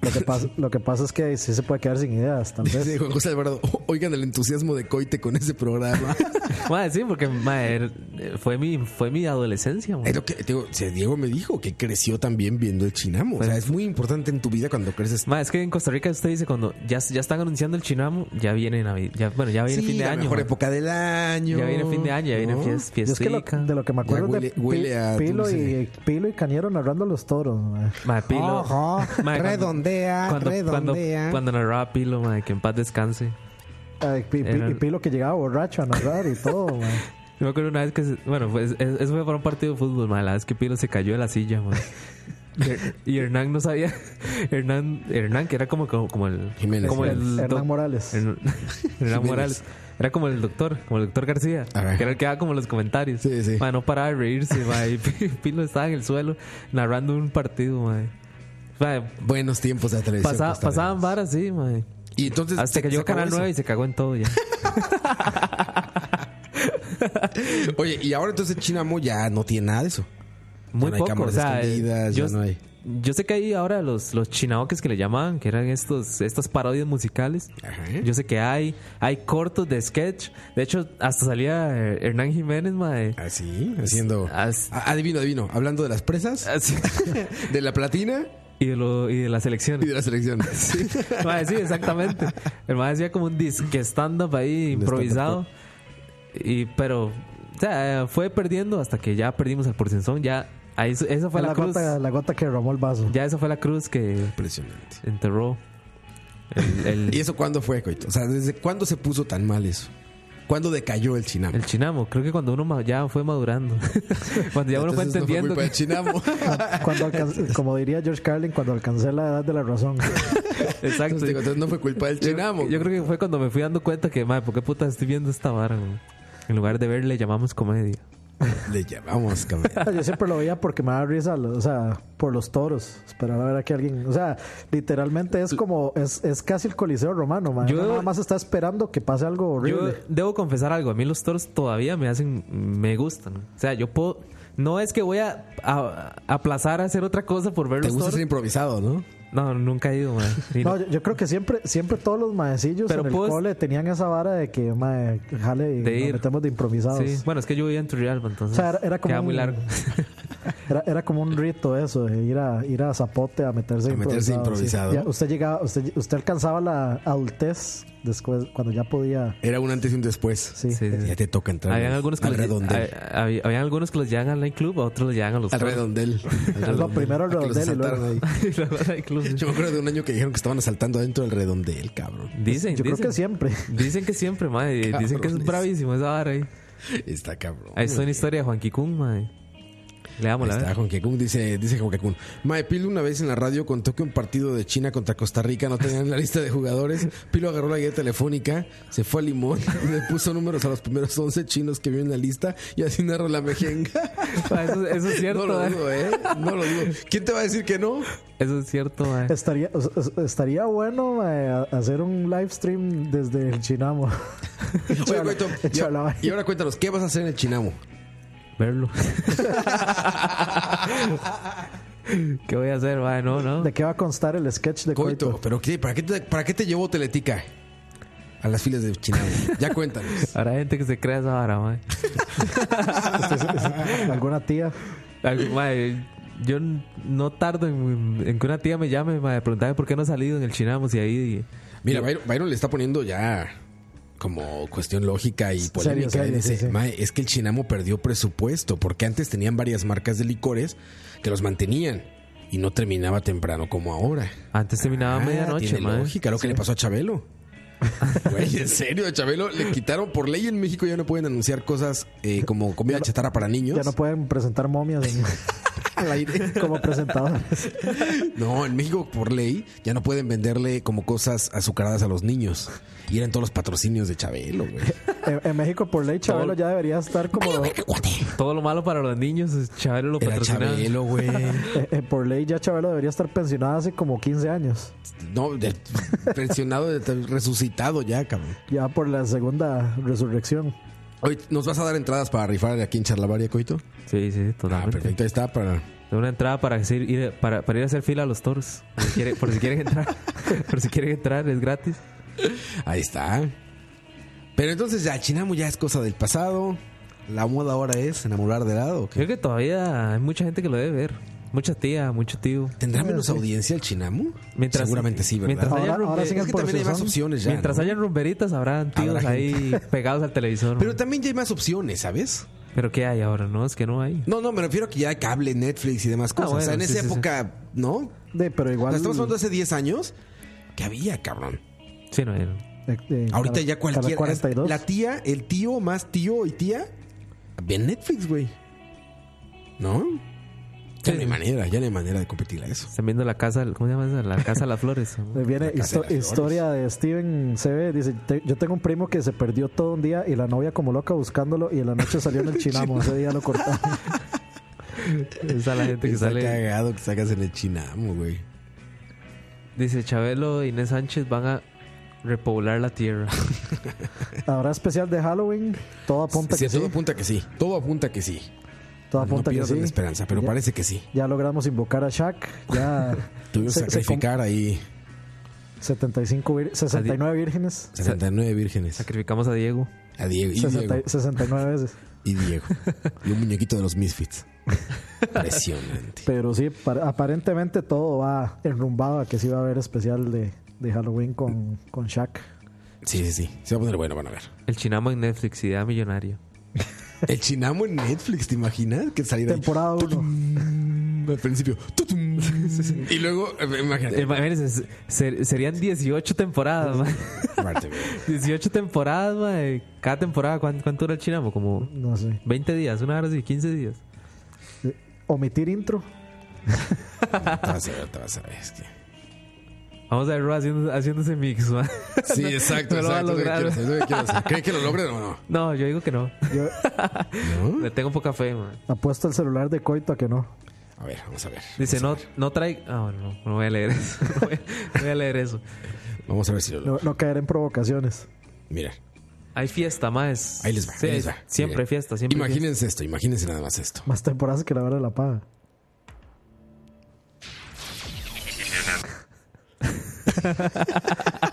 Lo que pasa, lo que pasa es que sí se puede quedar sin ideas, tal vez. Dice Juan José Alvarado, "O- oigan el entusiasmo de Coite con ese programa. Mae, sí, porque mae, er- fue mi, fue mi adolescencia, mae. es lo que te digo, si Diego me dijo que creció también viendo el chinamo. O sea, es muy importante en tu vida cuando creces. Ma, es que en Costa Rica usted dice cuando ya, ya están anunciando el chinamo, ya viene Navidad, ya, bueno, ya viene Sí, fin de la año. mejor ma. época del año. Ya viene fin de año, ya viene ¿no? fies- Yo es que lo- fiestica. de lo que me acuerdo Ya huele- es de Pi- huele a Pilo, y, dulce. Pilo y Cañero narrando los toros. man. Ma, Pilo. Ajá. Ma, cuando- Redondea, cuando, cuando, redondea. cuando narraba Pilo, ma, que en paz descanse. Ay, Pi- Pi- Eran- Y Pilo que llegaba borracho a narrar y todo. man. Yo me acuerdo una vez que, se- bueno, pues, es- eso fue para un partido de fútbol, ma, la vez que Pilo se cayó de la silla, ma. Y Hernán no sabía. Hernán, Hernán que era como, como, como el. Jiménez. como el Hernán doc- Morales. Hernán Hernán Morales. Era como el doctor, como el doctor García, Ajá. que era el que daba como los comentarios. Sí, sí. Ma, no paraba de reírse, ma, y Pi- Pilo estaba en el suelo narrando un partido, ma. Ma, Buenos tiempos de la televisión. pasa- costa pasaban rica. varas, sí, ma. Y entonces. Hasta que se- se llegó acabó Canal eso. 9 y se cagó en todo ya. Oye, y ahora entonces Chinamo ya no tiene nada de eso. Muy no hay poco, o cámaras sea, escondidas, yo, ya no hay. yo sé que hay ahora los, los chinaoques que le llamaban, que eran estos, estas parodias musicales. Ajá. Yo sé que hay, hay cortos de sketch. De hecho, hasta salía eh, Hernán Jiménez, madre. Así, haciendo. As- A- Adivino, adivino. Hablando de las presas, Así. de la platina y, de lo, y de las y elecciones. de las elecciones. Mae, sí, exactamente. El mae hacía como un disque stand-up ahí Un improvisado. Y, pero, o sea, fue perdiendo hasta que ya perdimos al Porcenzón. Ya, ahí, esa fue Fue la, la, cruz. gota, la gota que derramó el vaso. Ya esa fue la cruz que Impresionante. enterró el, el- ¿Y eso cuándo fue, Coito? O sea, ¿desde cuándo se puso tan mal eso? ¿Cuándo decayó el Chinamo? el chinamo. Creo que cuando uno ma- ya fue madurando. cuando ya uno fue Entonces, no culpa entendiendo. que- del Chinamo. Cuando alcan- como diría George Carlin, cuando alcancé la edad de la razón. exacto. Entonces, digo, entonces no fue culpa del Yo- Chinamo. Yo, creo que fue cuando me fui dando cuenta que, madre, ¿por qué puta estoy viendo esta vara? güey? En lugar de ver, le llamamos comedia. Le llamamos, cabrón. Yo siempre lo veía porque me daba risa, lo- o sea, por los toros. Esperaba ver a que alguien, o sea, literalmente es como, es, es casi el coliseo romano, man. Yo- Uno nada más está esperando que pase algo Yo horrible. debo confesar algo. A mí los toros todavía me hacen. me gustan. O sea, yo puedo. No es que voy a, a- a aplazar a hacer otra cosa por ver Te los gusta toros. ser improvisado, ¿no? No, nunca he ido, madre. Y No, yo, yo creo que siempre, siempre todos los maecillos Pero en el puedo- cole tenían esa vara de que mae, jale y De nos ir. metemos de improvisados. Sí, bueno, es que yo vivía en Turrialba, entonces. O sea, era- era como Queda muy un- largo. Era, era como un rito eso, de ir a ir a Zapote a meterse A meterse improvisado. sí. Ya, usted llegaba, usted, usted alcanzaba la adultez después cuando ya podía, Era un antes y un después. sí. Sí, sí. Ya te toca entrar Habían al- algunos, que al los, redondel. hab- hab- habían algunos que los llevan al nightclub, a otros los llevan a los Al toros. redondel. Al Pues va redondel. primero al A que los redondel y luego- asaltaran ahí. Y luego al nightclub. Yo me acuerdo de un año que dijeron que estaban asaltando adentro del redondel, cabrón. Dicen, Yo creo dicen. que siempre. Dicen que siempre, madre. Dicen que es Cabrones. bravísimo esa vara ahí. Está cabrón. Ahí está una historia de Juan Kikun, madre. Le damos Ahí la Está verdad. Juan Kekun, dice, dice Juan Kekun. Mae, Pilo una vez en la radio contó que un partido de China contra Costa Rica no tenían la lista de jugadores. Pilo agarró la guía telefónica, se fue a Limón y le puso números a los primeros 11 chinos que vio en la lista y así narró la mejenga. Eso, eso es cierto, No lo madre. dudo, ¿eh? No lo dudo. ¿Quién te va a decir que no? Eso es cierto, madre. Estaría, o sea, estaría bueno mae, a- hacer un live stream desde el Chinamo. Oye, Coito, y, Chala, ahora- mae. y ahora cuéntanos, ¿qué vas a hacer en el Chinamo? Verlo. ¿Qué voy a hacer, madre? No, no. ¿De qué va a constar el sketch de Coito? Coito, ¿pero qué? ¿Para qué te, para qué te llevó Teletica? A las filas de Chinamo. Ya cuéntanos. Habrá gente que se crea esa vara, madre. ¿Alguna tía? Algo- mae, yo n- no tardo en, en que una tía me llame para preguntarme por qué no ha salido en el Chinamos y ahí. Mira, Byron, Byron le está poniendo ya como cuestión lógica y polémica. serio, y dice, sí, sí. "Mae, es que el Chinamo perdió presupuesto porque antes tenían varias marcas de licores que los mantenían y no terminaba temprano como ahora. Antes terminaba a Ah, medianoche, tiene mae. lógica, lo que le pasó a Chabelo. Güey, en serio, a Chabelo le quitaron por ley en México ya no pueden anunciar cosas eh, como comida chatarra para niños. Ya no pueden presentar momias en- al aire. como presentadores. No, en México por ley ya no pueden venderle como cosas azucaradas a los niños. Y eran todos los patrocinios de Chabelo, güey. En, en México, por ley, Chabelo ya debería estar como. Todo lo malo para los niños, Chabelo lo Era patrocinaba. Chabelo, güey. eh, eh, por ley, ya Chabelo debería estar pensionado hace como 15 años. No, de- pensionado, de- resucitado ya, cabrón. Ya por la segunda resurrección. Oye, ¿nos vas a dar entradas para rifar aquí en Charlavaria, Coito? Sí, sí, Ah, totalmente. perfecto, ahí está para... Una entrada para hacer- ir, para, para ir a hacer fila a los toros. Por si quieren, por si quieren entrar. por si quieren entrar, es gratis. Ahí está. Pero entonces ya, Chinamo ya es cosa del pasado. La moda ahora es enamorar de lado. Creo que todavía hay mucha gente que lo debe ver. Mucha tía, mucho tío. ¿Tendrá menos audiencia el Chinamo? Mientras- Seguramente sí, ¿verdad? mientras haya Ahora, ahora rumbe- siguen es que por también hay más Suzón. opciones ya. Mientras ¿no? hayan rumberitas, habrán tíos Habrá ahí pegados al televisor. Pero mae. también ya hay más opciones, ¿sabes? Pero ¿qué hay ahora? No, es que no hay. No, no, me refiero a que ya hay cable, Netflix y demás cosas. Ah, bueno, o sea, en sí, esa sí, sí. época, ¿no? De, pero O igual. sea, estamos hablando de hace 10 años. Que había, cabrón. Sí, no hay. no. eh, eh, Ahorita Canal- ya Canal cualquier. 42. La tía, el tío, más tío y tía. Ve Netflix, güey. ¿No? Ya Sí. no hay manera, ya no hay manera de competir a eso. Están viendo la casa, ¿cómo se llama esa? La casa de las flores. Eh, Viene La Casa de histo- las Flores. historia de Steven CB. Dice: "Te- Yo tengo un primo que se perdió todo un día y la novia como loca buscándolo y en la noche salió en el chinamo. Ese día lo cortaron. Esa la gente que Está sale. cagado que sacas en el chinamo, güey. Dice Chabelo e Inés Sánchez van a repoblar la tierra. Habrá especial de Halloween. Todo apunta Sí, que todo sí. apunta que sí. Todo apunta que sí. Todo No apunta que pierdas sí. la esperanza, pero Ya- parece que sí. Ya logramos invocar a Shaq. Ya Tuvimos que se- se com- sacrificar ahí 75 vir- 69 vírgenes. 69 vírgenes. Sacrificamos a Diego. A Diego. Y 60 Diego. 69 veces. Y Diego. Y un muñequito de los Misfits. Impresionante. Pero sí, par- aparentemente todo va enrumbado a que sí va a haber especial de, de Halloween con, con Shaq. Sí, sí, sí. Se va a poner bueno, van a ver. El chinamo en Netflix, idea millonario. El chinamo en Netflix, ¿te imaginas? Que salida ahí, Temporada 1. al principio. tutum. Y luego, eh, imagínate. Imagínense, se- ser- serían 18 temporadas, ma. Marte, güey. 18 temporadas, ma. eh, Cada temporada, ¿cuán- ¿cuánto, dura el chinamo? Como No sé. 20 días, una hora así, 15 días. Omitir intro. Te vas a ver, te vas a ver. Es que... Vamos a verlo haciendo, haciendo ese mix, ma. Sí, exacto, no lo va a exacto. es lo que lograr. quiero hacer, es lo que quiero hacer. ¿Cree que lo logre o no? No, yo digo que no. Yo ¿No? Le tengo poca fe, ma. apuesto el celular de Coito a que no. A ver, vamos a ver. Dice, no, vamos a ver. no trae. Ah, bueno, no, no voy a leer eso. No voy, no voy a leer eso. Vamos a ver si lo logra. No, no caer en provocaciones. Mira, Hay fiesta, más. ahí les va. ahí les va. Siempre Miren. hay fiesta, siempre. hay fiesta. Imagínense esto, imagínense nada más esto. Más temporadas que la hora de la paga.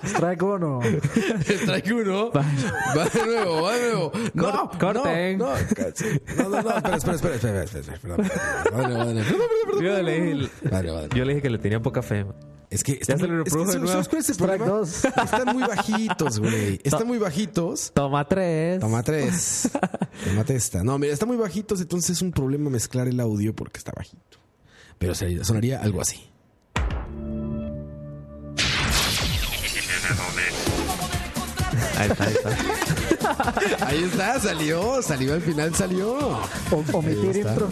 Strike uno. Strike uno. Va de nuevo, va de nuevo. No, Cor- corten. No, no, no, no, no, espera, espera, espera, espera, espera, espera, perdón, perdón, va de nuevo, va de nuevo. Perdón, perdón, Yo le, dije, perdón. Va de nuevo, va de nuevo. yo le dije que le tenía poca fe, ma. Es que está se muy- lo es que reprodujo de ¿sabes- nuevo. ¿sabes cuál es el Strike problema? dos. Están muy bajitos, güey. Están muy bajitos. Toma tres. Toma tres. Tómate esta. No, mira, están muy bajitos, entonces es un problema mezclar el audio porque está bajito. Pero sería- sonaría algo así. Ahí está, ahí está. Ahí está, salió, salió al final, salió. O- Omitir intro.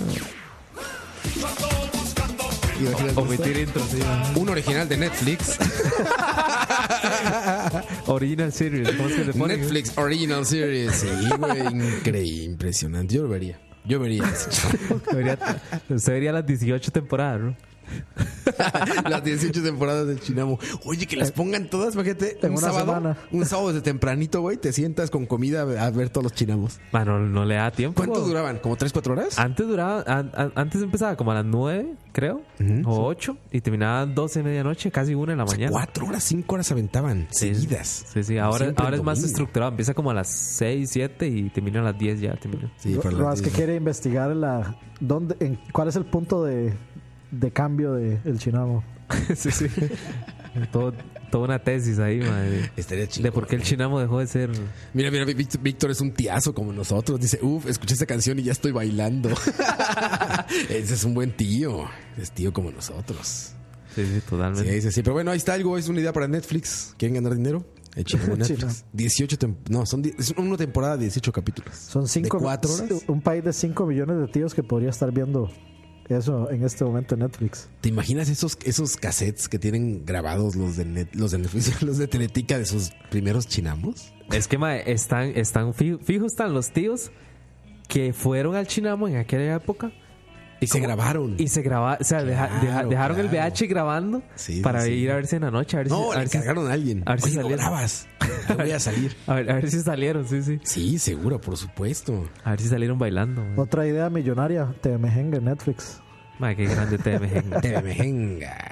Imagínate, Omitir intro, sí, ma. Un original de Netflix. Original Series. ¿Cómo es que le ponen? Netflix Original Series. Sí, güey. Increíble, impresionante. Yo lo vería. Yo vería. Debería, usted vería las 18 temporadas, ¿no? las 18 temporadas del Chinamo. Oye, que las pongan todas, imagínate. En un una sábado. semana. Un sábado desde tempranito, güey. Te sientas con comida a ver todos los Chinamos. Mano, no le da tiempo. ¿Cuánto duraban? ¿Como 3, 4 horas? Antes duraba, an- an- antes empezaba como a las 9, creo, o 8, y terminaba 12 de medianoche, casi 1 de la mañana. 4 horas, 5 horas aventaban. Seguidas. Sí, sí, ahora, Siempre ahora el es más domingo. estructurado. Empieza como a las 6, 7 y termina a las 10 ya. Termina. Sí, para Ro- las Rodas que 10. quiere investigar la dónde, en, cuál es el punto de, de cambio de el chinamo. sí, sí. Todo, toda una tesis ahí, madre. Estaría De chingón. por qué el chinamo dejó de ser. Mira, mira, Víct- Víctor es un tiazo como nosotros. Dice, uff, escuché esa canción y ya estoy bailando. Ese es un buen tío. Es tío como nosotros. Sí, sí, Sí, totalmente. dice, sí. Pero bueno, ahí está algo. Es una idea para Netflix. ¿Quieren ganar dinero? Échale con Netflix. Chino. 18 tem- No, son die- es una temporada, 18 capítulos. Son cinco ¿De cuatro horas? Un país de 5 millones de tíos que podría estar viendo eso en este momento en Netflix. ¿Te imaginas esos, esos cassettes que tienen grabados los de, Net- los de Netflix, los de Teletica de sus primeros chinamos? Es que, madre, están, están fi- fijos, están los tíos que fueron al chinamo en aquella época. Y se cómo- grabaron. Y se graba, o sea, deja- Claro, deja- dejaron el claro. VH grabando Sí, para sí, sí. ir a verse en la noche, a ver si, No, a le ver si- cargaron a alguien. a ver si Oye, no salieron. grabas. No voy a salir. a ver- a ver si salieron, sí, sí. Sí, seguro, por supuesto. A ver si salieron bailando. man. Otra idea millonaria, TMG en Netflix. Madre, qué grande TMG. Te venga.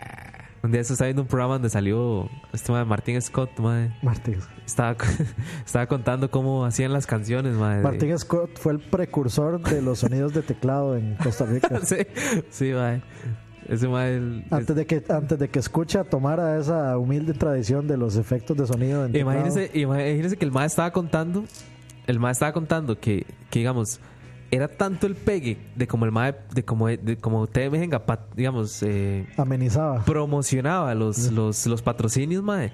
Un día eso estaba viendo un programa donde salió este madre Martín Scott, madre. Martín, Estaba, estaba contando cómo hacían las canciones, madre. de- Martín Scott fue el precursor de los sonidos de teclado en Costa Rica. Sí, sí, madre. Ese madre. el- Antes de que antes de que escucha tomara esa humilde tradición de los efectos de sonido en teclado. Imagínense, imagínense que el mae estaba contando, el mae estaba contando que, que, digamos, era tanto el pegue de como el mae, de como, de como TMG, pa- digamos, eh, amenizaba. promocionaba los, los, los patrocinios, mae,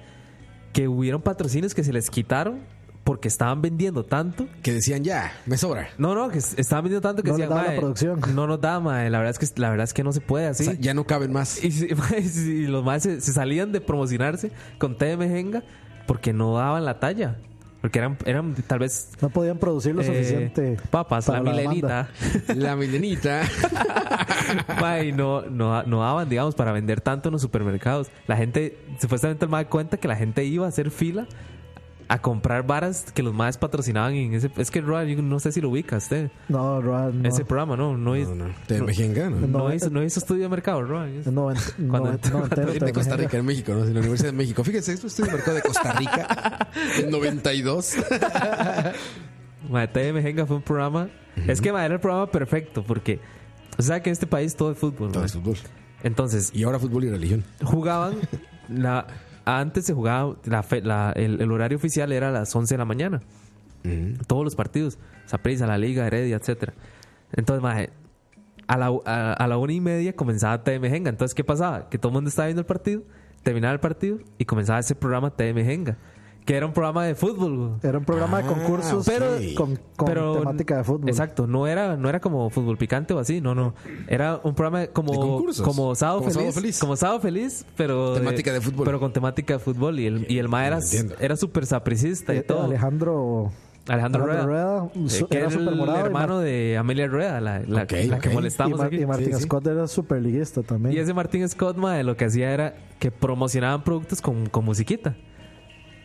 que hubieron patrocinios que se les quitaron porque estaban vendiendo tanto. Que decían ya, me sobra. No, no, que s- estaban vendiendo tanto que No les decían, daba la "Mae, producción". no nos da, mae, la verdad es que, la verdad es que no se puede así. O sea, ya no caben más. Y, se- mae, si- los más se, se salían de promocionarse con té de mejenga porque no daban la talla. Porque eran, eran tal vez. No podían producir lo eh, suficiente. Papas, para la la demanda. milenita. La milenita. Mae, no, no, no daban, digamos, para vender tanto en los supermercados. La gente, supuestamente el mae cuenta que la gente iba a hacer fila a comprar varas que los maes patrocinaban en ese... Es que, Roa, yo no sé si lo ubicas, usted. No, Roa, no. Ese programa, ¿no? No, No, hizo, no, no. Te Mexicana, ¿no? No, hizo, no hizo estudio de mercado, Roa. Es noventa- Cuando- noventa- noventero, De Costa noventero. Rica, en México, ¿no? En la Universidad de México. Fíjense, esto estoy marcado de Costa Rica en 92. Mae, TV Mejenga fue un programa... Es que, mae, era el programa perfecto porque... O sea que en este país todo es fútbol. Todo mae. es fútbol. Entonces, Y ahora fútbol y religión. jugaban... la, antes se jugaba... La, fe- la- el, el horario oficial era a las 11 de la mañana. todos los partidos. Saprissa, la Liga, Heredia, etcétera. Entonces, maje, a la, a, a la una y media comenzaba TM Jenga. Entonces, ¿qué pasaba? Que todo el mundo estaba viendo el partido, terminaba el partido y comenzaba ese programa TM Jenga, que era un programa de fútbol. güey. Era un programa de concursos pero- con, con Ah, Pero- temática de fútbol. Exacto, no era, no era como fútbol picante o así, no, no. Era un programa como, De concursos. como Sábado Como Feliz. Sábado Feliz. Como Sábado Feliz, pero. Temática de fútbol. Pero con temática de fútbol. Y el, y el ma era, entiendo. era súper sapricista y Eh, todo. Alejandro, Alejandro Rueda. un Eh, su- que era era el super morado. hermano de Amelia Rueda, la, la- Ok, la que ok. y, molestamos Mar- aquí. y Martín Sí, sí. Scott era superliguista también. Y ese Martín Scott, mae, lo que hacía era que promocionaban productos con, con musiquita.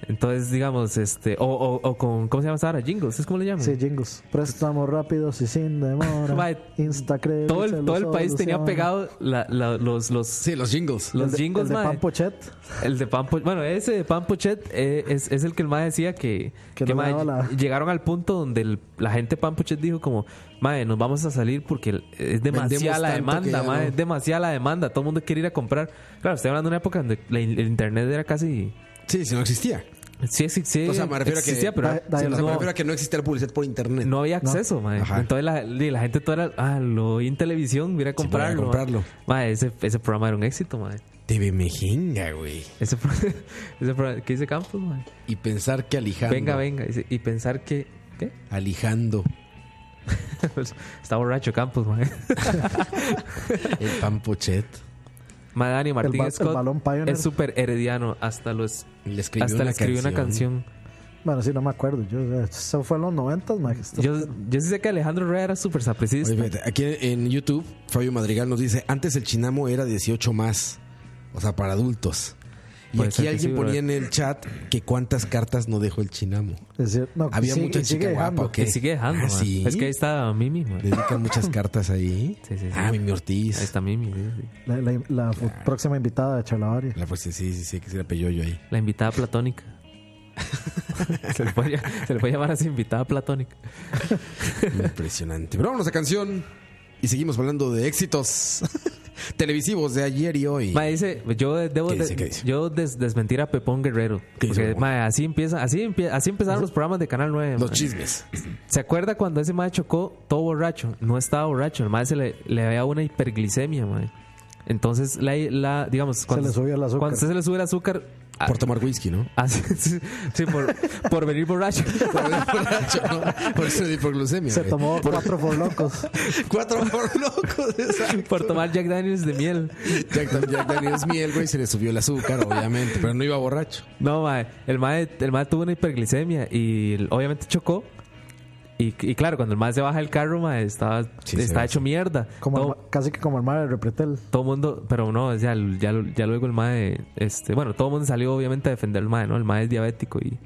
Entonces, digamos, este, o, o- o con, ¿cómo se llama esa vara? Jingles, ¿es como le llaman? Sí, jingles. Préstamos rápidos y sin demora. Mae, Instacredit. todo el, todo el país tenía pegado la- la- los, los, Sí, los jingles. los jingles, el de mae. Pan Pochet, El de Pan Po- Bueno, ese de Pan Pochet eh, es, es el que el mae decía que, Que que, no mae, daba la- llegaron al punto donde el- la gente de Pan Pochet dijo como, mae, nos vamos a salir porque el- es demasiada Vendemos la tanto que ya demanda, mae, no". es demasiada la demanda, todo el mundo quiere ir a comprar. Claro, estoy hablando de una época donde la- el internet era casi... Sí, si no existía. Sí, sí, sí. O sea, me refiero a que- existía, pero Da- da- Sí, o sea, no, me refiero a que no existía la publicidad por internet. no había acceso, mae. Ajá. Entonces la, y la gente toda era, ah, lo oí en televisión, voy a voy a comprarlo. mae". comprarlo. Mae, ese, ese programa era un éxito, mae. TV Mejinga, güey. Ese, pro- ese programa, ¿qué dice Campos, mae? Y pensar que Alejandro. Venga, venga. dice, Y, pensar que. ¿Qué? Alejandro, Está borracho Campos, man. el Pampochet, Madani el, Martín ba- el Scott balón Pioneer. es súper herediano. Hasta los. le escribió, hasta le una, escribió canción. una canción. Bueno, sí, no me acuerdo. Yo, eh, eso fue en los 90, mae. Esto- Yo, yo sí sé que Alejandro Rueda era súper Oye, sapricista. fíjate, aquí en YouTube, Fabio Madrigal nos dice: Antes el chinamo era 18 más, o sea, para adultos. Y Puede aquí ser que alguien sí, ponía brother. en el chat que cuántas cartas no dejó el chinamo. es decir, no, Había sí, mucha y sigue chica dejando. guapa, ¿ok? Que sigue dejando, Ah, man. sí. Es que ahí está Mimi, man. Dedican muchas cartas ahí. Sí, sí, sí. Ah, Mimi Ortiz. Ahí está Mimi. sí, sí. La, la- la fu- próxima invitada de Charlavaria. La pues, sí, sí, sí, sí, que se la pelló yo ahí. La invitada platónica. se, le puede, se le puede llamar así invitada platónica. Impresionante. Pero vámonos a canción. Y seguimos hablando de éxitos televisivos de ayer y hoy. Ma, dice, yo de- debo ¿Qué dice? de- ¿Qué dice? yo des- desmentir a Pepón Guerrero. ¿Qué hizo Porque, Pepón? ma, así empieza, así empie- así empezaron los programas de Canal 9. Los ma. chismes. ¿Se acuerda cuando ese mae chocó todo borracho? No estaba borracho, el mae se le, le había una hiperglicemia, mae. Entonces, la, la- digamos, cuando, le subió el azúcar. cuando usted se le sube el azúcar, a- Por tomar whisky, ¿no? así- sí, sí, por, por venir borracho. Por el borracho, ¿no? Por eso de hipoglucemia. Se güey. tomó cuatro forlocos. Cuatro por locos. exacto. por tomar Jack Daniels de miel. Jack, Dan- Jack Daniels miel, güey. Se le subió el azúcar, obviamente. Pero no iba borracho. No, mae, el mae, el mae tuvo una hiperglicemia y el- obviamente chocó. Y, y claro, cuando el mae se baja del carro, mae, está, Sí, se está ve, hecho mierda. Como todo, arma- casi que como armar el repretel. todo mundo, pero no, ya, ya, ya luego el mae, este, bueno, todo el mundo salió obviamente a defender al mae, ¿no? El mae es diabético y,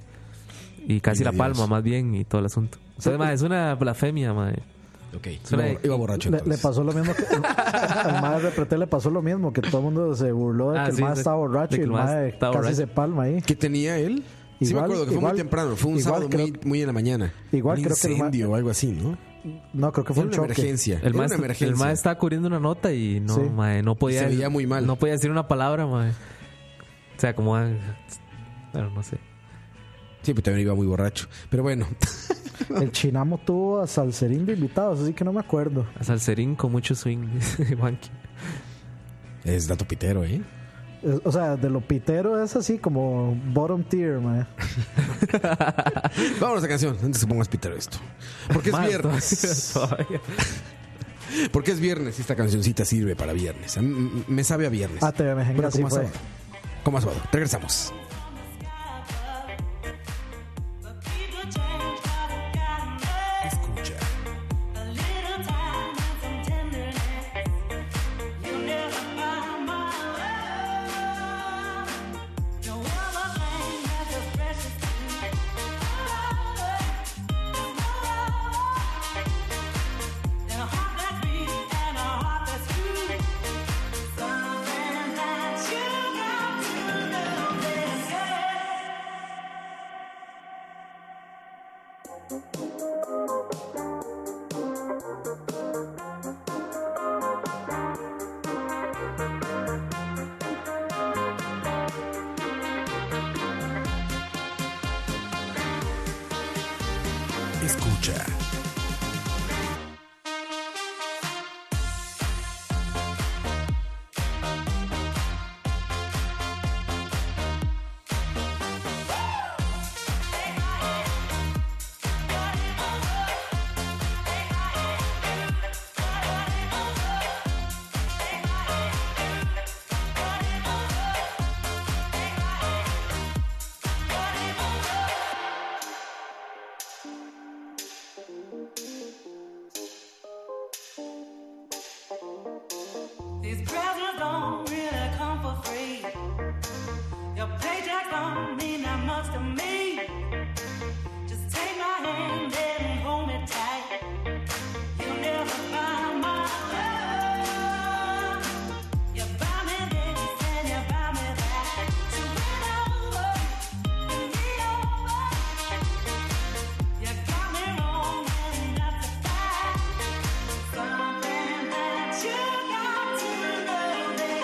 y casi Y la de palma Dios. más bien y todo el asunto. Entonces, mae, es una blasfemia, mae. Ok. Suena Iba, de- iba borracho. Le, le entonces. pasó lo mismo que al mae de repretel le pasó lo mismo, que todo el mundo se burló de Ah, que el sí, mae de- estaba borracho de y que el el mae mae estaba casi borracho. se palma ahí. ¿Qué tenía él? sí, me Igual- acuerdo que fue igual- muy temprano. Fue un igual sábado muy, muy en la mañana. Igual un creo que el ma- incendio o algo así, ¿no? No, creo que Fue fue una un choque. emergencia. El Era mae, una est- emergencia. el mae estaba cubriendo una nota y no, Sí. mae, no podía. Se veía muy mal. No podía decir una palabra, mae. O sea, como. ah, Bueno, no sé. Sí, pero también iba muy borracho. Pero bueno, El Chinamo tuvo a Salserín de invitados, así que no me acuerdo. A Salserín con mucho swing, dice Juanqui. es dato pitero, ¿eh? Es- O sea, de lo pitero es así como bottom tier, mae. Vámonos a canción, antes que pongas pitero esto. Porque es Más viernes. todavía. Porque es viernes y esta cancioncita sirve para viernes. A mí, m- Me sabe a viernes. Ah, TV Mejenga Pero sí como a fue. sábado. Como a sábado. Regresamos. But people Escucha. These presents don't really come for free. Your paychecks don't mean that much to me. Just take my hand and hold me tight. You'll never find my love. You buy me this and you buy me that. So run over and be over. You got me wrong and that's a fact. Something that you got to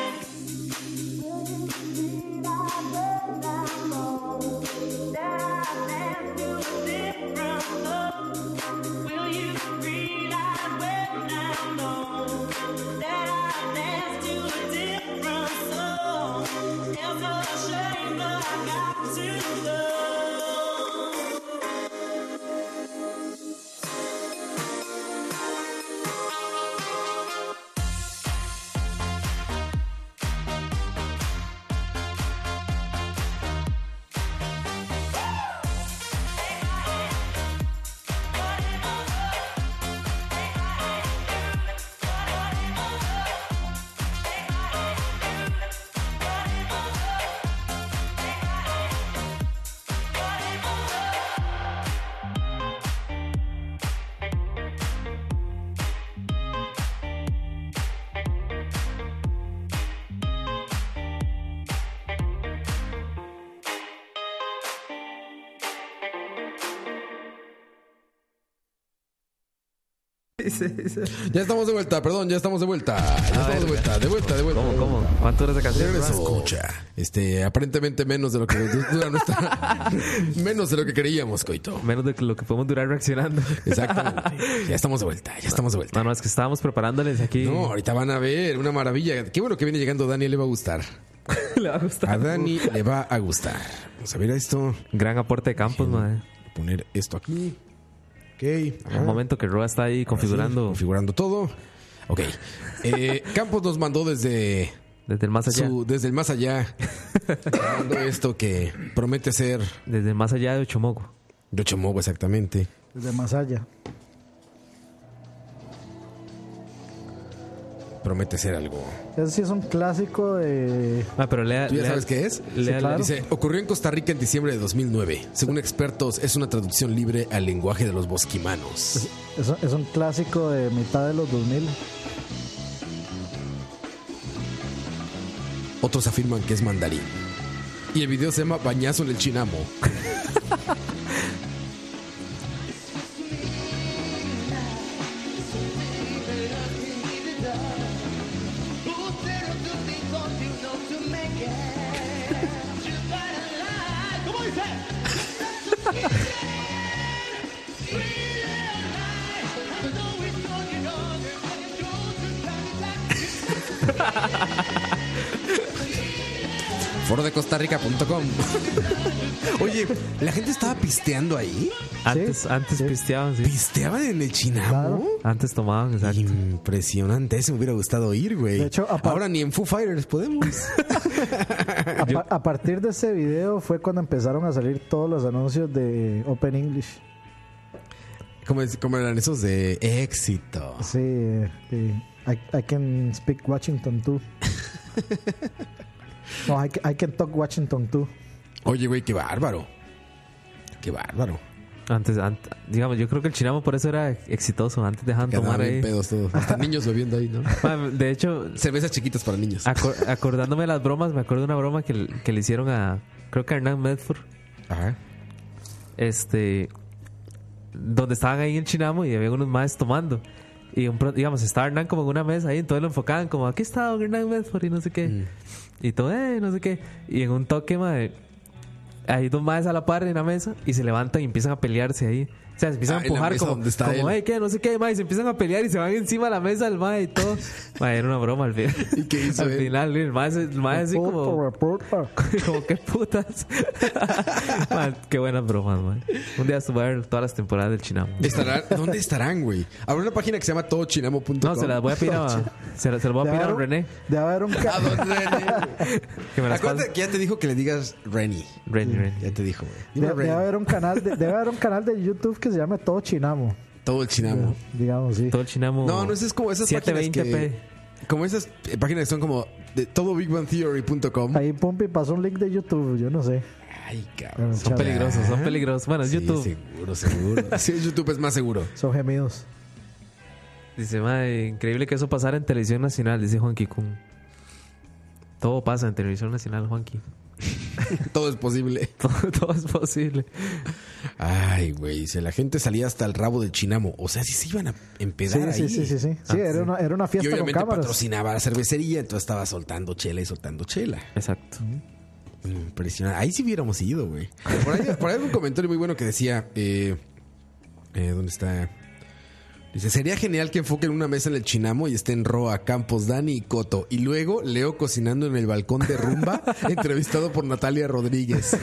notice. Will you realize when I'm gone that I dance to a different song? It's a shame that I got to go. Ya estamos de vuelta, perdón, ya estamos de vuelta. Ya estamos de vuelta, de vuelta, de vuelta. Ah, ¿Cómo, cómo? ¿Cuánto dura esa De canción? regreso. escucha. Este, aparentemente menos de lo que dura nuestra- menos de lo que creíamos, coito. Menos de lo que podemos durar reaccionando. Exactamente. Ya estamos de vuelta, ya estamos de vuelta. No, no, es que estábamos preparándoles aquí. No, ahorita van a ver, una maravilla. Qué bueno que viene llegando Dani, le va a gustar. Le va a gustar. A Dani le va a gustar. Vamos a ver esto. Gran aporte de campos, madre. Poner esto aquí. Ok. ajá. Un momento que Roa está ahí Sí, configurando configurando todo. Ok. Eh, Campos nos mandó desde desde el más Pues allá. su, desde el más allá. Nos mandó esto que promete ser Desde el más allá de Ochomogo. de Ochomogo exactamente. Desde más allá. Promete ser algo. Ese sí es un clásico de. Ah, pero lea. ¿Tú ya lea- sabes qué es? Lea, lea- claro. Dice, ocurrió en Costa Rica en diciembre de 2009. Según expertos, es una traducción libre al lenguaje de los bosquimanos. Es, es un clásico de mitad de los 2000. Otros afirman que es mandarín. Y el video se llama Bañazo en el Chinamo. Forodecostarrica.com. Oye, ¿la gente estaba pisteando ahí? Antes, Sí, antes sí. pisteaban, sí. ¿Pisteaban en el Chinamo? Claro. Antes tomaban, exacto. Impresionante, ese me hubiera gustado ir, güey. De hecho, apar- ahora ni en Foo Fighters podemos. A, pa- a partir de ese video fue cuando empezaron a salir todos los anuncios de Open English. como, es- como eran esos de éxito. Sí, eh, eh, I, I can speak Washington too. No, I, ca- I can talk Washington too. Oye, güey, qué bárbaro. Qué bárbaro. Antes, ant- digamos, yo creo que el chinamo por eso era exitoso. Antes dejaban Quedaban tomar bien ahí. pedos todos. Hasta niños bebiendo ahí, ¿no? Ma, de hecho, Cervezas chiquitas para niños. acor- acordándome de las bromas, me acuerdo de una broma que, que le hicieron a, creo que a Hernán Medford. Ajá. Este. donde estaban ahí en Chinamo y había unos más tomando. Y un pro- digamos, estaba Hernán como en una mesa ahí, entonces lo enfocaban como, aquí está don Hernán Medford y no sé qué. Mm. Y todo, eh, no sé qué. Y en un toque, madre, hay dos madres a la par en la mesa y se levantan y empiezan a pelearse ahí. O sea, se Ah, empiezan en a la empujar mesa como, donde está como él. "Ey, ¿qué? No sé qué, madre. Y se empiezan a pelear y se van encima de la mesa del madre y todo. madre, era una broma al final. ¿Y qué hizo Al él? final, el madre, se- el madre así Ah, como... Puta, puta. Como que putas. Man, qué buenas bromas, man. Un día voy a ver todas las temporadas del Chinamo. Estarán- ¿Dónde estarán, güey? Habrá una página que se llama todochinamo.com. No, se las voy a pedir a. Se, la- se las voy a Debe pedir a haber- René. Debe haber un ca- ¿A dónde, René? Que me las Acuérdate pase. que ya te dijo que le digas Renny. René, René. Ya te dijo, güey. Dime de- debe Renny. haber un canal de, debe haber un canal de YouTube que se llame Todo Chinamo, Todo el chinamo. digamos sí. Todo el Chinamo. No, no, esas es como esas páginas 720p. que... Como esas eh, páginas que son como de todobigbangtheory.com. Ahí Pumpi pasó un link de YouTube, yo no sé. Ay, cabrón. Pero Son chale, peligrosos, son peligrosos. Bueno, es Sí, YouTube. seguro, seguro. sí, YouTube es más seguro. Son gemidos. Dice, madre, increíble que eso pasara en televisión nacional, dice Juanqui Kun. Todo pasa en televisión nacional, Juanqui. Todo es posible. Todo, todo es posible. Ay, güey. Dice, la gente salía hasta el rabo del chinamo. O sea, sí se iban a Sí, empedar sí, ahí. sí, sí, sí. Sí, era una era una Y fiesta con obviamente cámaras. patrocinaba la cervecería, entonces estaba soltando chela y soltando chela. Exacto. Impresionante. Ahí sí hubiéramos ido, güey. Por ahí, por ahí hay un comentario muy bueno que decía, eh, eh, ¿dónde está? Dice, sería genial que enfoquen una mesa en el Chinamo y estén Roa, Campos, Dani y Coto. Y luego Leo cocinando en el balcón de Rumba, entrevistado por Natalia Rodríguez.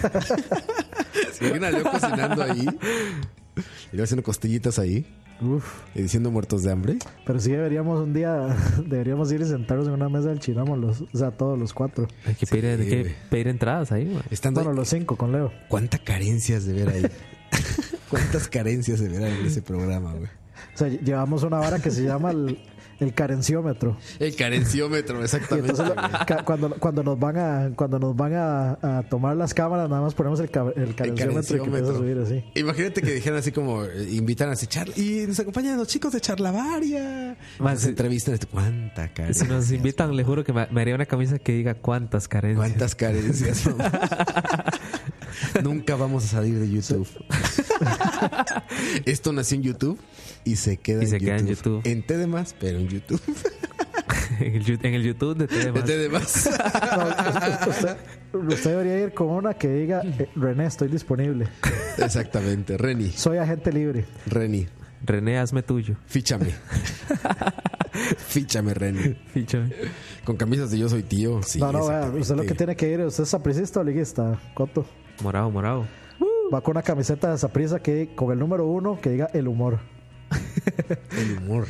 Se imagina a Leo cocinando ahí. Y luego haciendo costillitas ahí. Uf, Y diciendo muertos de hambre. pero sí deberíamos un día deberíamos ir y sentarnos en una mesa del Chinamo los, o sea, todos los cuatro. Hay que, pedir, hay que güey. pedir entradas ahí, man. Estando Bueno, los cinco con Leo. Cuántas carencias de ver ahí. Cuántas carencias de ver ahí en ese programa, güey. O sea, lle- llevamos una vara que se llama el, el carenciómetro. El carenciómetro, Y exactamente. entonces lo- güey. ca- cuando, cuando nos van a cuando nos van a, a tomar las cámaras nada más ponemos el, ca- el El carenciómetro y que empieza a subir carenciómetro. así. Imagínate que dijeran así como eh, invitan así charla y nos acompañan los chicos de Charlavaria. Man, Más sí. entrevistas. Cuánta carencia. Si nos invitan, le juro que me, me haría una camisa que diga cuántas carencias. Cuántas carencias. mamá. Nunca vamos a salir de YouTube. Esto nació en YouTube y se queda, Y en, se YouTube. queda en YouTube. En T de más, pero en YouTube. en, el, Yu- en el YouTube de TV En Más. T de más. No, usted, usted- usted debería ir con una que diga eh, René, estoy disponible. Exactamente. Reni. Soy agente libre. Reni. René, hazme tuyo. Fíchame. Fíchame, Reni. Fíchame. Con camisas de yo soy tío. Sí, no, no, vea, exactamente. usted lo que tiene que ir, usted es sapricista o liguista, Coto. Morado, morado. Va con una camiseta de saprisa que con el número uno que diga el humor. El humor.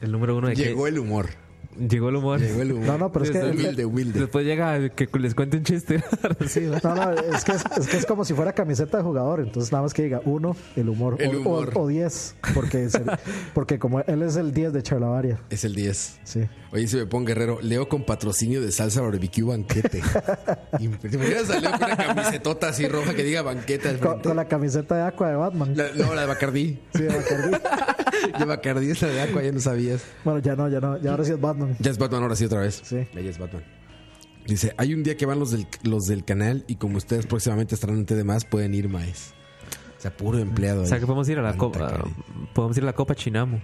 El número uno de Llegó el humor. que... Llegó el humor. Llegó el humor. No, no, pero es que humilde, humilde. Después llega el que les cuente un chiste. Sí, no, no, es que es, es que es como si fuera camiseta de jugador, entonces nada más que diga uno, el humor, El o- humor. o 10, porque, se- porque como él es el 10 de Charlavaria, Es el 10. sí. Oye, si me pongo guerrero, Leo con patrocinio de salsa barbecue banquete. Impre- ¿Te imaginas a Leo con una camisetota así roja que diga banqueta al Con, frente? con la camiseta de Aqua de Batman. La- no, la de Bacardí. Sí, de Bacardi. Ya Bacardí es la de Aqua, ya no sabías. Bueno, ya no, ya no, ya ahora sí es Batman. Ya es Batman, ahora sí otra vez. Sí. Ya es Batman. Dice, hay un día que van los del, los del canal y como ustedes próximamente estarán ante de más, pueden ir más. O sea, puro empleado. o sea, que podemos ir a la copa. Podemos ir a la copa Chinamo.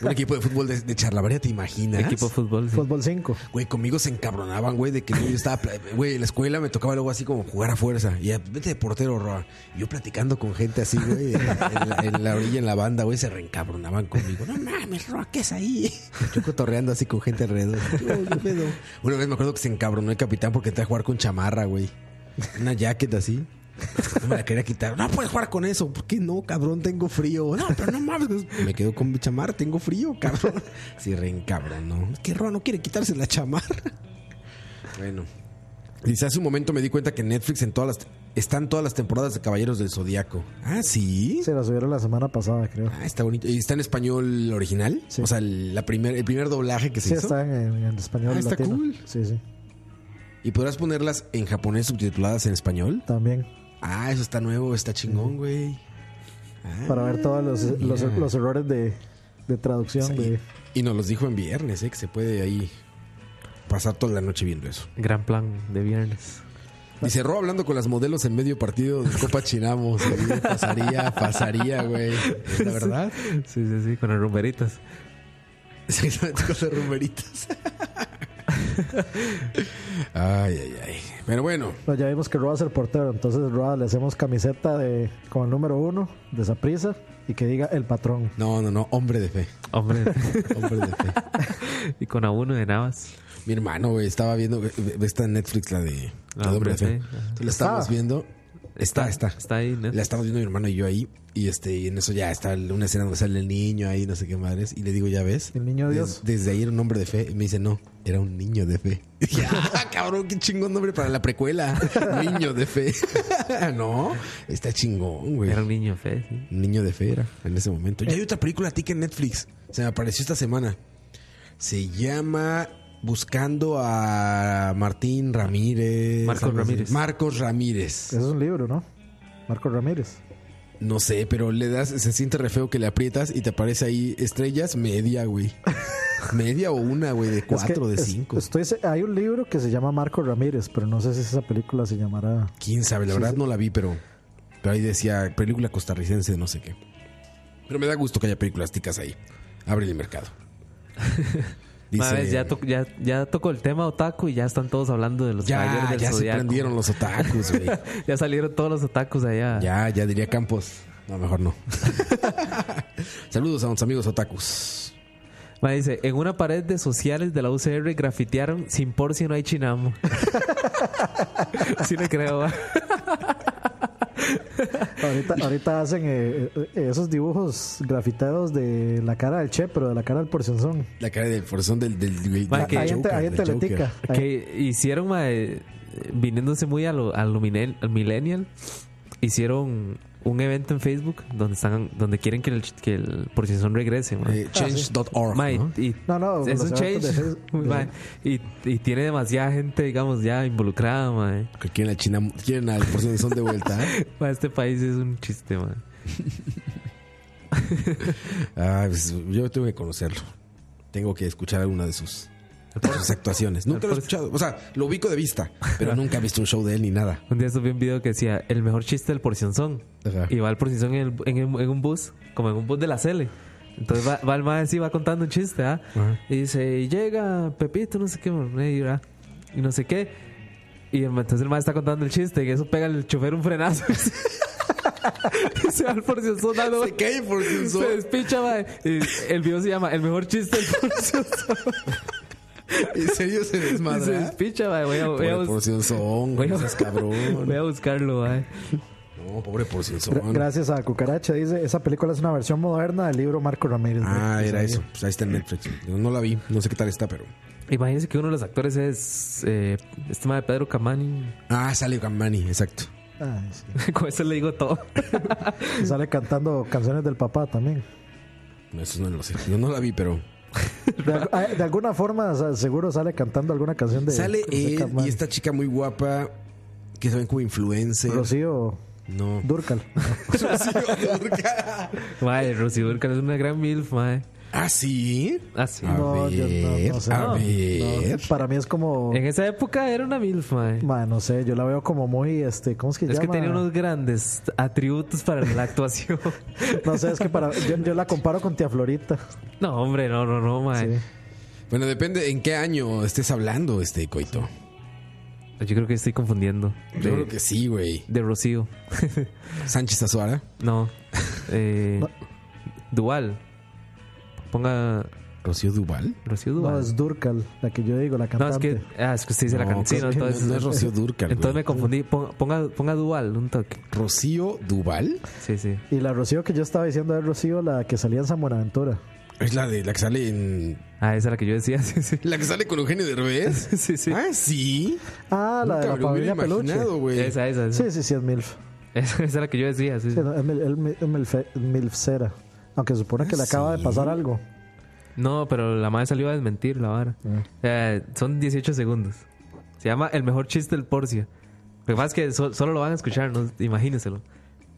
Un equipo de fútbol de, de Charlavaria, ¿te imaginas? Equipo de fútbol. sí. Fútbol 5. Güey, conmigo se encabronaban, güey, de que yo estaba. pla- Güey, en la escuela me tocaba luego así como jugar a fuerza. Y ya, vete de portero, Roa. Yo platicando con gente así, güey, en, en la, en la orilla, en la banda, güey, se reencabronaban conmigo. No mames, Roa, ¿qué es ahí? Yo cotorreando así con gente alrededor. Yo, yo pedo. Una vez me acuerdo que se encabronó el capitán porque entré a jugar con chamarra, güey. Una jacket así. No me la quería quitar. No puedes jugar con eso. ¿Por qué no, cabrón? Tengo frío. No, pero no mames. pues, Me quedo con mi chamarra. Tengo frío, cabrón. Sí, re cabrón, ¿no? Es que Roa no quiere quitarse la chamarra. Bueno. Dice, hace un momento me di cuenta que en Netflix en todas las están todas las temporadas de Caballeros del Zodíaco. Ah, sí. Se la subieron la semana pasada, creo. Ah, está bonito. ¿Y está en español original? Sí. O sea, el, la primer, el primer doblaje que se Sí, hizo. está en, en- en español Ah, está latino. cool. Sí, sí, ¿Y podrás ponerlas en japonés subtituladas en español? también. Ah, eso está nuevo, está chingón, güey. Para ver todos los, los, mira. los errores de, de traducción. de- Pues, Y nos los dijo en viernes, ¿eh? Que se puede ahí pasar toda la noche viendo eso. Gran plan de viernes. Dice Ro hablando con las modelos en medio partido de Copa Chinamos. Sí, pasaría, pasaría, güey. La verdad. Sí, sí, sí, con las rumberitas. Exactamente, con las rumberitas. Ay, ay, ay. Pero bueno, No, ya vimos que Roa es el portero, entonces Roa le hacemos camiseta de con el número uno de esa prisa y que diga el patrón. no, no, no, hombre de fe. Hombre, Hombre de fe. y con abono de Navas. Mi hermano, güey, estaba viendo, güey, ve- ve- está en Netflix la de, la de Hombre de Fe. Ah, Ajá. La estábamos Está. viendo. Está, está. Está ahí, ¿no? La estamos viendo mi hermano y yo ahí. Y este, y en eso ya está una escena donde sale el niño ahí, no sé qué madres. Y le digo, ya ves. El niño Des- Dios. desde ahí era un hombre de fe. Y me dice, no, era un niño de fe. Y dije, ah, cabrón, qué chingón nombre para la precuela. niño de fe. no, está chingón, güey. Era un niño fe, sí. Niño de fe era en ese momento. Y hay otra película tica en Netflix. Se me apareció esta semana. Se llama Buscando a Martín Ramírez. Marcos algo así. Ramírez. Marcos Ramírez. Eso es un libro, ¿no? Marco Ramírez. No sé, pero le das, se siente re feo que le aprietas y te aparece ahí estrellas media, güey. media o una, güey, de Es que cuatro, de es- cinco. estoy se- hay un libro que se llama Marco Ramírez, pero no sé si esa película se llamará. Quién sabe, la verdad no la vi, pero, pero ahí decía película costarricense, no sé qué. Pero me da gusto que haya películas ticas ahí. Abre el mercado. Ma, ves, ya, to- ya, ya tocó el tema otaku y ya están todos hablando de los Ya, caballeros del ya se Zodiaco. prendieron los otakus, güey. Ya salieron todos los otakus allá. ya, ya diría Campos. No, mejor no. Saludos a nuestros amigos otakus. Ma, dice, en una pared de sociales de la UCR grafitearon sin por si no hay chinamo. sí le creo. ma. Ahorita, ahorita hacen eh, eh, esos dibujos grafitados de la cara del Che, pero de la cara del porcionzón. Ah, La cara del forzón del, del, güey, Ma, del que- Ahí en, te- ahí en del Joker. Teletica. Ahí- Que hicieron, ma, eh, viniéndose muy a lo, a lo minel- al millennial, hicieron un evento en Facebook donde están donde quieren que el, que el porcionzón regrese. ma. Ah, Eh, Change.org. Ma, y- ¿no? y- No, no, es los un change. eventos de Facebook- ma, y, y tiene demasiada gente, digamos, ya involucrada, ma. eh. Que quieren al China, quieren al forzón de vuelta. ¿eh? Ma, Este país es un chiste, man. Ah, pues, yo tengo que conocerlo. Tengo que escuchar alguna de sus, de sus actuaciones. Nunca lo he escuchado. O sea, lo ubico de vista, pero nunca he visto un show de él ni nada. Un día subí un video que decía el mejor chiste del porcionzón. Ajá. Y va el porcionzón en, el- en, el- en un bus, como en un bus de la Cele. Entonces va, va el maestro y va contando un chiste, ¿ah? Y dice, y llega Pepito, no sé qué, morné, y va, y no sé qué. Y el ma- entonces el maestro está contando el chiste, y eso pega el chofer un frenazo. y se va el porcionzón dando. Se cae por Se despicha, mae. Y el video se llama El mejor chiste del porcionzón. En serio se Y se desmadra. despicha, mae. Voy a, voy a ¿eh? Pobre bus- porcionzón, güey. voy a- no seas cabrón. voy a buscarlo, mae. No, pobre gra- porcionzón. Gracias a Cucaracha, dice, esa película es una versión moderna del libro Marco Ramírez. Ah, Pues era ahí- eso. Pues ahí está en Netflix. Yo no la vi, no sé qué tal está, pero. Imagínense que uno de los actores es eh, este tema de Pedro Camani. Ah, sale Gamani, exacto. Ay, Ah, sí. Con eso le digo todo. Y Sale cantando canciones del papá también. No, Eso no lo sé. Yo no la vi, pero. De, al- ah, de alguna forma, o sea, seguro sale cantando alguna canción de. Sale de él Cartman. y esta chica muy guapa que se ven como influencer. Rocío No. Durcal. Rocío Durca. Mae, Rosy Durcal es una gran milf, mae. ¿Ah, sí? Así. Ah. No, yo no, no sé. A ver. No, para mí es como. En esa época era una milf, mae. ma, no sé, yo la veo como muy. este ¿Cómo es que Es que llama? tenía unos grandes atributos para la actuación. No sé, es que para. Yo, yo la comparo con Tía Florita. No, hombre, no, no, no, mae. Sí. Bueno, depende en qué año estés hablando, este coito. Yo creo que estoy confundiendo. Yo De, creo que sí, güey. de Rocío. Sánchez Azuara. no. Eh, Dual. Ponga Rocío Duval. Rocío Dual. No, es Durcal, la que yo digo, la No, es que, cantante. ah, es que usted dice la No, canción. Sí, no, creo que entonces, no es Rocío Durcal. entonces güey. me confundí. Ponga, ponga, ponga Dual, un toque. Rocío Duval Sí, sí. Y la Rocío que yo estaba diciendo es Rocío, la que salía en San Buenaventura. es la de la que sale en Ah, esa es la que yo decía. Sí, sí. la que sale con Eugenio Derbez. Sí, sí. Ah, sí. Ah, la Nunca me de la lo hubiera familia Peluche. imaginado, güey. Esa, esa, esa. Sí, sí, sí, es Milf. Esa, esa es la que yo decía. sí, sí. Sí, no, es mil- es mil- es milfe- Milfcera. Aunque se supone que Ah, le acaba de pasar algo. No, pero la madre salió a desmentir la vara. Eh, son 18 segundos. Se llama El mejor chiste del Porcia. Lo que pasa es que so- solo lo van a escuchar, no, imagínenselo.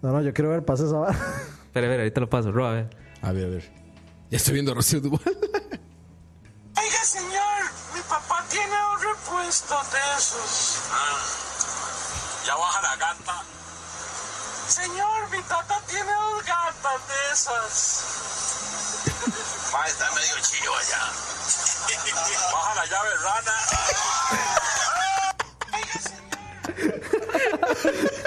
No, no, yo quiero ver, pasa esa vara. Pero, a ver, ahorita lo paso. Roa, a ver. A ver, a ver. Ya estoy viendo a Rocío Duval. Oiga, señor, mi papá tiene un repuesto de esos. Ah, Ya baja la gata. Señor, mi tata tiene dos gatas de esas. Va, está medio chillo allá. Baja la llave rana.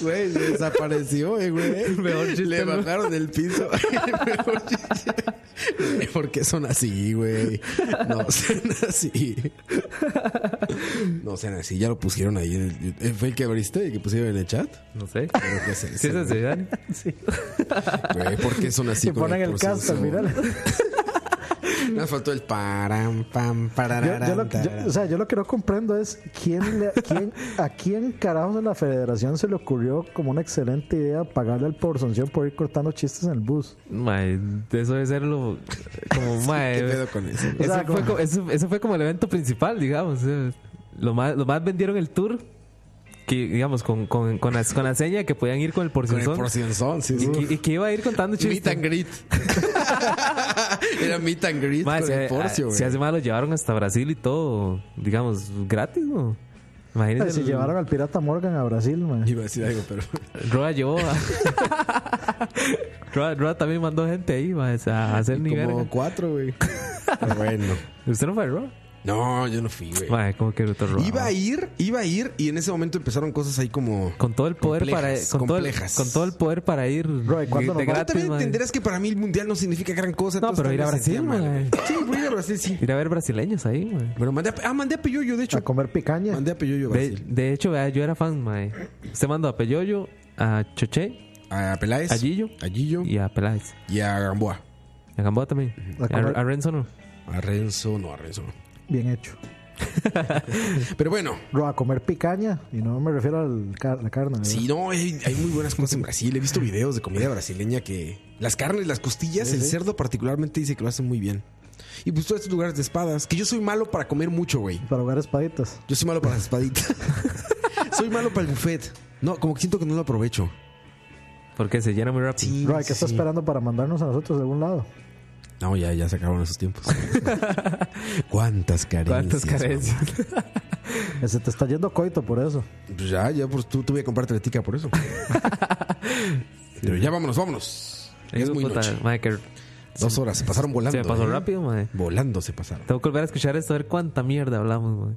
Güey, se desapareció, eh, güey. Mejor chiste, Le ¿no? bajaron del piso. Mejor chiste. Güey, ¿Por qué son así, güey? No sean así. No sean así. Ya lo pusieron ahí. en el- eh, ¿Fue el que abriste y que pusieron en el chat? No sé. Creo que es ese, ¿Sí es así, güey. Dan? Sí. Güey, ¿Por qué son así? y con ponen el cast proceso? al final. Nos faltó el param, pam, Yo, parararán, yo lo, yo- o sea, yo lo que no comprendo es quién le- quién, a quién carajos de la federación se le ocurrió como una excelente idea pagarle al Porzonción por ir cortando chistes en el bus. Mae, eso debe ser lo. Como, mae. ¿Qué pedo con eso? güey? Eso, O fue sea, como- como, eso, eso fue como el evento principal, digamos. eh. Lo más, lo más vendieron el tour, que digamos, con, con, con, la, con la seña que podían ir con el Con el porcenzón. porcienzón, sí. Y, que- y que iba a ir contando Meet chistes. and greet. Era meet and greet Mae, con si, el a- porcio, a- güey. si hace más lo llevaron hasta Brasil y todo, digamos, gratis, ¿no? Imagínense. Ay, se el- Pues, llevaron al pirata Morgan a Brasil, man. Iba a decir algo, pero... Roa llevó a. Roa, Roa también mandó gente ahí, mae, o sea, a hacer nivel. Como cuatro, güey. Pero bueno. ¿Usted no fue a Roa? No, yo no fui, güey. Mae, como que otro Roa. Iba a mae. ir, iba a ir y en ese momento empezaron cosas ahí como... Con todo el poder Complejas, para con todo, el, complejas. con todo el poder para ir. Roa, ¿y cuándo de nos vamos? Pero también mae. entenderás que para mí el mundial no significa gran cosa. No, entonces pero ir a me sentía Brasil, mal, güey. güey. Sí, voy a ir a Brasil, sí. Ir a ver brasileños ahí, mae. Pero mandé a, ah, mandé a Peyoyo, de hecho. A comer picaña. Mandé a Peyoyo a De, Brasil. de hecho, vea, yo era fan, mae. Usted mandó a Peyoyo, a Choche A Peláez. A Gillo. A Gillo. y a Peláez. Y a Gamboa. A Gamboa también. A A, comer- a Renzo no. A Renzo, no, a Renzo. no. Bien hecho. Pero bueno, Ro, a comer picaña. Y no me refiero a la carne. sí, no, hay, hay muy buenas cosas en Brasil. He visto videos de comida brasileña que. Las carnes, las costillas, el cerdo particularmente dice que lo hacen muy bien. Y pues todos estos lugares de espadas, que yo soy malo para comer mucho, güey. Para jugar espaditas. Yo soy malo para las espaditas. soy malo para el buffet. No, como que siento que no lo aprovecho. Porque se llena muy rápido. Sí, Ro, ¿qué está sí. esperando para mandarnos a nosotros de algún lado? No, ya, ya se acabaron esos tiempos. ¿Cuántas carencias? ¿Cuántas carencias? Eh, Se te está yendo coito por eso. mamá? Pues ya, ya, pues tú tuve que comprar teletica por eso. Pero ya vámonos, vámonos. Es Hijo muy puta, noche. mae, que- Dos horas, se pasaron volando. se me pasó ¿eh? rápido, mae. Volando se pasaron. Tengo que volver a escuchar esto, a ver cuánta mierda hablamos,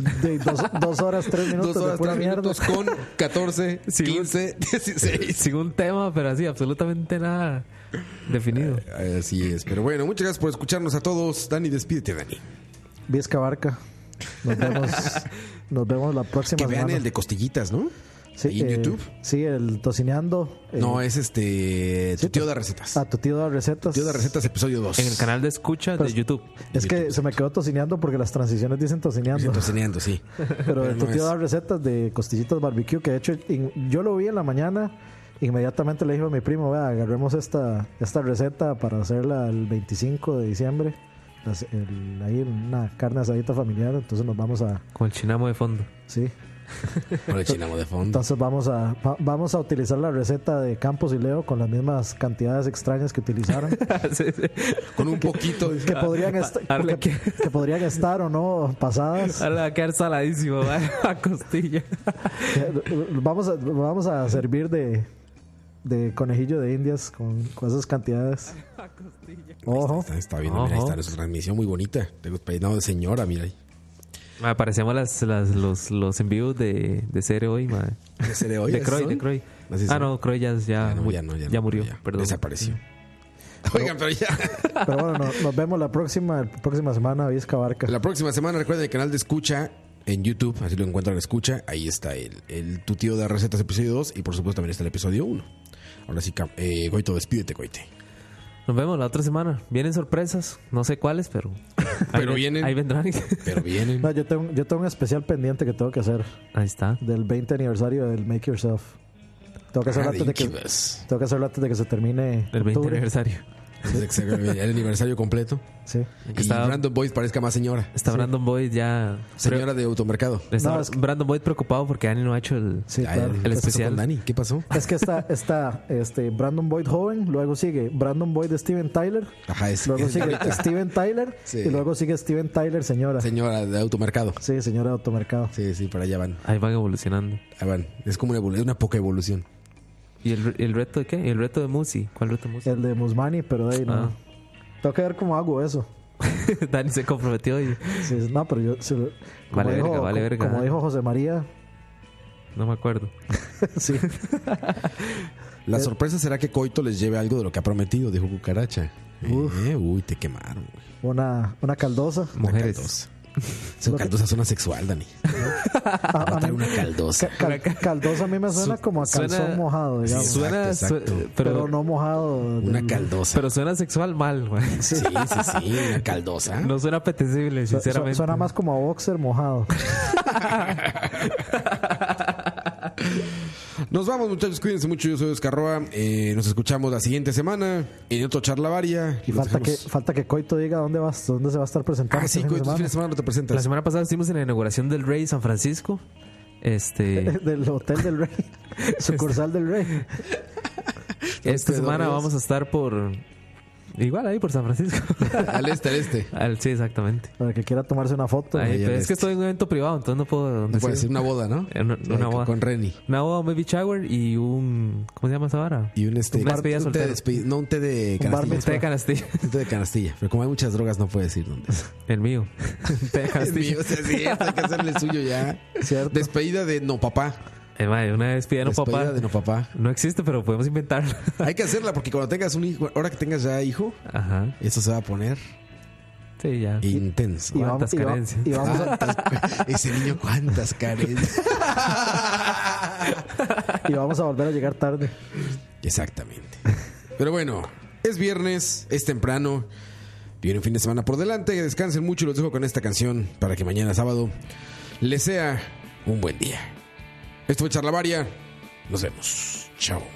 mae. De dos, dos horas, tres minutos Dos horas, de pura tres mierda. minutos con 14, Sí, 15, 16. Sin un tema, pero así, absolutamente nada definido. Eh, Así es, pero bueno, muchas gracias por escucharnos a todos. Dani, despídete, Dani. Viesca Barca. Nos vemos, nos vemos la próxima Que vean semana. el de costillitas, ¿no? Sí, Ahí en eh, YouTube. Sí, el tocineando. eh, No, es este. sí, Tu tío to- de recetas. Ah, tu tío da recetas. Tío de recetas, episodio 2. En el canal de escucha de Pues- YouTube. Es que se me quedó tocineando porque las transiciones dicen tocineando. Tocineando, sí. Pero Pero tu no tío es. da recetas de costillitas barbecue que de hecho in- yo lo vi en la mañana. Inmediatamente le dije a mi primo, vea, agarremos esta, esta receta para hacerla el 25 de diciembre. Las- el- ahí una carne asadita familiar, entonces nos vamos a... Con el chinamo de fondo. Sí, Con el chinamo de fondo. entonces vamos a, va- vamos a utilizar la receta de Campos y Leo con las mismas cantidades extrañas que utilizaron. Sí, sí. Con un poquito. de- que, podrían est- Arle- que, que podrían estar o no pasadas. Ahora le va a quedar saladísimo, mae, a costilla. Eh, Vamos a, vamos a servir de, de conejillo de indias con, con esas cantidades. Ojo. Está, está viendo, mira, ahí está Ojo. nuestra transmisión muy bonita. Tengo peinado de señora, mira ahí. Me parecemos las, las- los, los envíos de, de Cere hoy, mae. ¿Qué se le oye? De Croy, ¿Son? de Croy. Así Ah, son. no, Croy ya, ya, Ya no, mu- ya no, ya, ya no, murió, ya. perdón. Desapareció. Oigan, pero ya. Pero bueno, no- nos vemos la próxima, la próxima semana, Viesca Barca. La próxima semana recuerden el canal de escucha en YouTube, así lo encuentran escucha, ahí está el, el tu tío de recetas episodio 2 y por supuesto también está el episodio 1. Ahora sí, Cam- eh, Goito, despídete, Goite. Nos vemos la otra semana. Vienen sorpresas, no sé cuáles, pero. Pero ven- vienen. Ahí vendrán. Pero vienen. No, yo tengo, yo tengo un especial pendiente que tengo que hacer ahí está. del 20 aniversario del Make Yourself. Tengo que hacerlo Ah, de antes de que, Incubus. tengo que, hacerlo antes de que se termine El 20 octubre. aniversario. El aniversario completo. Sí. Que Estaba- Brandon Boyd parezca más señora. Está Brandon Boyd ya. Señora de automercado. Está No, es que- Brandon Boyd preocupado porque Dani no ha hecho el. Sí, Ay, claro. ¿qué El pasó especial. con Dani? ¿Qué pasó? Es que está, está este, Brandon Boyd joven, luego sigue Brandon Boyd de Steven Tyler, Ajá, es, luego es sigue ahorita. Steven Tyler Sí. y luego sigue Steven Tyler señora. Señora de automercado. Sí, señora de automercado. Sí, sí, para allá van. Ahí van evolucionando. Ahí van. Es como una, evolu- una poca evolución. ¿Y el, el reto de qué? ¿El reto de Musi? ¿Cuál reto de Musi? El de Musmani, pero de ahí no. Ah. Tengo que ver cómo hago eso. Dani se comprometió y. Sí, no, pero yo. se lo- como Vale verga, vale como- verga. Como dijo José María, No me acuerdo. sí. La sorpresa será que Coito les lleve algo de lo que ha prometido, dijo Cucaracha. Eh, uy, te quemaron. güey. Una, una caldosa. Una Mujeres. caldosa. Es una caldosa zona sexual, Dani. A- a Trae mí- una caldosa. ca- cal- caldosa a mí me suena Su- como a calzón suena- mojado, digamos. Exacto, Suena. su- exacto. pero, pero, no mojado. Una del- caldosa. pero suena sexual mal, güey. Sí, sí, sí, una caldosa. No suena apetecible, su- su- sinceramente. Suena más como a boxer mojado. Nos vamos, muchachos. Cuídense mucho. Yo soy Oscar Roa. Eh, nos escuchamos la siguiente semana en otro charla varia. Y Nos falta que, dejamos- falta que Coito diga dónde vas, dónde se va a estar presentando. Ah, este sí, fin de Coito, este fin de semana. semana no te La presentas. semana pasada estuvimos en la inauguración del Rey San Francisco. Este, del Hotel del Rey, sucursal del Rey. esta semana vamos a estar por igual ahí por San Francisco. Al este, al este. Al- sí, exactamente. Para el que quiera tomarse una foto. Ahí, ahí pero al es que este. estoy en un evento privado, entonces no puedo No decir. puede ser una boda, ¿no? Eh, una- una Eh, boda. Con Renny. Una boda, un baby shower y un ¿cómo se llama esa vara? Y un este. Una despedida un té de soltera. despe- No, un té de Un bar canastilla. Té de canastilla. Un té de canastilla. Pero como hay muchas drogas, no puede decir dónde es. El mío. Té de Es canastilla. mío, sí, es cierto, hay que hacerle el suyo ya. Cierto. Despedida de no papá. Eh, madre, una despedida no Despedida papá. de no papá. No existe, pero podemos inventarla. Hay que hacerla porque cuando tengas un hijo, ahora que tengas ya hijo, Ajá. eso se va a poner Sí, ya. intenso. Y cuántas vamos, y va- carencias. y vamos a, ¿Cuántas- ese niño, cuántas carencias. y vamos a volver a llegar tarde. Exactamente. Pero bueno, es viernes, es temprano. Viene un fin de semana por delante. Descansen mucho y los dejo con esta canción para que mañana sábado les sea un buen día. Esto fue Charlavaria. Nos vemos. Chao.